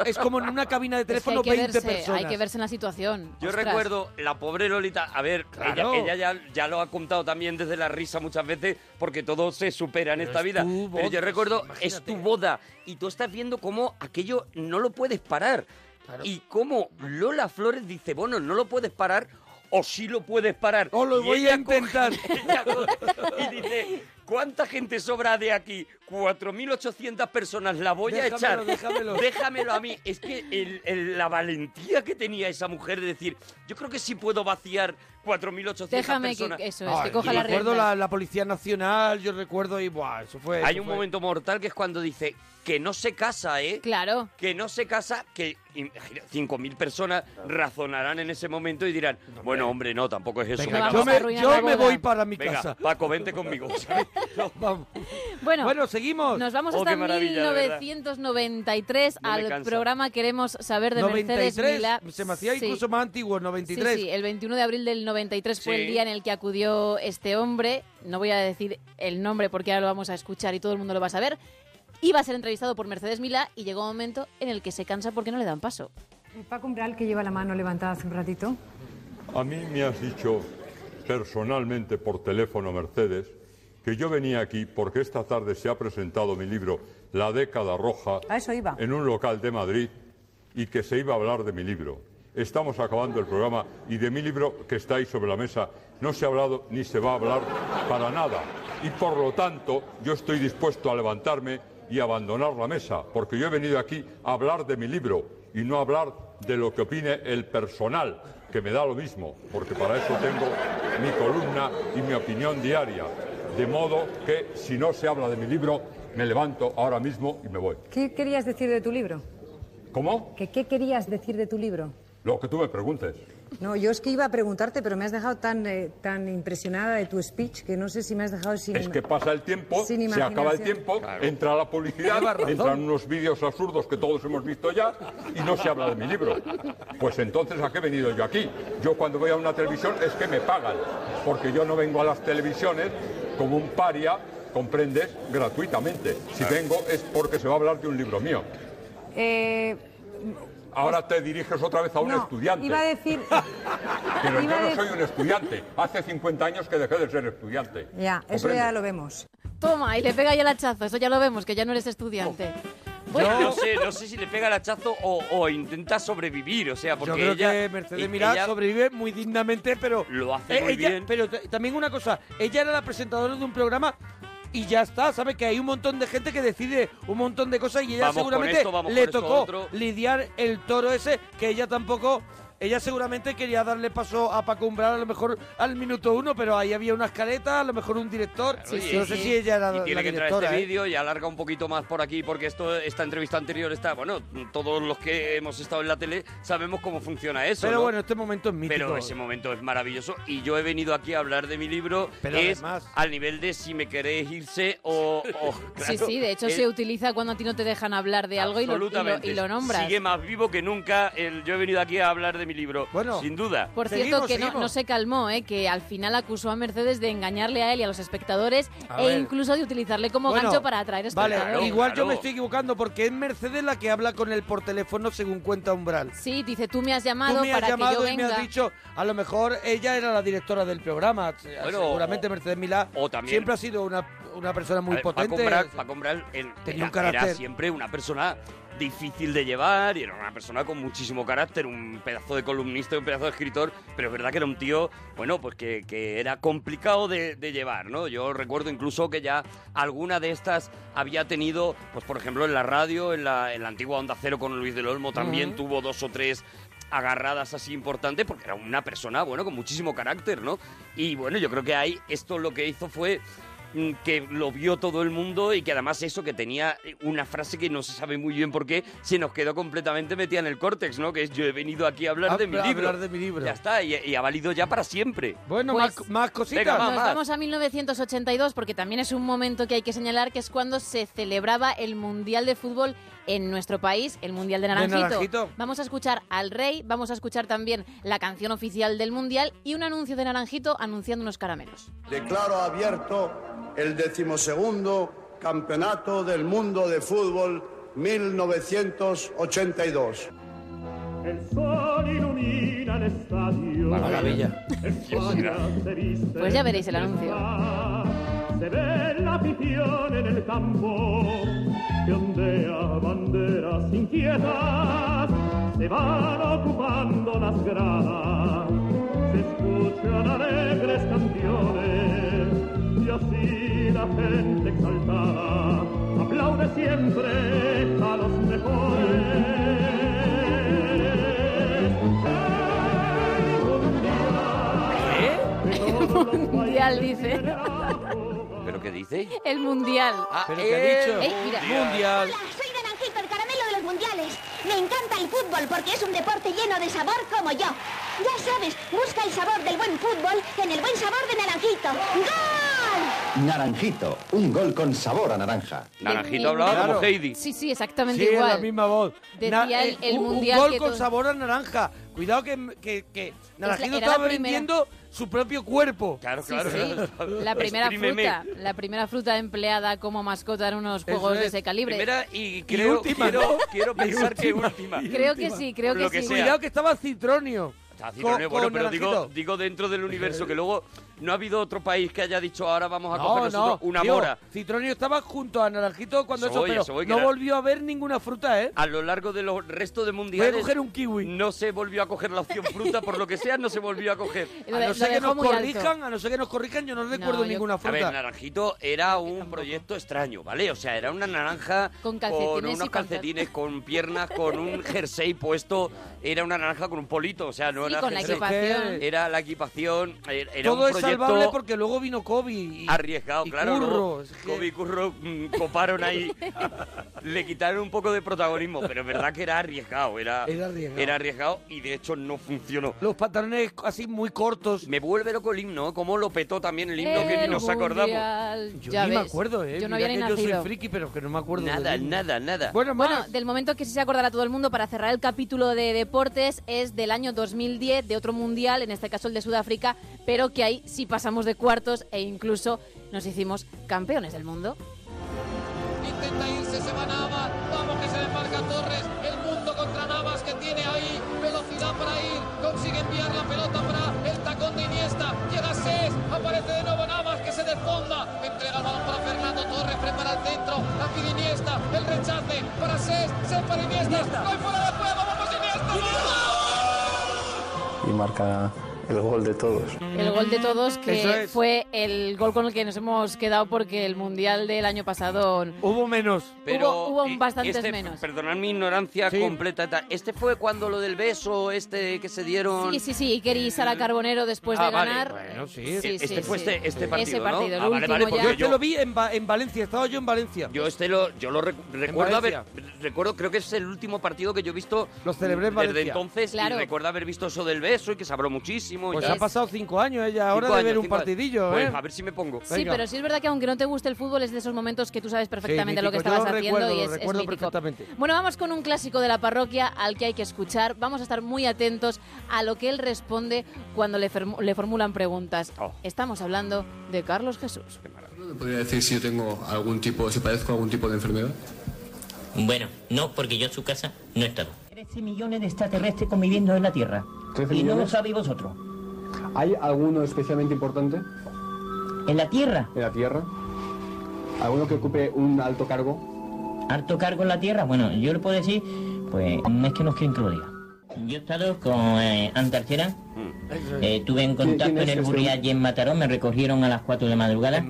S3: es como en una cabina de
S7: Es que
S3: teléfono
S7: hay que
S3: 20
S7: verse,
S3: personas.
S7: hay que verse en la situación.
S6: Yo
S7: Ostras.
S6: recuerdo la pobre Lolita, a ver,
S3: Claro.
S6: ella, ella ya, ya lo ha contado también desde la risa muchas veces, porque todo se supera en esta vida.
S3: tu
S6: Pero
S3: boda,
S6: yo recuerdo,
S3: imagínate.
S6: es tu boda, y tú estás viendo cómo aquello no lo puedes parar. Y cómo Lola Flores dice, bueno, no lo puedes parar, o sí lo puedes parar. O
S3: lo voy a intentar.
S6: y dice, ¿Cuánta gente sobra de aquí? 4.800 personas, la voy a
S3: Déjamelo,
S6: echar.
S3: déjamelo.
S6: Déjamelo a mí. Es que el- el- la valentía que tenía esa mujer de decir, yo creo que sí puedo vaciar 4.800
S7: Déjame que-
S6: personas.
S7: eso
S3: Ay, yo recuerdo la, la Policía Nacional, yo recuerdo y buah, eso fue.
S6: Hay
S3: eso
S6: un
S3: fue.
S6: momento mortal que es cuando dice que no se casa, ¿eh?
S7: Claro.
S6: Que no se casa, que imagina, 5.000 personas razonarán en ese momento y dirán, bueno, hombre, no, tampoco es eso.
S3: Venga, Vamos yo a me- arruinar yo la me boda. voy para mi
S6: Venga,
S3: casa.
S6: Paco, vente conmigo. ¿sabes? No,
S3: vamos.
S7: Bueno,
S3: seguimos.
S7: Nos vamos
S6: Oh,
S7: hasta
S6: qué maravilla, de verdad.
S7: 1993
S3: No me
S7: al
S3: cansa.
S7: programa Queremos Saber de Mercedes
S3: 93,
S7: Milá.
S3: se me hacía
S7: Sí.
S3: incluso más antiguo,
S7: Sí,
S3: 93.
S7: sí, el 21 de abril del 93 fue el
S3: Sí.
S7: día en el que acudió este hombre. No voy a decir el nombre porque ahora lo vamos a escuchar y todo el mundo lo va a saber. Iba a ser entrevistado por Mercedes Milá y llegó un momento en el que se cansa porque no le dan paso.
S2: Paco Umbral, que lleva la mano levantada hace un ratito.
S29: A mí me has dicho personalmente por teléfono, Mercedes, que yo venía aquí porque esta tarde se ha presentado mi libro La década roja
S2: A eso iba.
S29: en un local de Madrid y que se iba a hablar de mi libro. Estamos acabando el programa y de mi libro que está ahí sobre la mesa no se ha hablado ni se va a hablar para nada. Y por lo tanto yo estoy dispuesto a levantarme y abandonar la mesa, porque yo he venido aquí a hablar de mi libro y no a hablar de lo que opine el personal, que me da lo mismo, porque para eso tengo mi columna y mi opinión diaria. De modo que si no se habla de mi libro, me levanto ahora mismo y me voy.
S2: ¿Qué querías decir de tu libro?
S29: ¿Cómo?
S2: ¿Que ¿Qué querías decir de tu libro?
S29: Lo que tú me preguntes.
S2: No, yo es que iba a preguntarte, pero me has dejado tan, eh, tan impresionada de tu speech que no sé si me has dejado sin...
S29: Es que pasa el tiempo,
S2: Sin
S29: se acaba el
S2: imaginación.
S29: tiempo, entra la publicidad,
S2: Llevas razón.
S29: entran unos vídeos absurdos que todos hemos visto ya y no se habla de mi libro. Pues entonces, ¿a qué he venido yo aquí? Yo cuando voy a una televisión es que me pagan, porque yo no vengo a las televisiones como un paria, comprendes, gratuitamente. Si vengo es porque se va a hablar de un libro mío.
S2: Eh,
S29: Ahora te diriges otra vez a un
S2: no,
S29: estudiante.
S2: Iba a decir...
S29: Pero yo
S2: iba a
S29: no
S2: de-
S29: soy un estudiante. Hace 50 años que dejé de ser estudiante.
S2: Ya, eso
S29: ¿Comprendes?
S2: ya lo vemos.
S7: Toma, y le pega ya el hachazo. Eso ya lo vemos, que ya no eres estudiante.
S3: Oh,
S6: Bueno, no sé, no sé si le pega el hachazo o, o intenta sobrevivir, o sea, porque
S3: Yo creo
S6: ella...
S3: que Mercedes Milá sobrevive muy dignamente, pero... eh,
S6: Lo hace muy
S3: ella-
S6: bien.
S3: Pero t- también una cosa, ella era la presentadora de un programa y ya está, ¿sabes? Que hay un montón de gente que decide un montón de cosas y ella
S6: Vamos con
S3: seguramente
S6: esto, vamos
S3: le
S6: con esto
S3: tocó
S6: otro.
S3: lidiar el toro ese que ella tampoco... Ella seguramente quería darle paso a Paco Umbral a lo mejor al minuto uno, pero ahí había unas caretas, a lo mejor un director.
S6: Oye,
S3: Yo no sé si ella era
S6: y
S3: la
S6: tiene que traer
S3: directora.
S6: este
S3: ¿eh?
S6: vídeo y alarga un poquito más por aquí porque esto esta entrevista anterior está bueno todos los que hemos estado en la tele sabemos cómo funciona eso
S3: Pero
S6: ¿no?
S3: bueno, este momento es mítico.
S6: Pero ese momento es maravilloso y yo he venido aquí a hablar de mi libro.
S3: Pero
S6: es
S3: además-
S6: al nivel de si me queréis irse o... o-
S7: Sí,
S6: claro,
S7: sí, de
S3: Eh,
S7: hecho
S6: el-
S7: se utiliza cuando a ti no te dejan hablar de algo y lo, y lo,
S6: absolutamente.
S7: y lo nombras.
S6: Sigue más vivo que nunca el yo he venido aquí a hablar de mi libro. sin duda.
S7: Por cierto, que no, no se calmó, ¿eh? que al final acusó a Mercedes de engañarle a él y a los espectadores
S3: A
S7: e
S3: ver.
S7: incluso de utilizarlo como
S3: Bueno,
S7: gancho para atraer espectadores.
S3: Vale, igual yo me estoy equivocando porque es Mercedes la que habla con él por teléfono según cuenta Umbral.
S7: Sí, dice, tú me has
S3: Tú
S7: llamado
S3: me has
S7: para que yo
S3: llamado y me
S7: venga.
S3: has dicho, a lo mejor ella era la directora del programa.
S6: Bueno,
S3: Seguramente Mercedes Milá
S6: o también-
S3: siempre ha sido una, una persona muy
S6: A ver,
S3: potente.
S6: Paco Umbral, Paco Umbral, él
S3: Tenía
S6: era,
S3: un carácter.
S6: era siempre una persona difícil de llevar y era una persona con muchísimo carácter, un pedazo de columnista, y un pedazo de escritor, pero es verdad que era un tío, bueno, pues que, que era complicado de, de llevar, ¿no? Yo recuerdo incluso que ya alguna de estas había tenido, pues por ejemplo en la radio, en la, en la antigua Onda Cero con Luis del Olmo también
S3: Ujú.
S6: tuvo dos o tres agarradas así importantes porque era una persona, bueno, con muchísimo carácter, ¿no? Y bueno, yo creo que ahí esto lo que hizo fue mm, que lo vio todo el mundo y que además eso que tenía eh, una frase que no se sabe muy bien por qué se nos quedó completamente metida en el córtex, ¿no? Que es yo he venido aquí a hablar
S3: A
S6: de mi
S3: hablar
S6: libro.
S3: de mi libro.
S6: Ya está, y, y ha valido ya para siempre.
S3: Bueno, más, más cositas.
S6: Venga,
S7: Pues, Nos
S6: más, más.
S7: vamos a 1982 porque también es un momento que hay que señalar que es cuando se celebraba el Mundial de Fútbol en nuestro país, el Mundial de
S11: De
S7: Naranjito.
S11: Naranjito.
S7: Vamos a escuchar al Rey, vamos a escuchar también la canción oficial del Mundial y un anuncio de Naranjito anunciando unos caramelos.
S12: Declaro abierto el decimosegundo Campeonato del Mundo de Fútbol 1982.
S9: El sol ilumina el estadio.
S3: Maravilla.
S7: Pues ya veréis el anuncio.
S9: Se ve la afición en el campo, que ondea banderas inquietas, se van ocupando las gradas, se escuchan alegres canciones, y así la
S11: la gente exaltada aplaude siempre a los
S7: El mundial, dice.
S6: ¿Pero qué dice?
S7: El mundial.
S6: ¿Pero qué ha dicho?
S7: Ey, mira.
S6: Mundial.
S13: Soy Don Ángel por caramelo de los mundiales. Me encanta el fútbol porque es un deporte lleno de sabor como yo. Ya sabes, busca el sabor del buen fútbol en el buen sabor de naranjito. ¡Gol!
S17: Naranjito, un gol con sabor a naranja.
S6: Naranjito hablaba como Heidi.
S7: Sí, sí, exactamente
S3: Sí, es
S7: igual.
S3: la misma voz.
S7: Decía
S3: Na-
S7: el-
S3: eh,
S7: el
S3: un, un
S7: mundial
S3: gol
S7: que
S3: con
S7: todo-
S3: sabor a naranja. Cuidado que, que, que Naranjito
S7: era la
S3: estaba
S7: primera.
S3: vendiendo su propio cuerpo. Claro,
S7: Sí, sí. La primera fruta, la primera fruta empleada como mascota en unos
S6: Eso
S7: juegos de
S6: es.
S7: ese calibre.
S6: Primera y creo,
S3: última,
S6: quiero,
S3: ¿no?
S6: quiero pensar que última.
S7: Creo que sí, creo
S6: Lo
S7: que sí.
S6: sea.
S3: Cuidado que estaba Citronio.
S6: Está Citroën,
S3: Con-
S6: bueno,
S3: con
S6: pero digo,
S3: Naranjito.
S6: digo dentro del universo que luego no ha habido otro país que haya dicho ahora vamos a coger
S3: No,
S6: nosotros
S3: no,
S6: una
S3: tío,
S6: mora.
S3: Citronio estaba junto a Naranjito cuando
S6: Eso
S3: eso,
S6: voy,
S3: pero
S6: eso voy, que
S3: no
S6: era-
S3: volvió a ver ninguna fruta, ¿eh?
S6: A lo largo de los restos de mundiales
S3: Voy a coger un
S6: kiwi. no se volvió a coger la opción fruta, por lo que sea no se volvió a coger.
S3: A no ser que nos corrijan, a no ser que nos corrijan, yo no recuerdo ninguna fruta.
S6: A ver, Naranjito era un proyecto extraño, ¿vale? O sea, era una naranja
S3: Con calcetines
S6: con
S3: y
S6: unos
S3: pantal-
S6: calcetines, con piernas, con un jersey puesto. Era una naranja con un polito, o sea, no
S7: Sí,
S6: era
S7: con la
S6: jersey.
S7: equipación.
S6: Era la equipación, er- era
S3: Todo
S6: un
S3: es
S6: proyecto
S3: salvable porque luego vino Kobe. y-
S6: arriesgado,
S3: y
S6: claro.
S3: Curro,
S6: luego
S3: es
S6: Kobe y Curro mm, coparon ahí, le quitaron un poco de protagonismo, pero es verdad que era arriesgado, era,
S3: Era arriesgado.
S6: era arriesgado y de hecho no funcionó.
S3: Los pantalones así muy cortos.
S6: Me vuelve loco el himno, como lo petó también el himno que ni nos acordamos.
S3: Yo
S7: ya
S3: ni me
S7: ves.
S3: acuerdo, ¿eh?
S7: Yo no
S3: Mira
S7: había ni
S3: que yo soy
S7: nacido.
S3: friki, pero que no me acuerdo.
S6: Nada,
S3: del himno.
S6: nada, nada.
S3: Bueno,
S7: Bueno, del momento que sí se acordará todo el mundo para cerrar el capítulo de deportes es del año 2010, de otro mundial, en este caso el de Sudáfrica, pero que ahí sí pasamos de cuartos e incluso nos hicimos campeones del mundo.
S18: Intenta irse, se va Nava. Vamos que se le marca Torres. El mundo contra Navas que tiene ahí velocidad para ir. Consigue enviar la pelota para el tacón de Iniesta. Llega Ses. Aparece de nuevo Navas que se desfonda. Entrega el balón para Fernando Torres. Prepara el centro. Aquí de Iniesta. El rechace para Ses. Ses para Iniesta. ¡Gol fuera de juego! ¡Vamos Iniesta!
S20: y marca el gol de todos.
S7: El gol de todos
S20: Eso
S7: que
S20: es.
S7: fue el gol con el que nos hemos quedado porque el mundial del año pasado
S3: Hubo menos,
S6: pero
S7: hubo, hubo
S6: eh,
S7: bastantes
S6: este-
S7: menos.
S6: Perdonad mi ignorancia
S7: Sí.
S6: completa. y tal. Este fue cuando lo del beso, este que se dieron.
S7: Sí, sí, sí, Iker y Sara Carbonero después
S6: Ah,
S7: de
S6: vale.
S7: ganar.
S3: Bueno, sí,
S6: Eh,
S3: sí,
S6: este
S3: sí,
S6: fue
S3: sí.
S6: este, este
S3: Ese
S6: partido, ¿no?
S7: partido, el
S6: Ah, vale, vale,
S7: último
S3: Yo
S6: porque yo,
S3: este lo vi en, Va- en Valencia, estaba yo en Valencia.
S6: yo este lo, yo lo rec- recuerdo, haber-
S3: Valencia.
S6: recuerdo, creo que es el último partido que yo he visto
S3: Lo celebré en
S6: desde
S3: Valencia.
S6: entonces
S3: Claro.
S6: y recuerdo haber visto eso del beso y que se habló muchísimo. y
S3: Pues
S6: tal.
S3: han pasado cinco años ella
S6: Cinco
S3: ahora de ver
S6: años,
S3: un
S6: cinco años.
S3: partidillo,
S6: Pues,
S3: ¿eh?
S6: a ver si me pongo.
S7: Sí, pero sí es verdad que aunque no te guste el fútbol es de esos momentos que tú sabes perfectamente lo que
S3: mítico.
S7: estabas
S3: Yo lo
S7: haciendo
S3: recuerdo,
S7: y
S3: lo
S7: es, es
S3: recuerdo
S7: mítico.
S3: perfectamente.
S7: Bueno, vamos con un clásico de la parroquia al que hay que escuchar. Vamos a estar muy atentos a lo que él responde cuando le, fermu- le formulan preguntas. Estamos hablando de Carlos Jesús.
S30: ¿Podría decir si yo tengo algún tipo, si padezco algún tipo de enfermedad?
S31: Bueno, no, porque yo en su casa no he estado.
S32: 13 millones de extraterrestres conviviendo en la Tierra.
S30: 13
S31: Y no lo
S30: millones.
S31: sabéis vosotros.
S30: ¿Hay alguno especialmente importante?
S31: ¿En la Tierra?
S30: ¿En la Tierra? ¿Alguno que ocupe un alto cargo?
S31: ¿Harto cargo en la Tierra? Bueno, yo le puedo decir, pues, no es que no es que lo diga. Yo he estado con eh, Antarchera. Eh, tuve en
S30: ¿Quién-
S31: contacto
S30: Mm. quién es
S31: en el
S30: este?
S31: Burial y en Mataró, me recogieron a las 4 de madrugada.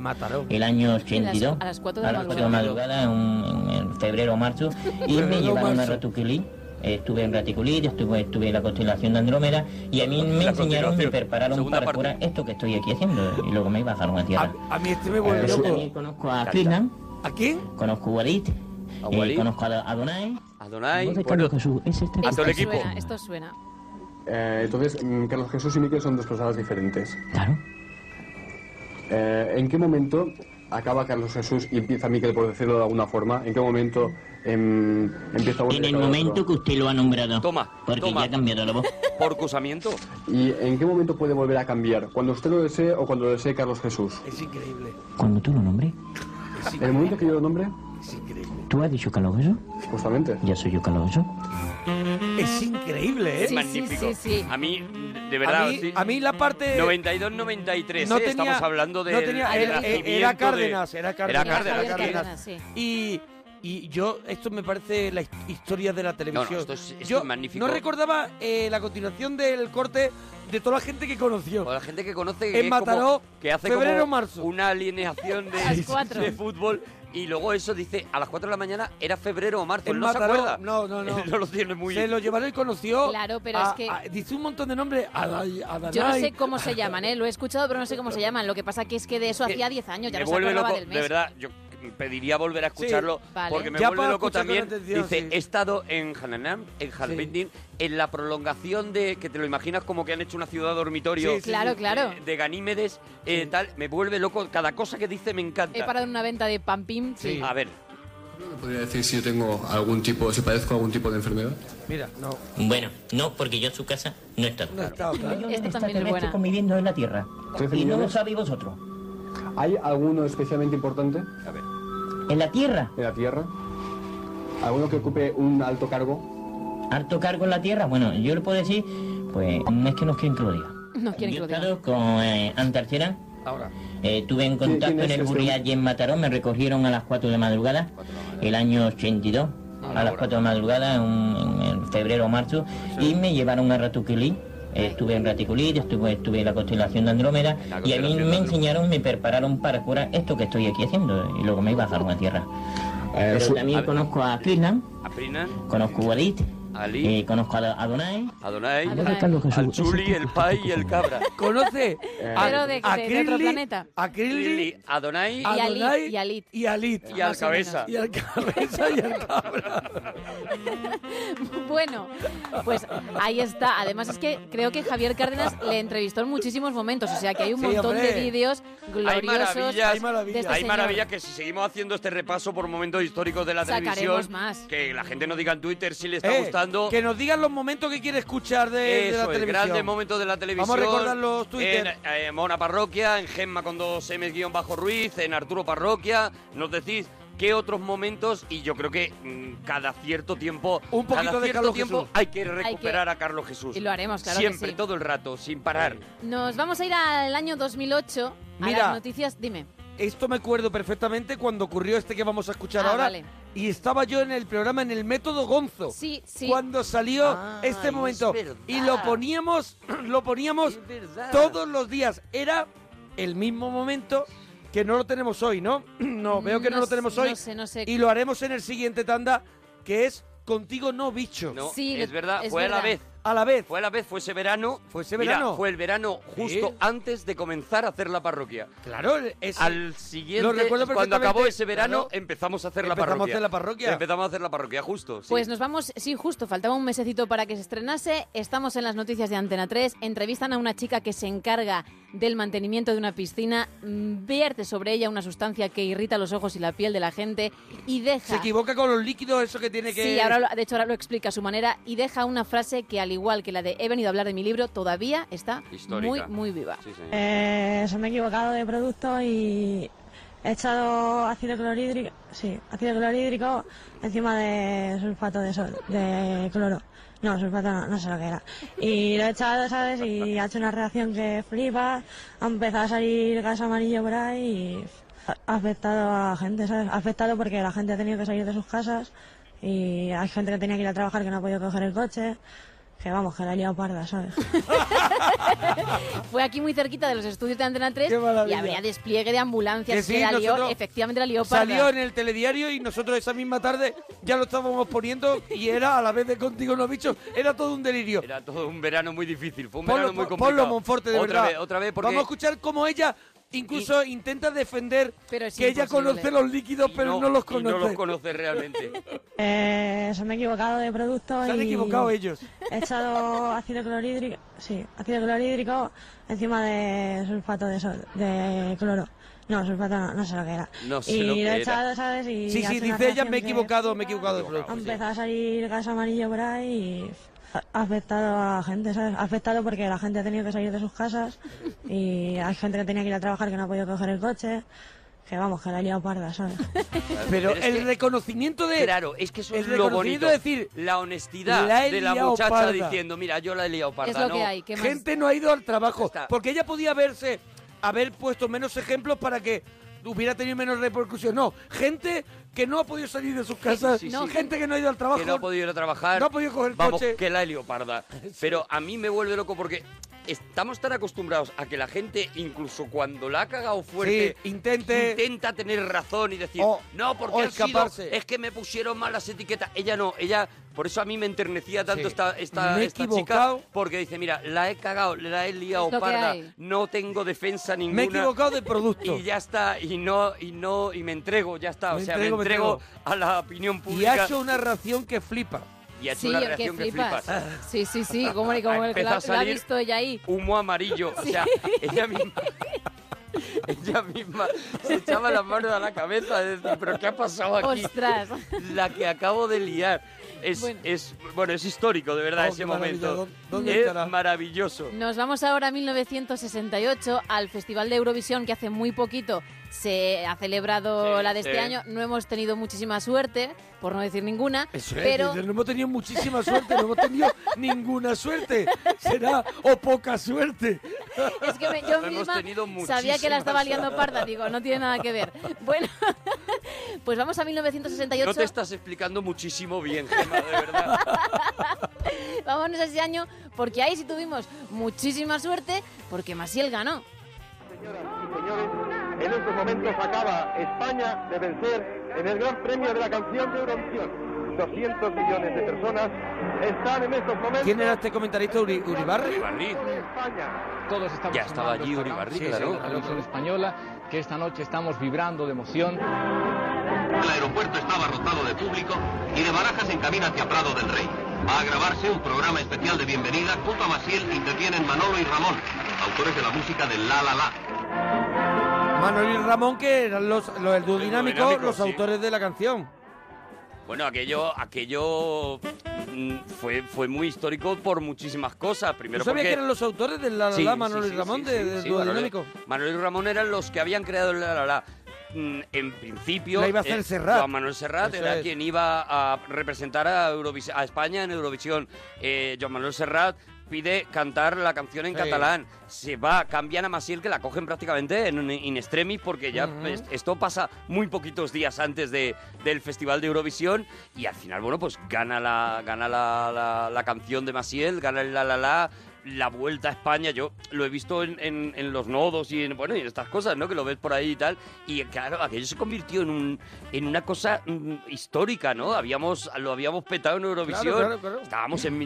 S31: El año 82.
S7: A las 4 de
S31: a las 4 de
S7: madrugada.
S31: madrugada, un- en febrero o marzo, y me
S7: Febrero o
S31: llevaron a
S7: marzo.
S31: Ratuculí. Eh, Estuve en Raticulí, estuve, estuve en la constelación de Andrómeda y a mí me
S3: La
S31: enseñaron y
S3: constelación.
S31: prepararon
S3: Segunda
S31: para curar esto que estoy aquí haciendo y luego me bajaron a tierra.
S3: A mí este me vuelve
S31: Eh, yo
S3: loco.
S31: también conozco a Kirlan,
S3: ¿A quién?
S31: conozco a Walid,
S6: A
S31: eh,
S6: Walid.
S31: conozco a Adonai.
S6: Adonai,
S31: Entonces,
S6: bueno,
S31: Carlos Jesús, Este es este
S6: a todo el equipo.
S7: Suena, esto suena.
S30: Eh, entonces, mm, Carlos Jesús y Miquel son dos personas diferentes. Eh,
S31: Claro.
S30: ¿En qué momento acaba Carlos Jesús y empieza Miquel, por decirlo de alguna forma? ¿En qué momento em, empieza uno y
S31: En el
S30: acaba otro?
S31: momento que usted lo ha nombrado.
S6: Toma,
S31: porque
S30: toma.
S31: ya ha cambiado la voz.
S6: Por acusamiento.
S30: ¿Y en qué momento puede volver a cambiar? ¿Cuando usted lo desee o cuando lo desee Carlos Jesús?
S3: Es increíble.
S31: Cuando tú lo nombres,
S30: ¿En el momento que yo lo nombre?
S31: ¿tú has dicho Carlos Jesús?
S30: Justamente.
S31: Ya soy yo Carlos Jesús.
S3: Es increíble, ¿eh?
S6: Es magnífico. A mí, de verdad.
S3: A mí-
S6: sí. Mm,
S3: a mí la parte...
S6: 92-93,
S3: No
S6: eh, estamos
S3: tenía-
S6: hablando de.
S3: no tenía- era- era Cárdenas, era Cárdenas.
S6: Era Cárdenas.
S3: Era Cárdenas. Y, y yo, esto me parece la his- historia de la televisión.
S6: esto es- esto
S3: yo
S6: es magnífico.
S3: No recordaba eh, la continuación del corte de toda la gente que conoció.
S6: Pues la gente que conoce
S3: En
S6: que es como-
S3: Mataró,
S6: que hace
S3: febrero,
S6: como
S3: marzo.
S6: una alienación de,
S3: A las cuatro.
S6: de fútbol y luego eso dice a las 4 de la mañana era febrero o marzo,
S3: En
S6: pues no
S3: Mataró,
S6: se acuerda.
S3: no, no, no.
S6: no lo tiene muy
S3: Se lo llevaron y conoció.
S7: Claro, pero
S3: a-
S7: es que-
S3: a- dice un montón de nombres. Adai- Adanay.
S7: Yo no sé cómo se llaman, ¿eh? Lo he escuchado, pero no sé cómo se llaman. Lo que pasa que es que de eso hacía 10 años, ya
S6: me
S7: no se
S6: vuelve
S7: acordaba
S6: loco,
S7: del mes.
S6: de verdad, yo pediría volver a escucharlo
S7: Vale.
S6: porque me
S3: Ya
S6: vuelve
S3: para
S6: loco
S3: escucharlo
S6: también.
S3: con atención,
S6: Dice,
S3: sí.
S6: he estado en Hananam, en Halbindin, en la prolongación de que te lo imaginas como que han hecho una ciudad dormitorio
S7: Sí, sí, Claro, sí. claro.
S6: de, de Ganímedes, eh, tal, me vuelve loco, cada cosa que dice me encanta.
S7: He parado en una venta de pampín. Sí.
S6: A ver,
S30: ¿Podría decir si yo tengo algún tipo, si padezco algún tipo de enfermedad?
S3: Mira, no.
S30: Bueno, no, porque yo en su casa no he estado.
S31: millones de
S7: Esta Este también es
S31: extraterrestres
S7: buena.
S31: conviviendo en la Tierra.
S32: ¿Trece
S31: Y no lo
S32: millones?
S31: sabéis vosotros.
S32: ¿Hay alguno especialmente importante?
S6: A ver.
S31: En la Tierra.
S32: ¿En la Tierra? ¿Alguno que ocupe un alto cargo?
S31: Harto cargo en la Tierra. Bueno, yo le puedo decir, pues no es que nos quieren que lo diga.
S7: No quieren
S31: Yo
S7: que lo
S31: he
S7: diga.
S31: estado con eh, Antarchera.
S3: Ahora.
S31: Eh, tuve en
S30: ¿Quién-
S31: contacto
S30: quién es
S31: en el
S30: este?
S31: Burial y en Mataró, me recogieron a las 4 de madrugada, el año 82,
S32: Ah,
S31: a las 4 de madrugada, un- en, en febrero o marzo, y me llevaron a Ratuquilí. Eh, Estuve en Raticulí, estuve, estuve en la constelación de Andrómeda y a mí
S32: constelación
S31: me
S32: de Andrómeda.
S31: enseñaron, me prepararon para curar esto que estoy aquí haciendo y luego me bajaron a tierra. Pero
S32: Eh, su-
S31: también
S32: a ver.
S31: conozco a Crisnan,
S6: a Prinan,
S31: conozco a Walid,
S6: Eh, Ali.
S31: eh, conozco a Adonai.
S6: Adonai,
S31: Adonai.
S6: al Chuli, el Pai y el Cabra.
S3: Conoce a,
S7: Pero de,
S3: Ah, a
S7: de- de otro
S3: Kirli,
S7: planeta.
S3: a Kirli,
S6: Lili, Adonai
S7: Y Alit,
S3: Adonai
S7: y Alit.
S3: y Alit.
S6: Y al Más o cabeza. menos.
S3: Y al cabeza y al cabra.
S7: Bueno, pues ahí está. Además es que creo que Javier Cárdenas le entrevistó en muchísimos momentos. O sea que hay un
S6: Sí,
S7: montón
S6: hombre.
S7: de vídeos gloriosos.
S6: Hay maravillas,
S7: de este
S6: hay
S7: señor.
S6: maravillas que si seguimos haciendo este repaso por momentos históricos de la
S7: Sacaremos
S6: televisión,
S7: más.
S6: que la gente nos diga en Twitter si le está
S3: Eh,
S6: gustando.
S3: Que nos digan los momentos que quiere escuchar de, de
S6: Eso
S3: la
S6: es,
S3: televisión.
S6: grandes momentos de la televisión.
S3: Vamos a recordar los Twitter.
S6: En eh, Mona Parroquia, en Gemma con dos M's guión bajo Ruiz, en Arturo Parroquia. Nos decís qué otros momentos y yo creo que mm, cada cierto tiempo,
S3: Un poquito
S6: cada
S3: de
S6: cierto
S3: Carlos
S6: tiempo
S3: Jesús.
S6: hay que
S7: que-
S6: recuperar a Carlos Jesús.
S7: Y lo haremos, claro que
S6: Siempre,
S7: sí.
S6: todo el rato, sin parar.
S7: Nos vamos a ir al año 2008.
S3: Mira.
S7: A las noticias, dime.
S3: Esto me acuerdo perfectamente cuando ocurrió este que vamos a escuchar
S7: Ah,
S3: ahora.
S7: vale.
S3: Y estaba yo en el programa en el método Gonzo.
S7: Sí, sí.
S3: Cuando salió
S7: Ah,
S3: este
S7: es
S3: momento
S7: verdad.
S3: y lo poníamos lo poníamos todos los días. Era el mismo momento que no lo tenemos hoy, ¿no? No, veo que no,
S7: No
S3: lo tenemos
S7: sé,
S3: hoy.
S7: no sé, no sé.
S3: Y lo haremos en el siguiente tanda que es Contigo no bicho.
S6: No, Sí, es lo- verdad, es fue a la verdad. vez.
S3: A la vez.
S6: Fue a la vez, fue ese verano. Fue
S3: ese verano.
S6: fue el verano justo
S3: Sí.
S6: antes de comenzar a hacer la parroquia.
S3: Claro, ese-
S6: Al siguiente,
S3: Lo recuerdo
S6: cuando
S3: perfectamente.
S6: acabó ese verano,
S3: Claro.
S6: empezamos a hacer la
S3: Empezamos a
S6: parroquia.
S3: hacer la parroquia.
S6: Empezamos a hacer la parroquia, justo. sí.
S7: Pues nos vamos, sí, justo, faltaba un mesecito para que se estrenase. Estamos en las noticias de Antena 3. Entrevistan a una chica que se encarga del mantenimiento de una piscina, mm, vierte sobre ella una sustancia que irrita los ojos y la piel de la gente y deja.
S3: Se equivoca con los líquidos, eso que tiene que
S7: Sí, ahora lo- de hecho ahora lo explica a su manera y deja una frase que al igual que la de he venido a hablar de mi libro todavía está
S6: Histórica.
S7: muy muy viva.
S33: Eh, se me he equivocado de producto y he echado ácido clorhídrico, sí, ácido clorhídrico encima de sulfato de sol, de cloro. No, sulfato no, no sé lo que era. Y lo he echado, ¿sabes? Y ha hecho una reacción que flipa, ha empezado a salir gas amarillo por ahí y ha afectado a gente, ¿sabes? Ha afectado porque la gente ha tenido que salir de sus casas y hay gente que tenía que ir a trabajar que no ha podido coger el coche. Que vamos, que la he liado parda, ¿sabes?
S7: Fue aquí muy cerquita de los estudios de Antena 3 y
S3: maravilla.
S7: había despliegue de ambulancias
S3: Que
S7: que,
S3: sí,
S7: la lió,
S3: nosotros-
S7: efectivamente la lió
S3: Salió
S7: parda.
S3: en el telediario y nosotros esa misma tarde ya lo estábamos poniendo y era a la vez de contigo no bichos, era todo un delirio.
S6: Era todo un verano muy difícil, fue un
S3: Ponlo,
S6: verano muy
S3: pon-
S6: complicado.
S3: ponlo, Monforte, de
S6: otra
S3: verdad.
S6: Vez, otra vez, porque...
S3: Vamos a escuchar cómo ella incluso intenta defender que
S7: Pero es
S3: ella
S7: imposible.
S3: conoce los líquidos, pero no, los
S6: y
S3: conoce.
S6: no los conoce realmente.
S33: Eh, se me he equivocado de producto
S3: Se han
S33: y
S3: equivocado ellos.
S33: He echado ácido clorhídrico, sí, ácido clorhídrico encima de sulfato de sol, de cloro. No, sulfato no, no sé lo que era.
S3: No sé
S33: y
S3: lo que
S33: he
S3: era.
S33: echado, ¿sabes? Y
S3: sí,
S33: ha
S3: sí,
S33: hecho una
S3: dice ella, me he
S33: reacción que
S3: equivocado, me he equivocado. de
S33: Ha
S3: producto".
S33: empezado a salir gas amarillo por ahí y ha afectado a gente, ¿sabes? Ha afectado porque la gente ha tenido que salir de sus casas y hay gente que tenía que ir a trabajar que no ha podido coger el coche. Que vamos, que la he liado parda, ¿sabes?
S3: Pero,
S6: Pero es
S3: el
S6: que-
S3: reconocimiento de...
S6: Claro, es que eso
S3: el
S6: es lo
S3: reconocimiento
S6: bonito.
S3: de decir...
S6: la honestidad
S3: "La he
S6: de la
S3: liado
S6: muchacha
S3: parda".
S6: diciendo, mira, yo la he liado parda. no.
S3: Gente no ha ido al trabajo. Porque ella podía haberse, haber puesto menos ejemplos para que hubiera tenido menos repercusión. No, gente que no ha podido salir de sus casas,
S6: sí,
S3: no,
S6: sí.
S3: gente que no ha ido al trabajo.
S6: que no ha podido ir a trabajar.
S3: No ha podido coger
S6: Vamos,
S3: coche.
S6: que la he liado parda. Pero a mí me vuelve loco porque estamos tan acostumbrados a que la gente, incluso cuando la ha cagado fuerte,
S3: Sí, intente-
S6: intenta tener razón y decir,
S3: O-
S6: no, porque
S3: o
S6: han sido-
S3: escaparse.
S6: es que me pusieron mal las etiquetas. Ella no, ella, por eso a mí me enternecía tanto
S3: Sí.
S6: esta, esta,
S3: Me he
S6: esta chica,
S3: equivocado.
S6: porque dice, mira, la he cagado, la he liado
S3: Es lo que
S6: parda,
S3: hay.
S6: no tengo defensa ninguna.
S3: Me he equivocado de producto.
S6: Y ya está, y no, y no, y me entrego, ya está.
S3: Me
S6: o sea,
S3: entrego,
S6: me
S3: me
S6: entrego a la opinión
S3: Y
S6: pública.
S3: ha hecho una ración que flipa.
S6: Y ha hecho
S7: Sí,
S6: una
S7: que
S6: reacción que
S7: flipas.
S6: flipas.
S3: Ah.
S7: Sí, sí, sí, como, como el que
S6: Empezó
S7: la,
S6: a
S7: la ha
S6: salir-
S7: visto ella ahí.
S6: Humo amarillo. O sea, ella misma. Ella misma se echaba las manos a la cabeza de decir, pero ¿qué ha pasado aquí?
S7: Ostras.
S6: La que acabo de liar. Es, bueno. Es, bueno, es histórico, de verdad,
S3: Oh,
S6: ese
S3: qué maravilla.
S6: momento.
S3: ¿Dó- dónde
S6: es
S3: estará?
S6: maravilloso.
S7: Nos vamos ahora a 1968, al Festival de Eurovisión, que hace muy poquito se ha celebrado
S3: Sí,
S7: la de este
S3: sí.
S7: año. No hemos tenido muchísima suerte, por no decir ninguna,
S3: Eso es,
S7: pero
S3: dice, no hemos tenido muchísima suerte, no hemos tenido ninguna suerte. Será o poca suerte.
S7: es que me- yo misma sabía que la estaba liando parda. Digo, no tiene nada que ver. Bueno, pues vamos a 1968.
S6: No te estás explicando muchísimo bien, Gemma, de verdad.
S7: Vámonos a ese año, porque ahí sí tuvimos muchísima suerte, porque Masiel ganó.
S14: En estos momentos acaba España de vencer en el Gran Premio de la Canción de Eurovisión. 200 millones de personas están en estos momentos.
S3: ¿Quién era este comentarista Uri, Uribarri?
S16: Todos estamos
S3: Ya estaba
S16: sumando
S3: allí
S16: esta
S3: Uribarri,
S16: noche
S3: claro.
S16: en La televisión española, que esta noche estamos vibrando de emoción.
S19: El aeropuerto está abarrotado de público y de Barajas en camino hacia Prado del Rey. Va a grabarse un programa especial de bienvenida. Junto a Maciel intervienen Manolo y Ramón, autores de la música del La La La.
S3: Manuel y Ramón, que eran los, los del Duodinámico,
S6: Duodinámico,
S3: los
S6: sí.
S3: autores de la canción.
S6: Bueno, aquello, aquello mm, fue, fue muy histórico por muchísimas cosas. Primero
S3: ¿Tú sabías
S6: porque-
S3: que eran los autores del La La
S6: Sí,
S3: La,
S6: sí,
S3: Manolo
S6: sí,
S3: y
S6: sí,
S3: Ramón,
S6: sí,
S3: de,
S6: sí,
S3: del
S6: sí,
S3: Duodinámico?
S6: Manolo, Manolo y Ramón eran los que habían creado el La La La. Mm, En principio...
S3: La iba a hacer
S6: eh,
S3: Serrat.
S6: Juan Manuel Serrat
S3: Eso
S6: era
S3: es.
S6: quien iba a representar a, Eurovis- a España en Eurovisión. Eh, Juan Manuel Serrat pide cantar la canción en
S3: Sí.
S6: catalán. Se va, cambian a Masiel, que la cogen prácticamente en, in extremis, porque ya
S3: Ujú.
S6: es- esto pasa muy poquitos días antes de- del Festival de Eurovisión y al final, bueno, pues gana la, gana la, la- la canción de Masiel, gana el La La La, la Vuelta a España, yo lo he visto en, en- en los nodos y en, bueno, y en estas cosas, ¿no? Que lo ves por ahí y tal. Y claro, aquello se convirtió en, un, en una cosa mm, histórica, ¿no? Habíamos, lo habíamos petado en Eurovisión.
S3: claro, claro.
S6: Estábamos en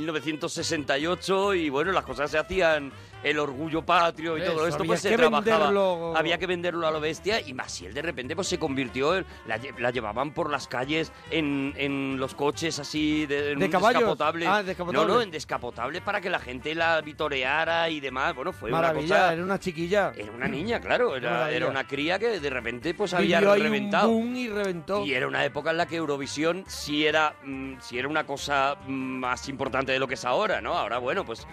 S6: 1968 y bueno, las cosas se hacían, el orgullo patrio y
S3: Eso,
S6: todo esto,
S3: había
S6: pues se
S3: que
S6: trabajaba.
S3: venderlo.
S6: Había que venderlo a lo bestia y Masiel de repente pues se convirtió, en- la, lle- la llevaban por las calles en, en los coches así, de, en
S3: ¿De
S6: un
S3: caballos?
S6: descapotable.
S3: Ah, descapotable.
S6: No, no, en descapotable para que la gente la vitoreara y demás. Bueno, fue
S3: Maravilla,
S6: una cosa...
S3: era una chiquilla.
S6: Era una niña, claro, era,
S3: Maravilla.
S6: era una cría que de repente pues había
S3: Vivió ahí un
S6: reventado.
S3: boom y reventó.
S6: Y era una época en la que Eurovisión sí era, mm, sí era una cosa mm, más importante de lo que es ahora, ¿no? Ahora, bueno, pues...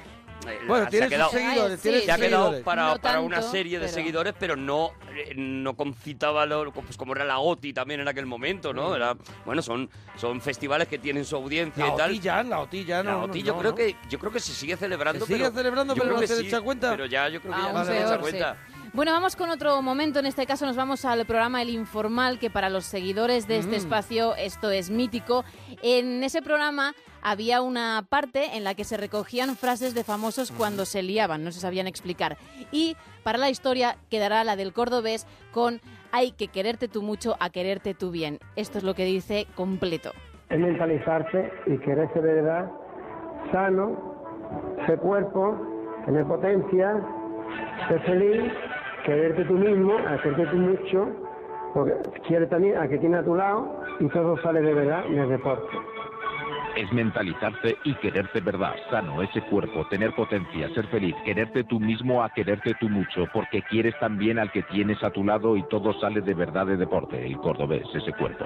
S6: eh,
S3: Bueno,
S6: ha-
S3: tiene sus seguidores, tiene
S6: se
S3: sus
S6: ha quedado
S3: seguidores.
S6: para,
S3: No
S6: para una
S3: tanto,
S6: serie de
S3: pero-
S6: seguidores, pero no, eh, no concitaba lo, pues como era la OTI también en aquel momento, ¿no?
S3: Mm.
S6: Era, bueno, son, son festivales que tienen su audiencia
S3: La
S6: y tal.
S3: OTI ya, la OTI ya, no,
S6: La
S3: no,
S6: OTI
S3: no,
S6: yo, creo
S3: no.
S6: Que, yo creo que se sigue celebrando.
S3: Se sigue celebrando,
S6: yo
S3: pero
S6: creo
S3: no
S6: que
S3: se
S6: sí,
S3: echa cuenta.
S6: Pero ya, yo creo que ya
S7: Aún
S6: no se echa
S7: peor,
S6: cuenta.
S7: sí. Bueno, vamos con otro momento. En este caso nos vamos al programa El Informal, que para los seguidores de este
S21: Mm.
S7: espacio esto es mítico. En ese programa había una parte en la que se recogían frases de famosos cuando se liaban, no se sabían explicar. Y para la historia quedará la del cordobés con hay que quererte tú mucho a quererte tú bien. Esto es lo que dice completo.
S21: es mentalizarse y quererse de verdad sano, ser cuerpo, tener potencia, ser feliz, quererte tú mismo, hacerte tú mucho, porque quiere también a que tiene a tu lado y todo sale de verdad en el deporte.
S22: Es mentalizarse y quererte verdad, sano ese cuerpo, tener potencia, ser feliz, quererte tú mismo a quererte tú mucho, porque quieres también al que tienes a tu lado y todo sale de verdad de deporte, el cordobés, ese cuerpo.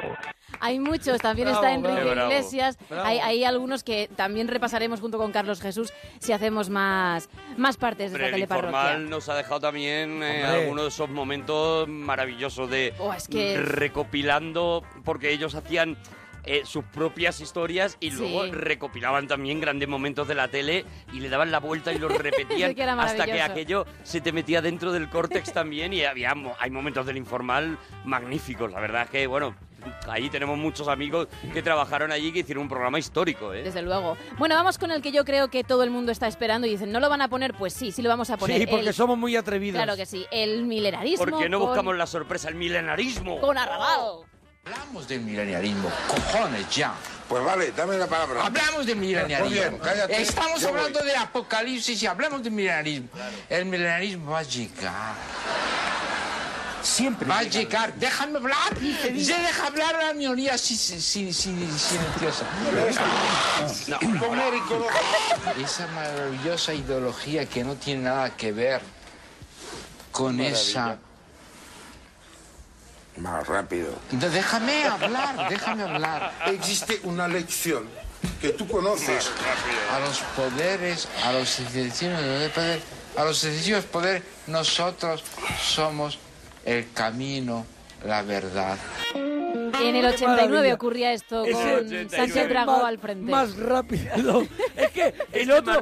S7: Hay muchos, también
S22: Bravo,
S7: está Enrique
S22: bravo. Bravo,
S7: Iglesias,
S22: bravo.
S7: Hay, hay algunos que también repasaremos junto con Carlos Jesús si hacemos más, más partes de
S6: Hombre,
S7: esta
S6: el
S7: teleparroquia.
S6: informal nos ha dejado también eh,
S3: Hombre.
S6: algunos de esos momentos maravillosos de
S7: Oh, es que-
S6: recopilando, porque ellos hacían eh, sus propias historias y
S7: Sí.
S6: luego recopilaban también grandes momentos de la tele y le daban la vuelta y los repetían
S7: Eso que era
S6: hasta que
S7: maravilloso.
S6: aquello se te metía dentro del córtex también y había mo- hay momentos del informal magníficos. La verdad es que, bueno, ahí tenemos muchos amigos que trabajaron allí que hicieron un programa histórico, ¿eh?
S7: Desde luego. Bueno, vamos con el que yo creo que todo el mundo está esperando y dicen, ¿no lo van a poner? Pues sí, sí lo vamos a poner.
S3: Sí, porque
S7: El-
S3: somos muy atrevidos.
S7: Claro que sí. El milenarismo.
S6: Porque no
S7: con-
S6: buscamos la sorpresa, el milenarismo.
S7: Con Arrabal.
S34: Hablamos del milenarismo, cojones ya. Pues vale, dame la palabra. Hablamos del milenarismo.
S23: Muy bien, cállate,
S34: Estamos
S23: yo
S34: hablando
S23: voy.
S34: de apocalipsis y hablamos del milenarismo. El milenarismo va a llegar. Siempre. Va a llegar. Déjame hablar. Se deja hablar a la minoría si- si- si- si- silenciosa. No.
S23: Esa maravillosa ideología que no tiene
S34: Nada que ver con esa.
S23: Más rápido.
S34: No, Déjame hablar, déjame hablar.
S23: Existe una lección que tú conoces.
S34: a los poderes, a los excesivos poderes, a los excesivos poderes, nosotros somos el camino, la verdad.
S7: En el 89
S34: maravilla.
S7: ocurría esto
S34: Ese
S7: con
S34: 89.
S7: Sánchez Dragó
S3: Más-
S7: al frente.
S3: Más rápido. es que el otro,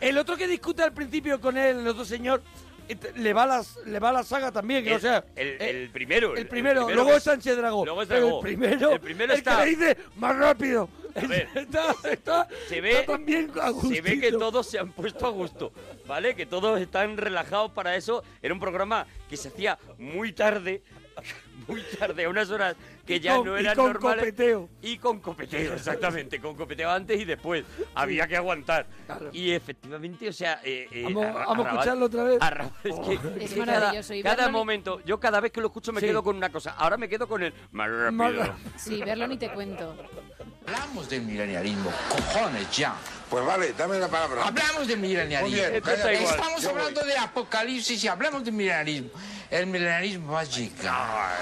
S3: el otro que discute al principio con él, el otro señor, et- le va la, le va la saga también, que
S6: El,
S3: o sea, eh,
S6: el- el primero.
S3: el primero, luego es Sánchez Dragó,
S6: Luego es
S3: pero el
S6: Dragó.
S3: primero,
S6: Oh, El primero
S3: el que
S6: está.
S3: le dice más rápido.
S6: A ver.
S3: Está- está-
S6: se ve,
S3: está también a
S6: se ve que
S3: gustito.
S6: todos se han puesto a gusto, ¿vale? Que todos están relajados para eso. Era un programa que se hacía muy tarde, muy tarde, a unas horas que
S3: Y
S6: ya
S3: con-
S6: no
S3: y
S6: eran
S3: con
S6: normales.
S3: copeteo.
S6: Y con copeteo, exactamente, con copeteo antes y después. Había que aguantar. Y efectivamente, o sea... eh, eh,
S3: Vamos,
S6: Arra-
S3: vamos a
S6: Arrabal-
S3: escucharlo Oh. otra vez.
S6: Arrabal, es que-
S3: Es
S6: es que
S7: maravilloso. Y
S6: Cada, cada
S7: verlo ni-
S6: momento, yo cada vez que lo escucho me quedo con una cosa. Ahora me quedo con el más rápido.
S7: Sí, verlo ni te cuento.
S34: Hablamos del milenarismo, cojones ya.
S23: Pues vale, dame la palabra.
S34: Hablamos del milenarismo.
S23: Muy bien, Esto está cállate, igual,
S34: Estamos
S23: yo
S34: hablando
S23: voy.
S34: de apocalipsis y hablamos del milenarismo. El milenarismo va a llegar.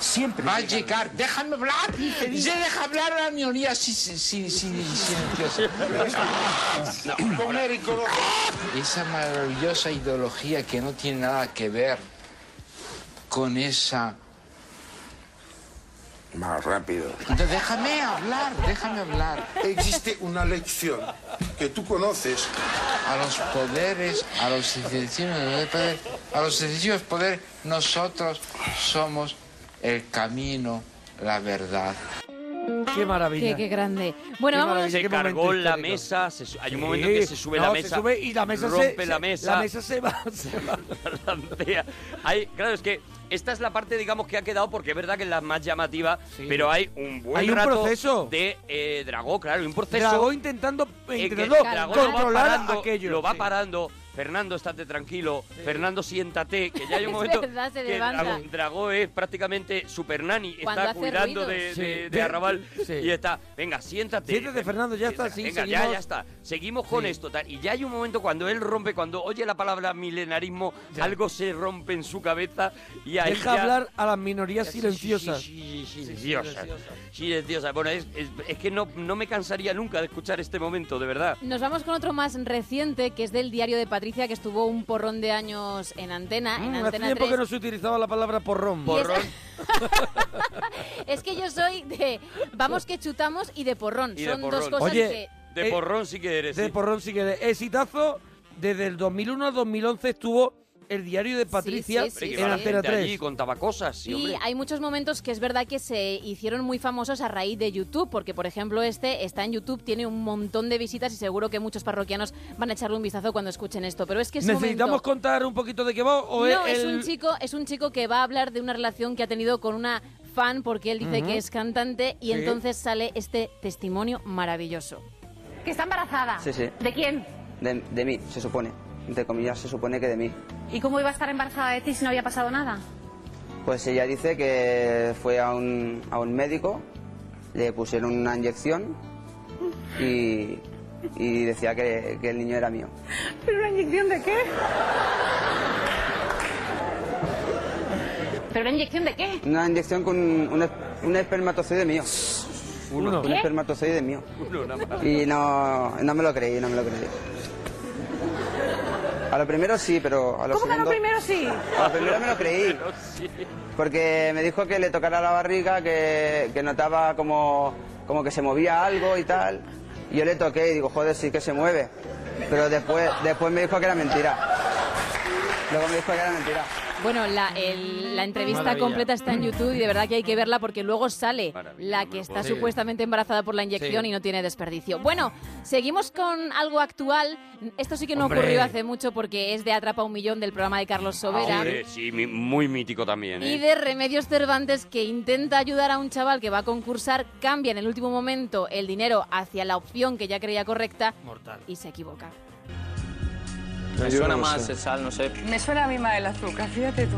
S34: Siempre va a llegar. Déjame hablar. Se deja hablar a la minoría si, si, si, si- silenciosa. Esa maravillosa ideología que no tiene nada que ver con esa.
S23: Más rápido.
S34: No, Déjame hablar, déjame hablar.
S23: Existe una lección que tú conoces.
S34: A los poderes, a los excesivos poderes, a los excesivos poderes, nosotros somos el camino, la verdad.
S3: Qué maravilla.
S7: Qué, qué grande. Bueno, vamos.
S6: Se cargó la mesa, se su- hay un momento que se sube la
S3: No,
S6: mesa,
S3: Se sube y la mesa se-
S6: rompe
S3: se-
S6: la mesa,
S3: La mesa se va. se va.
S6: balancea. Hay- claro, es que esta es la parte, digamos, que ha quedado, porque es verdad que es la más llamativa, pero hay un buen
S3: Hay un
S6: rato
S3: proceso.
S6: de eh, Dragó, claro, hay un proceso.
S3: Dragó intentando,
S6: eh, que
S3: intentando
S6: Dragó lo va
S3: controlar
S6: parando,
S3: aquello.
S6: Lo va
S3: sí.
S6: parando. Fernando, estate tranquilo. Fernando, siéntate. Que ya hay un
S7: Es
S6: momento
S7: verdad, se
S6: que
S7: levanta.
S6: Dragó, Dragó es prácticamente super nani.
S7: Cuando
S6: Está
S7: hace
S6: cuidando
S7: ruidos.
S6: de,
S7: Sí.
S6: de- de Arrabal y está. Venga, siéntate.
S3: Siéntate, Fernando, ya está.
S6: Venga,
S3: Sí,
S6: venga, ya,
S3: seguimos.
S6: ya está. Seguimos con
S3: Sí.
S6: esto. tal. Y ya hay un momento cuando él rompe, cuando oye la palabra milenarismo, algo se rompe en su cabeza y ahí
S3: Deja
S6: ya-
S3: hablar a las minorías silenciosas.
S6: Sí, sí, sí, silenciosa. Silenciosa. Bueno, es, es- es que no, no me cansaría nunca de escuchar este momento, de verdad.
S7: Nos vamos con otro más reciente, que es del diario de Patricia, que estuvo un porrón de años en antena. Ah, en
S3: Mm, hace
S7: antena
S3: tiempo
S7: 3.
S3: que no se utilizaba la palabra porrón.
S7: Porrón. Es que yo soy de vamos que chutamos y de porrón.
S6: Y de
S7: Son dos
S6: porrón.
S7: cosas
S3: Oye, eh,
S7: que.
S6: De porrón sí que eres.
S3: De
S6: sí.
S3: porrón sí que es exitazo. Desde el 2001 al 2011 estuvo el diario de Patricia
S7: sí, sí,
S6: Hombre, que
S3: en
S6: va la
S3: Antena
S6: gente
S3: 3.
S6: allí contaba cosas, sí,
S7: Sí,
S6: hombre.
S7: hay muchos momentos que es verdad que se hicieron muy famosos a raíz de YouTube, porque por ejemplo este está en YouTube, tiene un montón de visitas y seguro que muchos parroquianos van a echarle un vistazo cuando escuchen esto. Pero es que es
S3: ¿Necesitamos
S7: momento.
S3: contar un poquito de qué va? O
S7: no, es
S3: el-
S7: un chico, es un chico que va a hablar de una relación que ha tenido con una fan, porque él dice
S3: Ujú.
S7: que es cantante y
S3: Sí.
S7: entonces sale este testimonio maravilloso.
S32: Que está embarazada.
S8: Sí, sí.
S32: ¿De quién?
S8: De, de mí, se supone. Entre comillas, se supone que de mí.
S32: ¿Y cómo iba a estar embarazada de ti si no había pasado nada?
S8: Pues ella dice que fue a un, a un médico, le pusieron una inyección y, y decía que, que el niño era mío.
S32: ¿Pero una inyección de qué? ¿Pero una inyección de qué?
S8: Una inyección con un, es- un espermatozoide mío.
S32: Uno.
S8: Un
S32: ¿Qué?
S8: espermatozoide mío.
S6: Uno, nada más.
S8: Y no, no me lo creí, no me lo creí. A lo primero sí, pero a lo
S5: ¿Cómo que
S8: segundo...
S5: no primero sí?
S8: A lo primero me lo creí. Porque me dijo que le tocara la barriga, que, que notaba como, como que se movía algo y tal. Y yo le toqué y digo, joder, sí que se mueve. Pero después, después me dijo que era mentira. Luego me dijo que era mentira.
S7: Bueno, la, el- la entrevista
S8: Maravilla.
S7: completa está en YouTube y de verdad que hay que verla porque luego sale la que está
S5: puedo- Sí.
S7: supuestamente embarazada por la inyección
S5: Sí.
S7: y no tiene desperdicio. Bueno, seguimos con algo actual. Esto sí que no
S6: Hombre.
S7: ocurrió hace mucho porque es de Atrapa un Millón del programa de Carlos Sobera.
S6: Hombre, sí, mi- muy mítico también, ¿eh?
S7: Y de Remedios Cervantes que intenta ayudar a un chaval que va a concursar, cambia en el último momento el dinero hacia la opción que ya creía correcta y se equivoca.
S9: Me
S29: Yo
S9: suena
S29: no lo
S9: más
S29: sé.
S9: el sal, no sé.
S5: Me suena a mí más el azúcar, fíjate tú.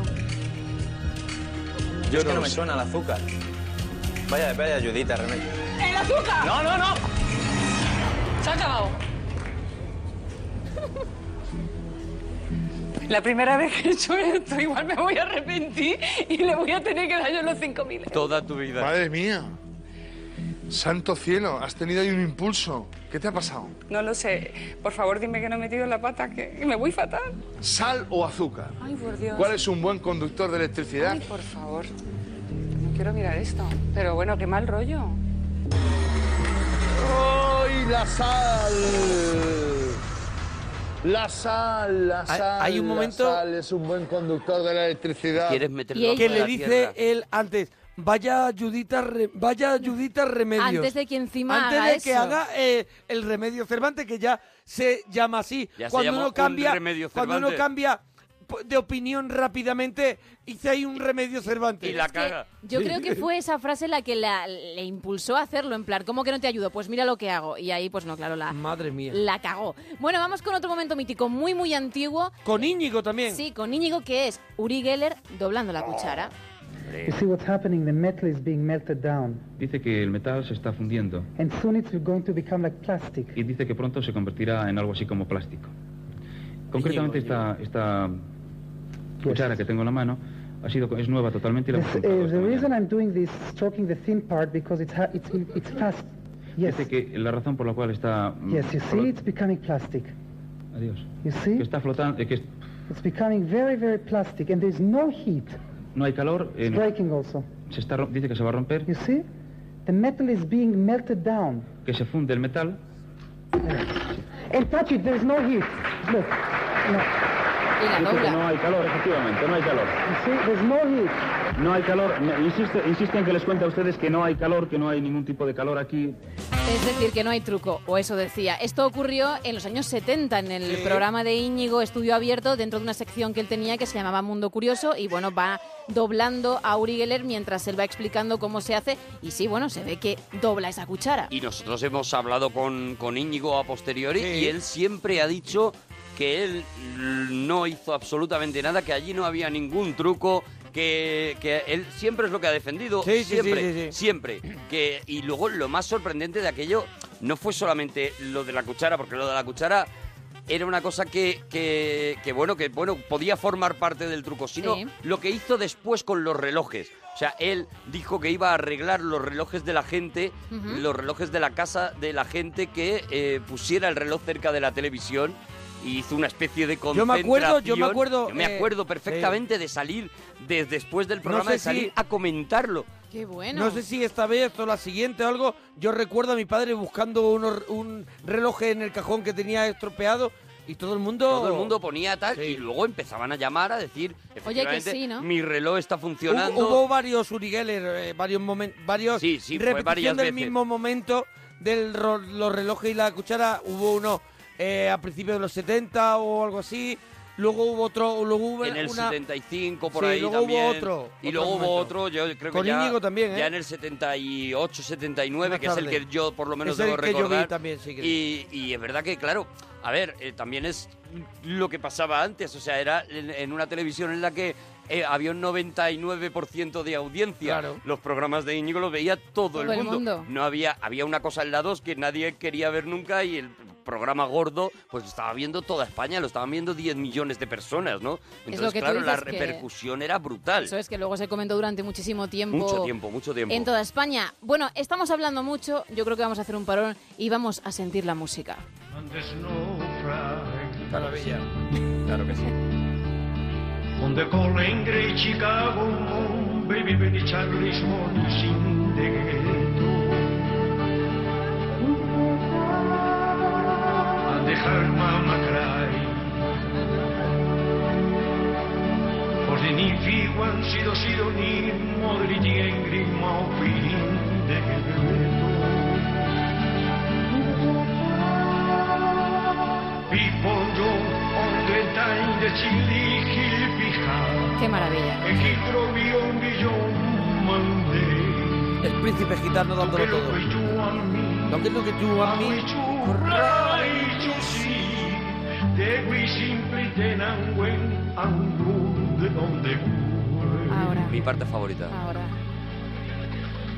S29: Yo
S9: es
S29: no
S9: que
S29: lo
S9: no me
S29: sé.
S9: suena el azúcar.
S29: Vaya, vaya ayudita, Remedio.
S5: ¡El azúcar!
S9: No, no, no.
S5: Se ha acabado. La primera vez que he hecho esto, igual me voy a arrepentir y le voy a tener que dar yo los 5.000.
S6: Toda tu vida.
S4: Madre mía. Santo cielo, has tenido ahí un impulso. ¿Qué te ha pasado?
S5: No lo sé. Por favor, dime que no he metido la pata, que me voy fatal.
S4: ¿Sal o azúcar?
S5: Ay, por Dios.
S4: ¿Cuál es un buen conductor de electricidad?
S5: Ay, por favor. No quiero mirar esto. Pero bueno, qué mal rollo.
S4: ¡Ay, la sal! La sal, la
S3: Hay-
S4: sal.
S3: hay un
S4: la
S3: momento-
S4: sal es un buen conductor de la electricidad.
S3: Que le dice él antes, vaya Judita, Re- vaya Judita Remedios.
S7: Antes de que encima
S3: Antes
S7: haga
S3: de que
S7: eso.
S3: haga eh, el remedio Cervantes, que ya se llama así.
S6: Ya se
S3: cuando
S6: llamó
S3: uno
S6: un
S3: cambia,
S6: Remedio
S3: cuando uno
S6: Cervantes.
S3: cambia po- de opinión rápidamente, hice ahí un remedio Cervantes.
S6: Y la caga.
S7: Yo creo que fue esa frase la que la- le impulsó a hacerlo, en plan, ¿cómo que no te ayudo? Pues mira lo que hago. Y ahí, pues no, claro, la,
S3: Madre mía.
S7: la cagó. Bueno, vamos con otro momento mítico, muy, muy antiguo.
S3: Con Íñigo también.
S7: Sí, con Íñigo, que es Uri Geller doblando la cuchara.
S11: You see what's happening? The metal is being melted down,
S12: Dice que el metal se está fundiendo
S11: and soon it's going to become like plastic.
S12: y dice que pronto se convertirá en algo así como plástico. Concretamente esta, esta
S11: Pues
S12: cuchara que tengo en la mano ha sido, es nueva totalmente y la hemos
S11: This, uh,
S12: comprado.
S11: the reason I'm doing this, stroking the thin part, because it's ha- it's it's plastic. Yes,
S12: Dice que la razón por la cual está... mm,
S11: yes. You see, it's becoming plastic.
S12: Adiós. Que
S11: You see,
S12: está flotando, eh, que es-
S11: it's becoming very, very plastic, and there's no heat.
S12: no hay calor, eh,
S11: It's
S12: no-
S11: breaking also.
S12: se está, rom- dice que se va a romper,
S11: You see, the metal is being melted down.
S12: que se funde el metal.
S11: And touch it. There's no heat. Look. No.
S12: Dice que no hay calor, efectivamente, no hay calor. No hay calor. Me- Insisto, insisto en que les cuente a ustedes que no hay calor, que no hay ningún tipo de calor aquí.
S7: Es decir, que no hay truco, o eso decía. Esto ocurrió en los años 70 en el programa de Íñigo Estudio Abierto, dentro de una sección que él tenía que se llamaba Mundo Curioso, y bueno, va doblando a Uri Geller mientras él va explicando cómo se hace, y sí, bueno, se ve que dobla esa cuchara.
S6: Y nosotros hemos hablado con, con Íñigo a posteriori y él siempre ha dicho que él mm, no hizo absolutamente nada, que allí no había ningún truco, que, que él siempre es lo que ha defendido,
S3: Sí, sí, sí,
S6: siempre,
S3: sí, sí.
S6: siempre. Que, y luego lo más sorprendente de aquello no fue solamente lo de la cuchara, porque lo de la cuchara era una cosa que, que, que, bueno, que bueno, podía formar parte del truco, sino
S7: Sí.
S6: lo que hizo después con los relojes. O sea, él dijo que iba a arreglar los relojes de la gente,
S7: Ujú.
S6: los relojes de la casa de la gente que eh, pusiera el reloj cerca de la televisión y hizo una especie de
S3: Yo me
S6: concentración.
S3: acuerdo, yo me acuerdo,
S6: Yo me
S3: eh,
S6: acuerdo perfectamente de salir de- después del programa
S3: sé
S6: de salir
S3: si-
S6: a comentarlo.
S7: Qué bueno.
S3: No sé si esta vez o la siguiente o algo. Yo recuerdo a mi padre buscando unos- un reloj en el cajón que tenía estropeado y todo el mundo.
S6: Todo el mundo ponía tal y luego empezaban a llamar a decir, efectivamente,
S3: sí, ¿no?
S6: mi reloj está funcionando.
S3: Hubo, hubo varios Uri Geller, eh, varios momentos, varios
S6: sí, fue
S3: repetición
S6: varias
S3: del
S6: veces.
S3: mismo momento del ro- los relojes y la cuchara. Hubo uno eh, a principios de los 70 o algo así. Luego hubo otro, luego hubo
S6: en el
S3: una-
S6: 75 por
S3: Sí,
S6: ahí
S3: luego hubo
S6: también.
S3: otro,
S6: y
S3: otro
S6: luego hubo
S3: momento.
S6: otro, yo creo
S3: Con
S6: que ya,
S3: Íñigo también, ¿eh?
S6: ya en el 78, 79,
S3: Más
S6: que es el
S3: tarde.
S6: que yo por lo menos
S3: Es el
S6: debo
S3: que yo vi
S6: recordar.
S3: también, sí que-
S6: y, y es verdad que, claro, a ver, eh, también es lo que pasaba antes, o sea, era en, en una televisión en la que eh, había un 99% de audiencia.
S3: Claro.
S6: Los programas de Íñigo los veía todo,
S7: Todo el mundo.
S6: No había, había una cosa en la 2 que nadie quería ver nunca y el programa gordo, pues lo estaba viendo toda España, lo estaban viendo 10 millones de personas, ¿no?
S7: lo
S6: Entonces,
S7: que tú
S6: claro, la
S7: dices que-
S6: repercusión era brutal.
S7: Eso es que luego se comentó durante muchísimo tiempo.
S6: Mucho tiempo, mucho tiempo.
S7: En toda España. Bueno, estamos hablando mucho, yo creo que vamos a hacer un parón y vamos a sentir la música.
S23: maravilla. Claro que sí.
S1: On the calling great Chicago, baby, baby, Charlie's morning in the ghetto. And the her mama cry. For the Nifi, one Sido Sido, ni mother eating angry mouth in the ghetto. People go on the time, the chili hippie house.
S7: Qué maravilla.
S1: A hero beyond beyond Monday.
S3: El príncipe gitano dándolo todo. Lo que que tú a mí.
S1: Right to see that we simply then and when and good on the
S7: Ahora.
S6: Mi parte favorita.
S7: Ahora.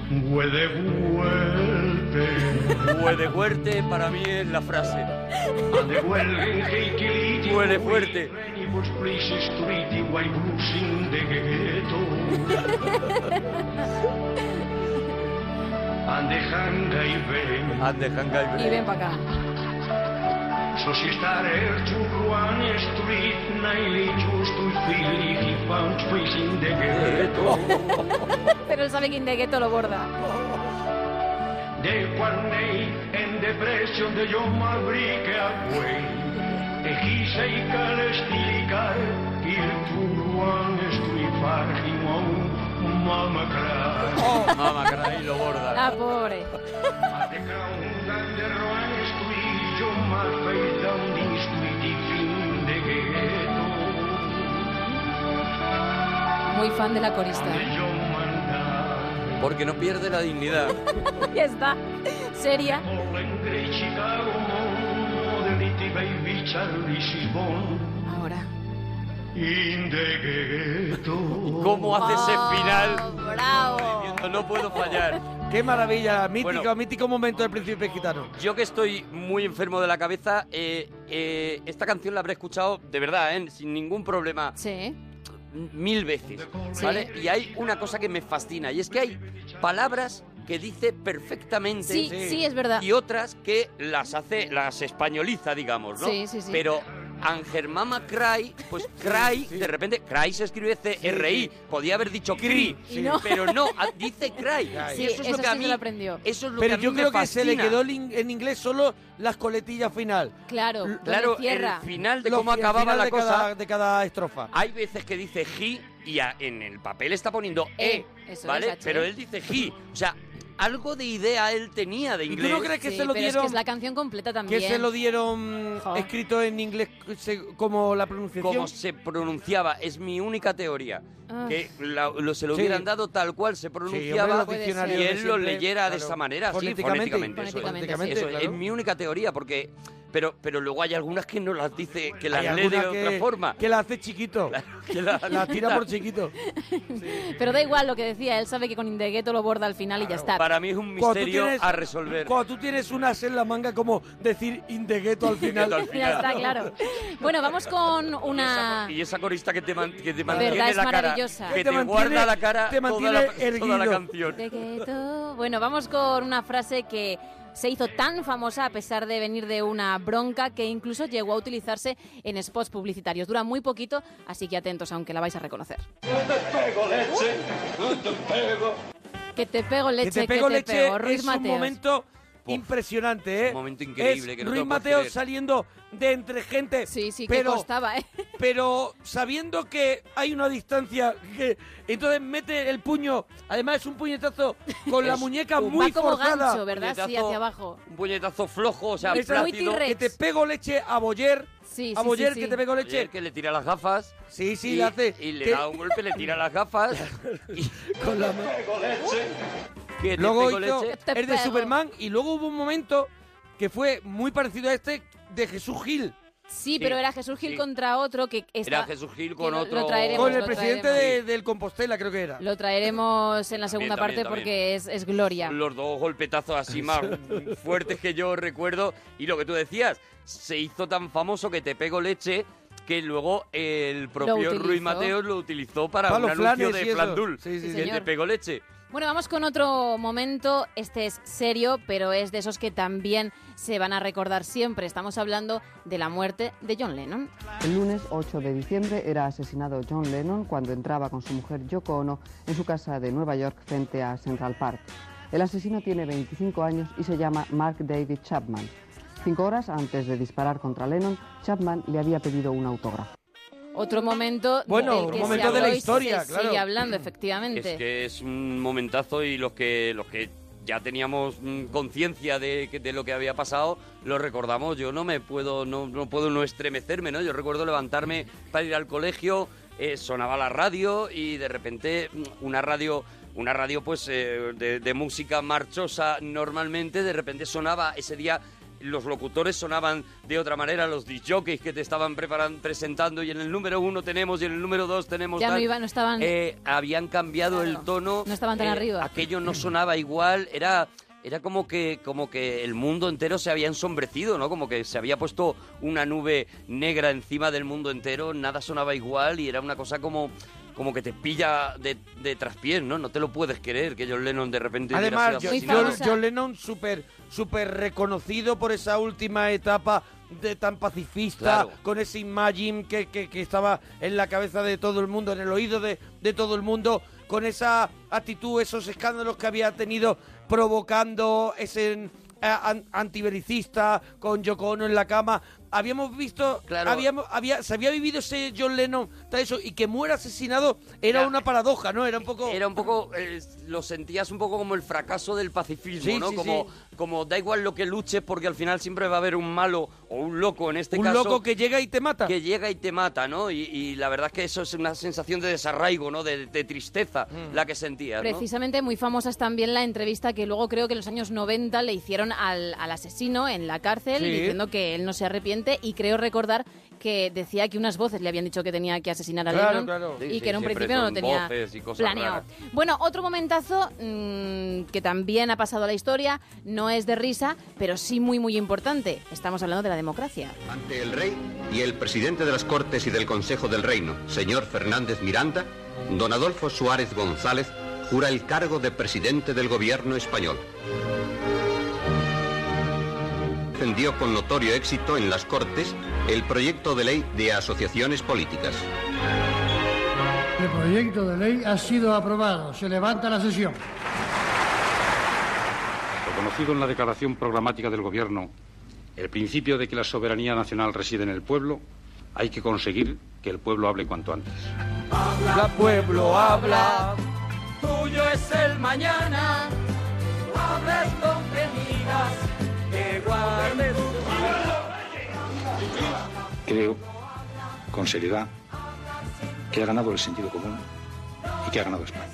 S1: Puede vuelte.
S6: Puede fuerte para mí es la frase.
S1: Puede vuelte.
S6: Huele fuerte.
S1: And the hanga y ven.
S6: And the hanga
S7: Y ven para acá.
S1: So she started to run a street, Nile just to feel if he found space in the ghetto.
S7: Pero él sabe que Indegueto lo borda.
S1: They were made in depression, the young man break away. And he say, Call still call, here to run a street for him on Mama cry.
S23: Oh,
S6: Mamá, caray, lo borda.
S7: Ah, pobre. Muy fan de la corista.
S6: Porque no pierde la dignidad.
S7: Ya está. Seria. Ahora.
S6: ¿Cómo hace ese final?
S7: ¡Bravo!
S6: Diciendo, no puedo fallar.
S3: Qué maravilla, mítico,
S6: Bueno.
S3: mítico momento del príncipe gitano.
S6: Yo que estoy muy enfermo de la cabeza, eh, eh, esta canción la habré escuchado de verdad, ¿eh? sin ningún problema,
S7: Sí.
S6: mil veces. ¿vale? Y hay una cosa que me fascina, y es que hay palabras que dice perfectamente
S7: Sí, sí, sí, es verdad.
S6: y otras que las hace, las españoliza, digamos, ¿no?
S7: Sí, sí, sí.
S6: Pero Anger Mama Cry, pues Cry, de repente, Cry se escribe C-R-I, podía haber dicho Cri,
S7: Y no.
S6: pero no, a- dice Cry.
S7: Sí,
S6: y eso es lo
S7: sí
S6: que a
S7: se
S6: mí...
S7: lo aprendió.
S6: Eso es lo
S3: Pero
S6: que a mí
S3: yo
S6: me
S3: creo que se le
S6: fascina.
S3: quedó el in- en inglés solo las coletillas final.
S7: Claro,
S3: L-
S7: claro, cierra.
S6: el final de
S3: Lo-
S6: cómo
S3: el
S6: acababa
S3: final
S6: la
S3: de
S6: cosa.
S3: cada- de cada estrofa.
S6: Hay veces que dice he y a- en el papel está poniendo e,
S7: E, eso
S6: ¿vale?
S7: es, H. eh.
S6: Pero él dice he. O sea, algo de idea él tenía de inglés.
S7: Sí, pero Es que es la canción completa
S3: Que
S7: también.
S3: se lo dieron
S7: Jo.
S3: escrito en inglés se- como la pronunciación.
S6: Como se pronunciaba, es mi única teoría.
S3: Ah.
S6: Que la- lo, se lo
S3: Sí.
S6: hubieran dado tal cual se
S3: hombre,
S6: pronunciaba
S3: los Puede diccionarios
S6: y
S3: de
S6: él lo
S3: siempre,
S6: leyera de
S3: claro.
S6: esa manera, sí,
S3: Fonéticamente.
S6: fonéticamente. eso es.
S3: Fonéticamente,
S6: Eso es,
S3: claro.
S6: es mi única teoría, porque. Pero, pero luego hay algunas que no las dice, que las
S3: Hay
S6: lee de
S3: alguna
S6: otra
S3: que-
S6: forma.
S3: Que la hace chiquito.
S6: que la-
S3: la tira por chiquito.
S7: Pero da igual lo que decía, él sabe que con Indegueto lo borda al final y ya está.
S6: Para mí es un
S3: Cuando tú
S6: misterio
S3: tienes-
S6: a resolver.
S3: Cuando tú tienes una en la manga como decir indegueto al final.
S6: al final.
S7: Ya está, claro. Bueno, vamos con una...
S6: Y esa corista que te, man- que te
S7: verdad,
S6: mantiene
S7: es
S6: la cara,
S7: maravillosa.
S6: que te,
S7: Que te mantiene-
S6: guarda la cara
S3: te
S6: toda, la,
S3: mantiene
S6: toda la
S3: erguido.
S6: canción.
S7: De que tú- Bueno, vamos con una frase que se hizo tan famosa a pesar de venir de una bronca que incluso llegó a utilizarse en spots publicitarios. Dura muy poquito, así que atentos, aunque la vais a reconocer.
S1: No te pego leche, no te pego.
S7: Que te pego
S3: Que
S7: leche,
S3: te pego leche
S7: Ruiz
S3: es un
S7: Mateos.
S3: momento impresionante, ¿eh? Un momento
S6: increíble que no te
S3: Ruiz
S6: lo puedes
S3: Mateo
S6: creer.
S3: saliendo de entre gente. Sí,
S7: sí, que
S3: pero,
S7: costaba, ¿eh?
S3: Pero sabiendo que hay una distancia, que, entonces mete el puño. Además es un puñetazo con la
S6: Es
S3: muñeca
S6: un-
S3: muy
S6: va como
S3: forzada.
S6: gancho, ¿verdad? Sí,
S7: hacia abajo.
S6: Un puñetazo flojo, o sea,
S3: Es
S6: plácido.
S3: que te pego leche a Boyer.
S7: Sí,
S3: a
S6: sí,
S3: Boyer,
S6: sí,
S3: que
S6: sí.
S3: te pego leche.
S6: Boyer que le tira las gafas.
S3: Sí, sí,
S6: y,
S3: le hace-
S6: Y le
S3: que-
S6: da un golpe, le tira las gafas.
S3: Con la mano.
S6: Que te
S3: Luego
S6: pego
S3: hizo
S6: leche.
S7: Este
S3: el de Superman y luego hubo un momento que fue muy parecido a este de Jesús Gil.
S7: Sí, pero era Jesús Gil contra otro que está...
S6: Era Jesús Gil
S7: que
S6: con
S7: lo- lo
S6: otro...
S7: traeremos,
S3: Con el
S7: lo
S3: presidente
S7: traeremos.
S3: de- del Compostela, creo que era.
S7: Lo traeremos en la segunda
S6: también,
S7: parte
S6: también.
S7: porque es, es gloria.
S6: Los dos golpetazos así más fuertes que yo recuerdo. Y lo que tú decías, se hizo tan famoso que te pego leche que luego el propio
S7: utilizó.
S6: Ruiz Mateos lo utilizó para
S3: Para
S6: un
S3: los flanes
S6: anuncio
S3: y
S6: de
S3: eso.
S6: Flandul.
S3: Sí, sí, Sí,
S6: que
S3: señor.
S6: te pego leche.
S7: Bueno, vamos con otro momento. Este es serio, pero es de esos que también se van a recordar siempre. Estamos hablando de la muerte de John Lennon.
S1: El lunes 8 de diciembre era asesinado John Lennon cuando entraba con su mujer Yoko Ono en su casa de Nueva York frente a Central Park. El asesino tiene 25 años y se llama Mark David Chapman. Cinco horas antes de disparar contra Lennon, Chapman le había pedido un autógrafo.
S7: Otro momento
S3: Bueno,
S7: del
S3: un
S7: que
S3: momento
S7: se habló
S3: de la
S7: y
S3: historia,
S7: se
S3: claro.
S7: sigue hablando, efectivamente.
S6: Es que es un momentazo y los que los que ya teníamos mm, conciencia de, que- de lo que había pasado, lo recordamos. Yo no me puedo no, no puedo no estremecerme, ¿no? Yo recuerdo levantarme para ir al colegio, eh, sonaba la radio y de repente mm, una radio una radio pues eh, de, de música marchosa normalmente, de repente sonaba ese día los locutores sonaban de otra manera, los disjockeys que te estaban preparando, presentando y en el número uno tenemos y en el número dos tenemos...
S7: Ya no
S6: tal.
S7: iban, no estaban-
S6: Eh, habían cambiado el tono.
S7: No estaban tan
S6: eh,
S7: arriba.
S6: Aquello no sonaba igual, era... Era como que, como que el mundo entero se había ensombrecido, ¿no? Como que se había puesto una nube negra encima del mundo entero, nada sonaba igual y era una cosa como, como que te pilla de, de traspiés, ¿no? No te lo puedes creer que John Lennon de repente hubiera
S3: Además,
S6: sido
S3: John,
S6: asesinado.
S3: John- John Lennon súper súper reconocido por esa última etapa de tan pacifista,
S6: Claro.
S3: con ese Imagine que, que- que estaba en la cabeza de todo el mundo, en el oído de, de todo el mundo, con esa actitud, esos escándalos que había tenido provocando ese eh, an- antibelicista con Yoko Ono en la cama. Habíamos visto, habíamos, había, se había vivido ese John Lennon, tal eso, y que muera asesinado era una paradoja, ¿no? Era un poco...
S6: Era un poco, eh, lo sentías un poco como el fracaso del pacifismo,
S3: Sí,
S6: ¿no?
S3: sí,
S6: como, como da igual lo que luches porque al final siempre va a haber un malo o un loco en este
S3: Un
S6: caso.
S3: loco que llega y te mata.
S6: Que llega y te mata, ¿no? Y, y la verdad es que eso es una sensación de desarraigo, ¿no? De, de tristeza
S3: Mm.
S6: la que sentías, ¿no?
S7: Precisamente muy famosas también la entrevista que luego creo que en los años 90 le hicieron al, al asesino en la cárcel
S6: Sí.
S7: diciendo que él no se arrepiente y creo recordar que decía que unas voces le habían dicho que tenía que asesinar a
S6: Claro,
S7: Lennon
S6: claro.
S7: y
S6: Sí,
S7: que en un
S6: siempre
S7: principio no lo
S6: son
S7: tenía
S6: voces y cosas
S7: planeado.
S6: raras.
S7: Bueno, otro momentazo mm, que también ha pasado a la historia, no es de risa, pero sí muy muy importante. Estamos hablando de la democracia.
S19: Ante el rey y el presidente de las Cortes y del Consejo del Reino, señor Fernández Miranda, don Adolfo Suárez González jura el cargo de presidente del gobierno español. Defendió con notorio éxito en las Cortes el proyecto de ley de asociaciones políticas.
S17: El proyecto de ley ha sido aprobado. Se levanta la sesión.
S18: Reconocido en la declaración programática del Gobierno el principio de que la soberanía nacional reside en el pueblo, hay que conseguir que el pueblo hable cuanto antes.
S3: Habla pueblo, habla.
S20: Tuyo es el mañana. Hables con temidas que guardes
S18: Creo, con seriedad, que ha ganado el sentido común y que ha ganado España.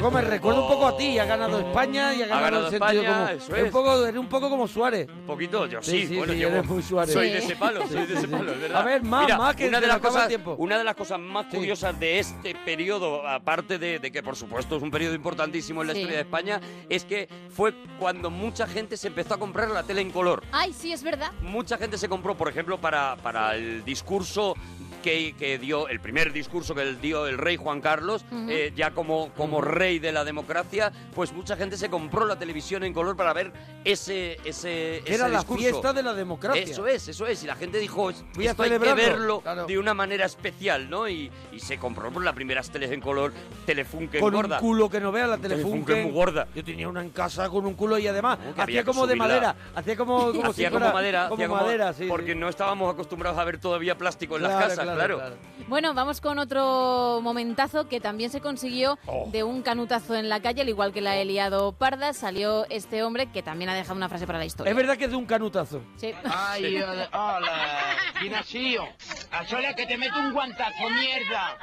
S3: Como me recuerda un poco a ti, ha ganado España y ha ganado,
S6: ganado
S3: el sentido
S6: España,
S3: común.
S6: eso
S3: Es
S6: es.
S3: un poco, eres un poco como Suárez.
S6: Un poquito, yo sí,
S3: Sí, sí,
S6: bueno,
S3: sí,
S6: yo
S3: eres muy Suárez.
S6: soy de
S3: Sí.
S6: ese palo, soy de ese palo, es verdad.
S3: A ver, más,
S6: Mira,
S3: más, que
S6: una
S3: se
S6: de
S3: nos
S6: las
S3: acaba el
S6: cosas,
S3: tiempo.
S6: una de las cosas más curiosas de este periodo, aparte de, de que por supuesto es un periodo importantísimo en la
S7: Sí.
S6: historia de España, es que fue cuando mucha gente se empezó a comprar la tele en color.
S7: Ay, sí, es verdad.
S6: Mucha gente se compró, por ejemplo, para, para el discurso que, que dio, el primer discurso que dio el rey Juan Carlos,
S7: Ujú.
S6: eh, ya como, como rey de la democracia, pues mucha gente se compró la televisión en color para ver ese, ese, ese
S3: Era la
S6: discurso.
S3: fiesta de la democracia.
S6: Eso es, eso es. Y la gente dijo, "Es-
S3: Voy a
S6: esto hay que
S3: celebrarlo".
S6: verlo de una manera especial, ¿no? Y, y se compró por las primeras teles en color, Telefunken
S3: Con
S6: gorda.
S3: un culo que no vea la
S6: Telefunken
S3: Telefunken.
S6: muy gorda.
S3: Yo tenía una en casa con un culo y además
S6: había
S3: hacía
S6: que
S3: como de
S6: subirla.
S3: madera. Hacía como, como si
S6: hacía como
S3: fuera-
S6: madera,
S3: como
S6: hacía como-
S3: madera, sí,
S6: porque
S3: sí.
S6: no estábamos acostumbrados a ver todavía plástico en las
S3: Claro,
S6: casas,
S3: claro,
S6: claro.
S3: claro.
S7: Bueno, vamos con otro momentazo que también se consiguió
S6: Oh.
S7: de un canutazo en la calle, al igual que la he liado parda, salió este hombre que también ha dejado una frase para la historia.
S3: Es verdad que es de un canutazo.
S7: Sí.
S23: Ay, hola, hola. ¿Quién has sido? A Sole, que te meto un guantazo, mierda.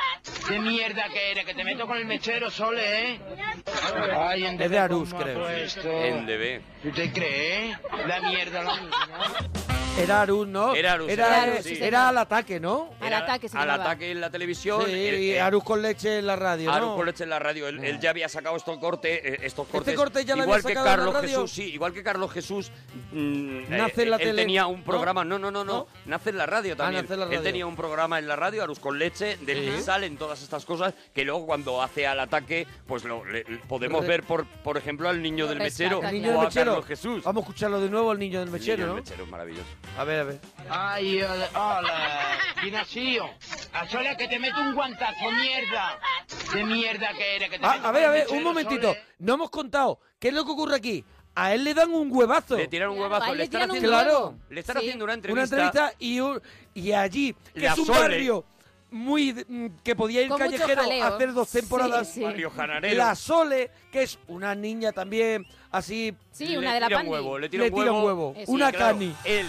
S23: ¿Qué mierda que eres? Que te meto con el mechero, Sole, ¿eh? Ay, en
S3: Es de Arús, creo.
S23: esto.
S6: En DB.
S23: ¿Tú te crees? La mierda, la
S3: Era Arun, ¿no?
S6: Era Arus,
S3: Era,
S6: era Arus, sí.
S3: era al ataque, ¿no?
S7: Al ataque se
S6: al
S7: llamaba.
S6: ataque en la televisión.
S3: Sí,
S6: el-
S3: y
S6: el-
S3: Arus con leche en la radio,
S6: Arus
S3: ¿no? Ah.
S6: con leche en la radio. Él, él ya había sacado estos cortes, eh, estos cortes.
S3: corte Este ya lo
S6: igual
S3: había
S6: que
S3: sacado en la
S6: Carlos
S3: radio?
S6: Jesús, sí, igual que Carlos Jesús. mm,
S3: Nace en la
S6: él
S3: tele,
S6: tenía un
S3: ¿no? Ah,
S6: programa, no, no, no, no, nace en la radio también.
S3: nace en la radio.
S6: Él tenía un programa en la radio, Arus con leche, del que salen todas estas cosas que luego cuando hace al ataque, pues lo le- podemos
S3: Re-
S6: ver por, por ejemplo al niño del mechero
S3: El niño
S6: o
S3: del
S6: a
S3: mechero.
S6: Carlos Jesús.
S3: Vamos a escucharlo de nuevo, el niño del
S6: El niño
S3: mechero,
S6: del
S3: ¿no?
S6: mechero es maravilloso.
S3: A ver, a ver.
S23: Ay, hola, hola, Ignacio. Achola, que te meto un guantazo, mierda. De mierda que eres, que te
S3: Ah,
S23: meto
S3: a
S23: con
S3: ver,
S23: el
S3: a ver,
S23: mechero,
S3: un momentito.
S6: eh.
S23: Sole.
S3: No hemos contado. ¿Qué es lo que ocurre aquí? A él le dan un huevazo.
S6: Le tiran un Claro, huevazo, a él le le están tiran un haciendo-
S3: claro.
S6: le están Sí. haciendo una entrevista.
S3: Una entrevista y, un- y allí, que
S6: La
S3: es un
S6: Sole.
S3: barrio muy de- mm, que podía ir
S6: Con mucho
S3: callejero
S6: jaleo.
S3: a hacer dos
S6: Sí,
S3: temporadas.
S6: sí. Barrio jananero.
S3: La Sole, que es una niña también así.
S7: Sí, una de la
S6: tira un
S7: pandi.
S6: Eh, huevo, le tira un huevo.
S3: Una cani.
S6: Él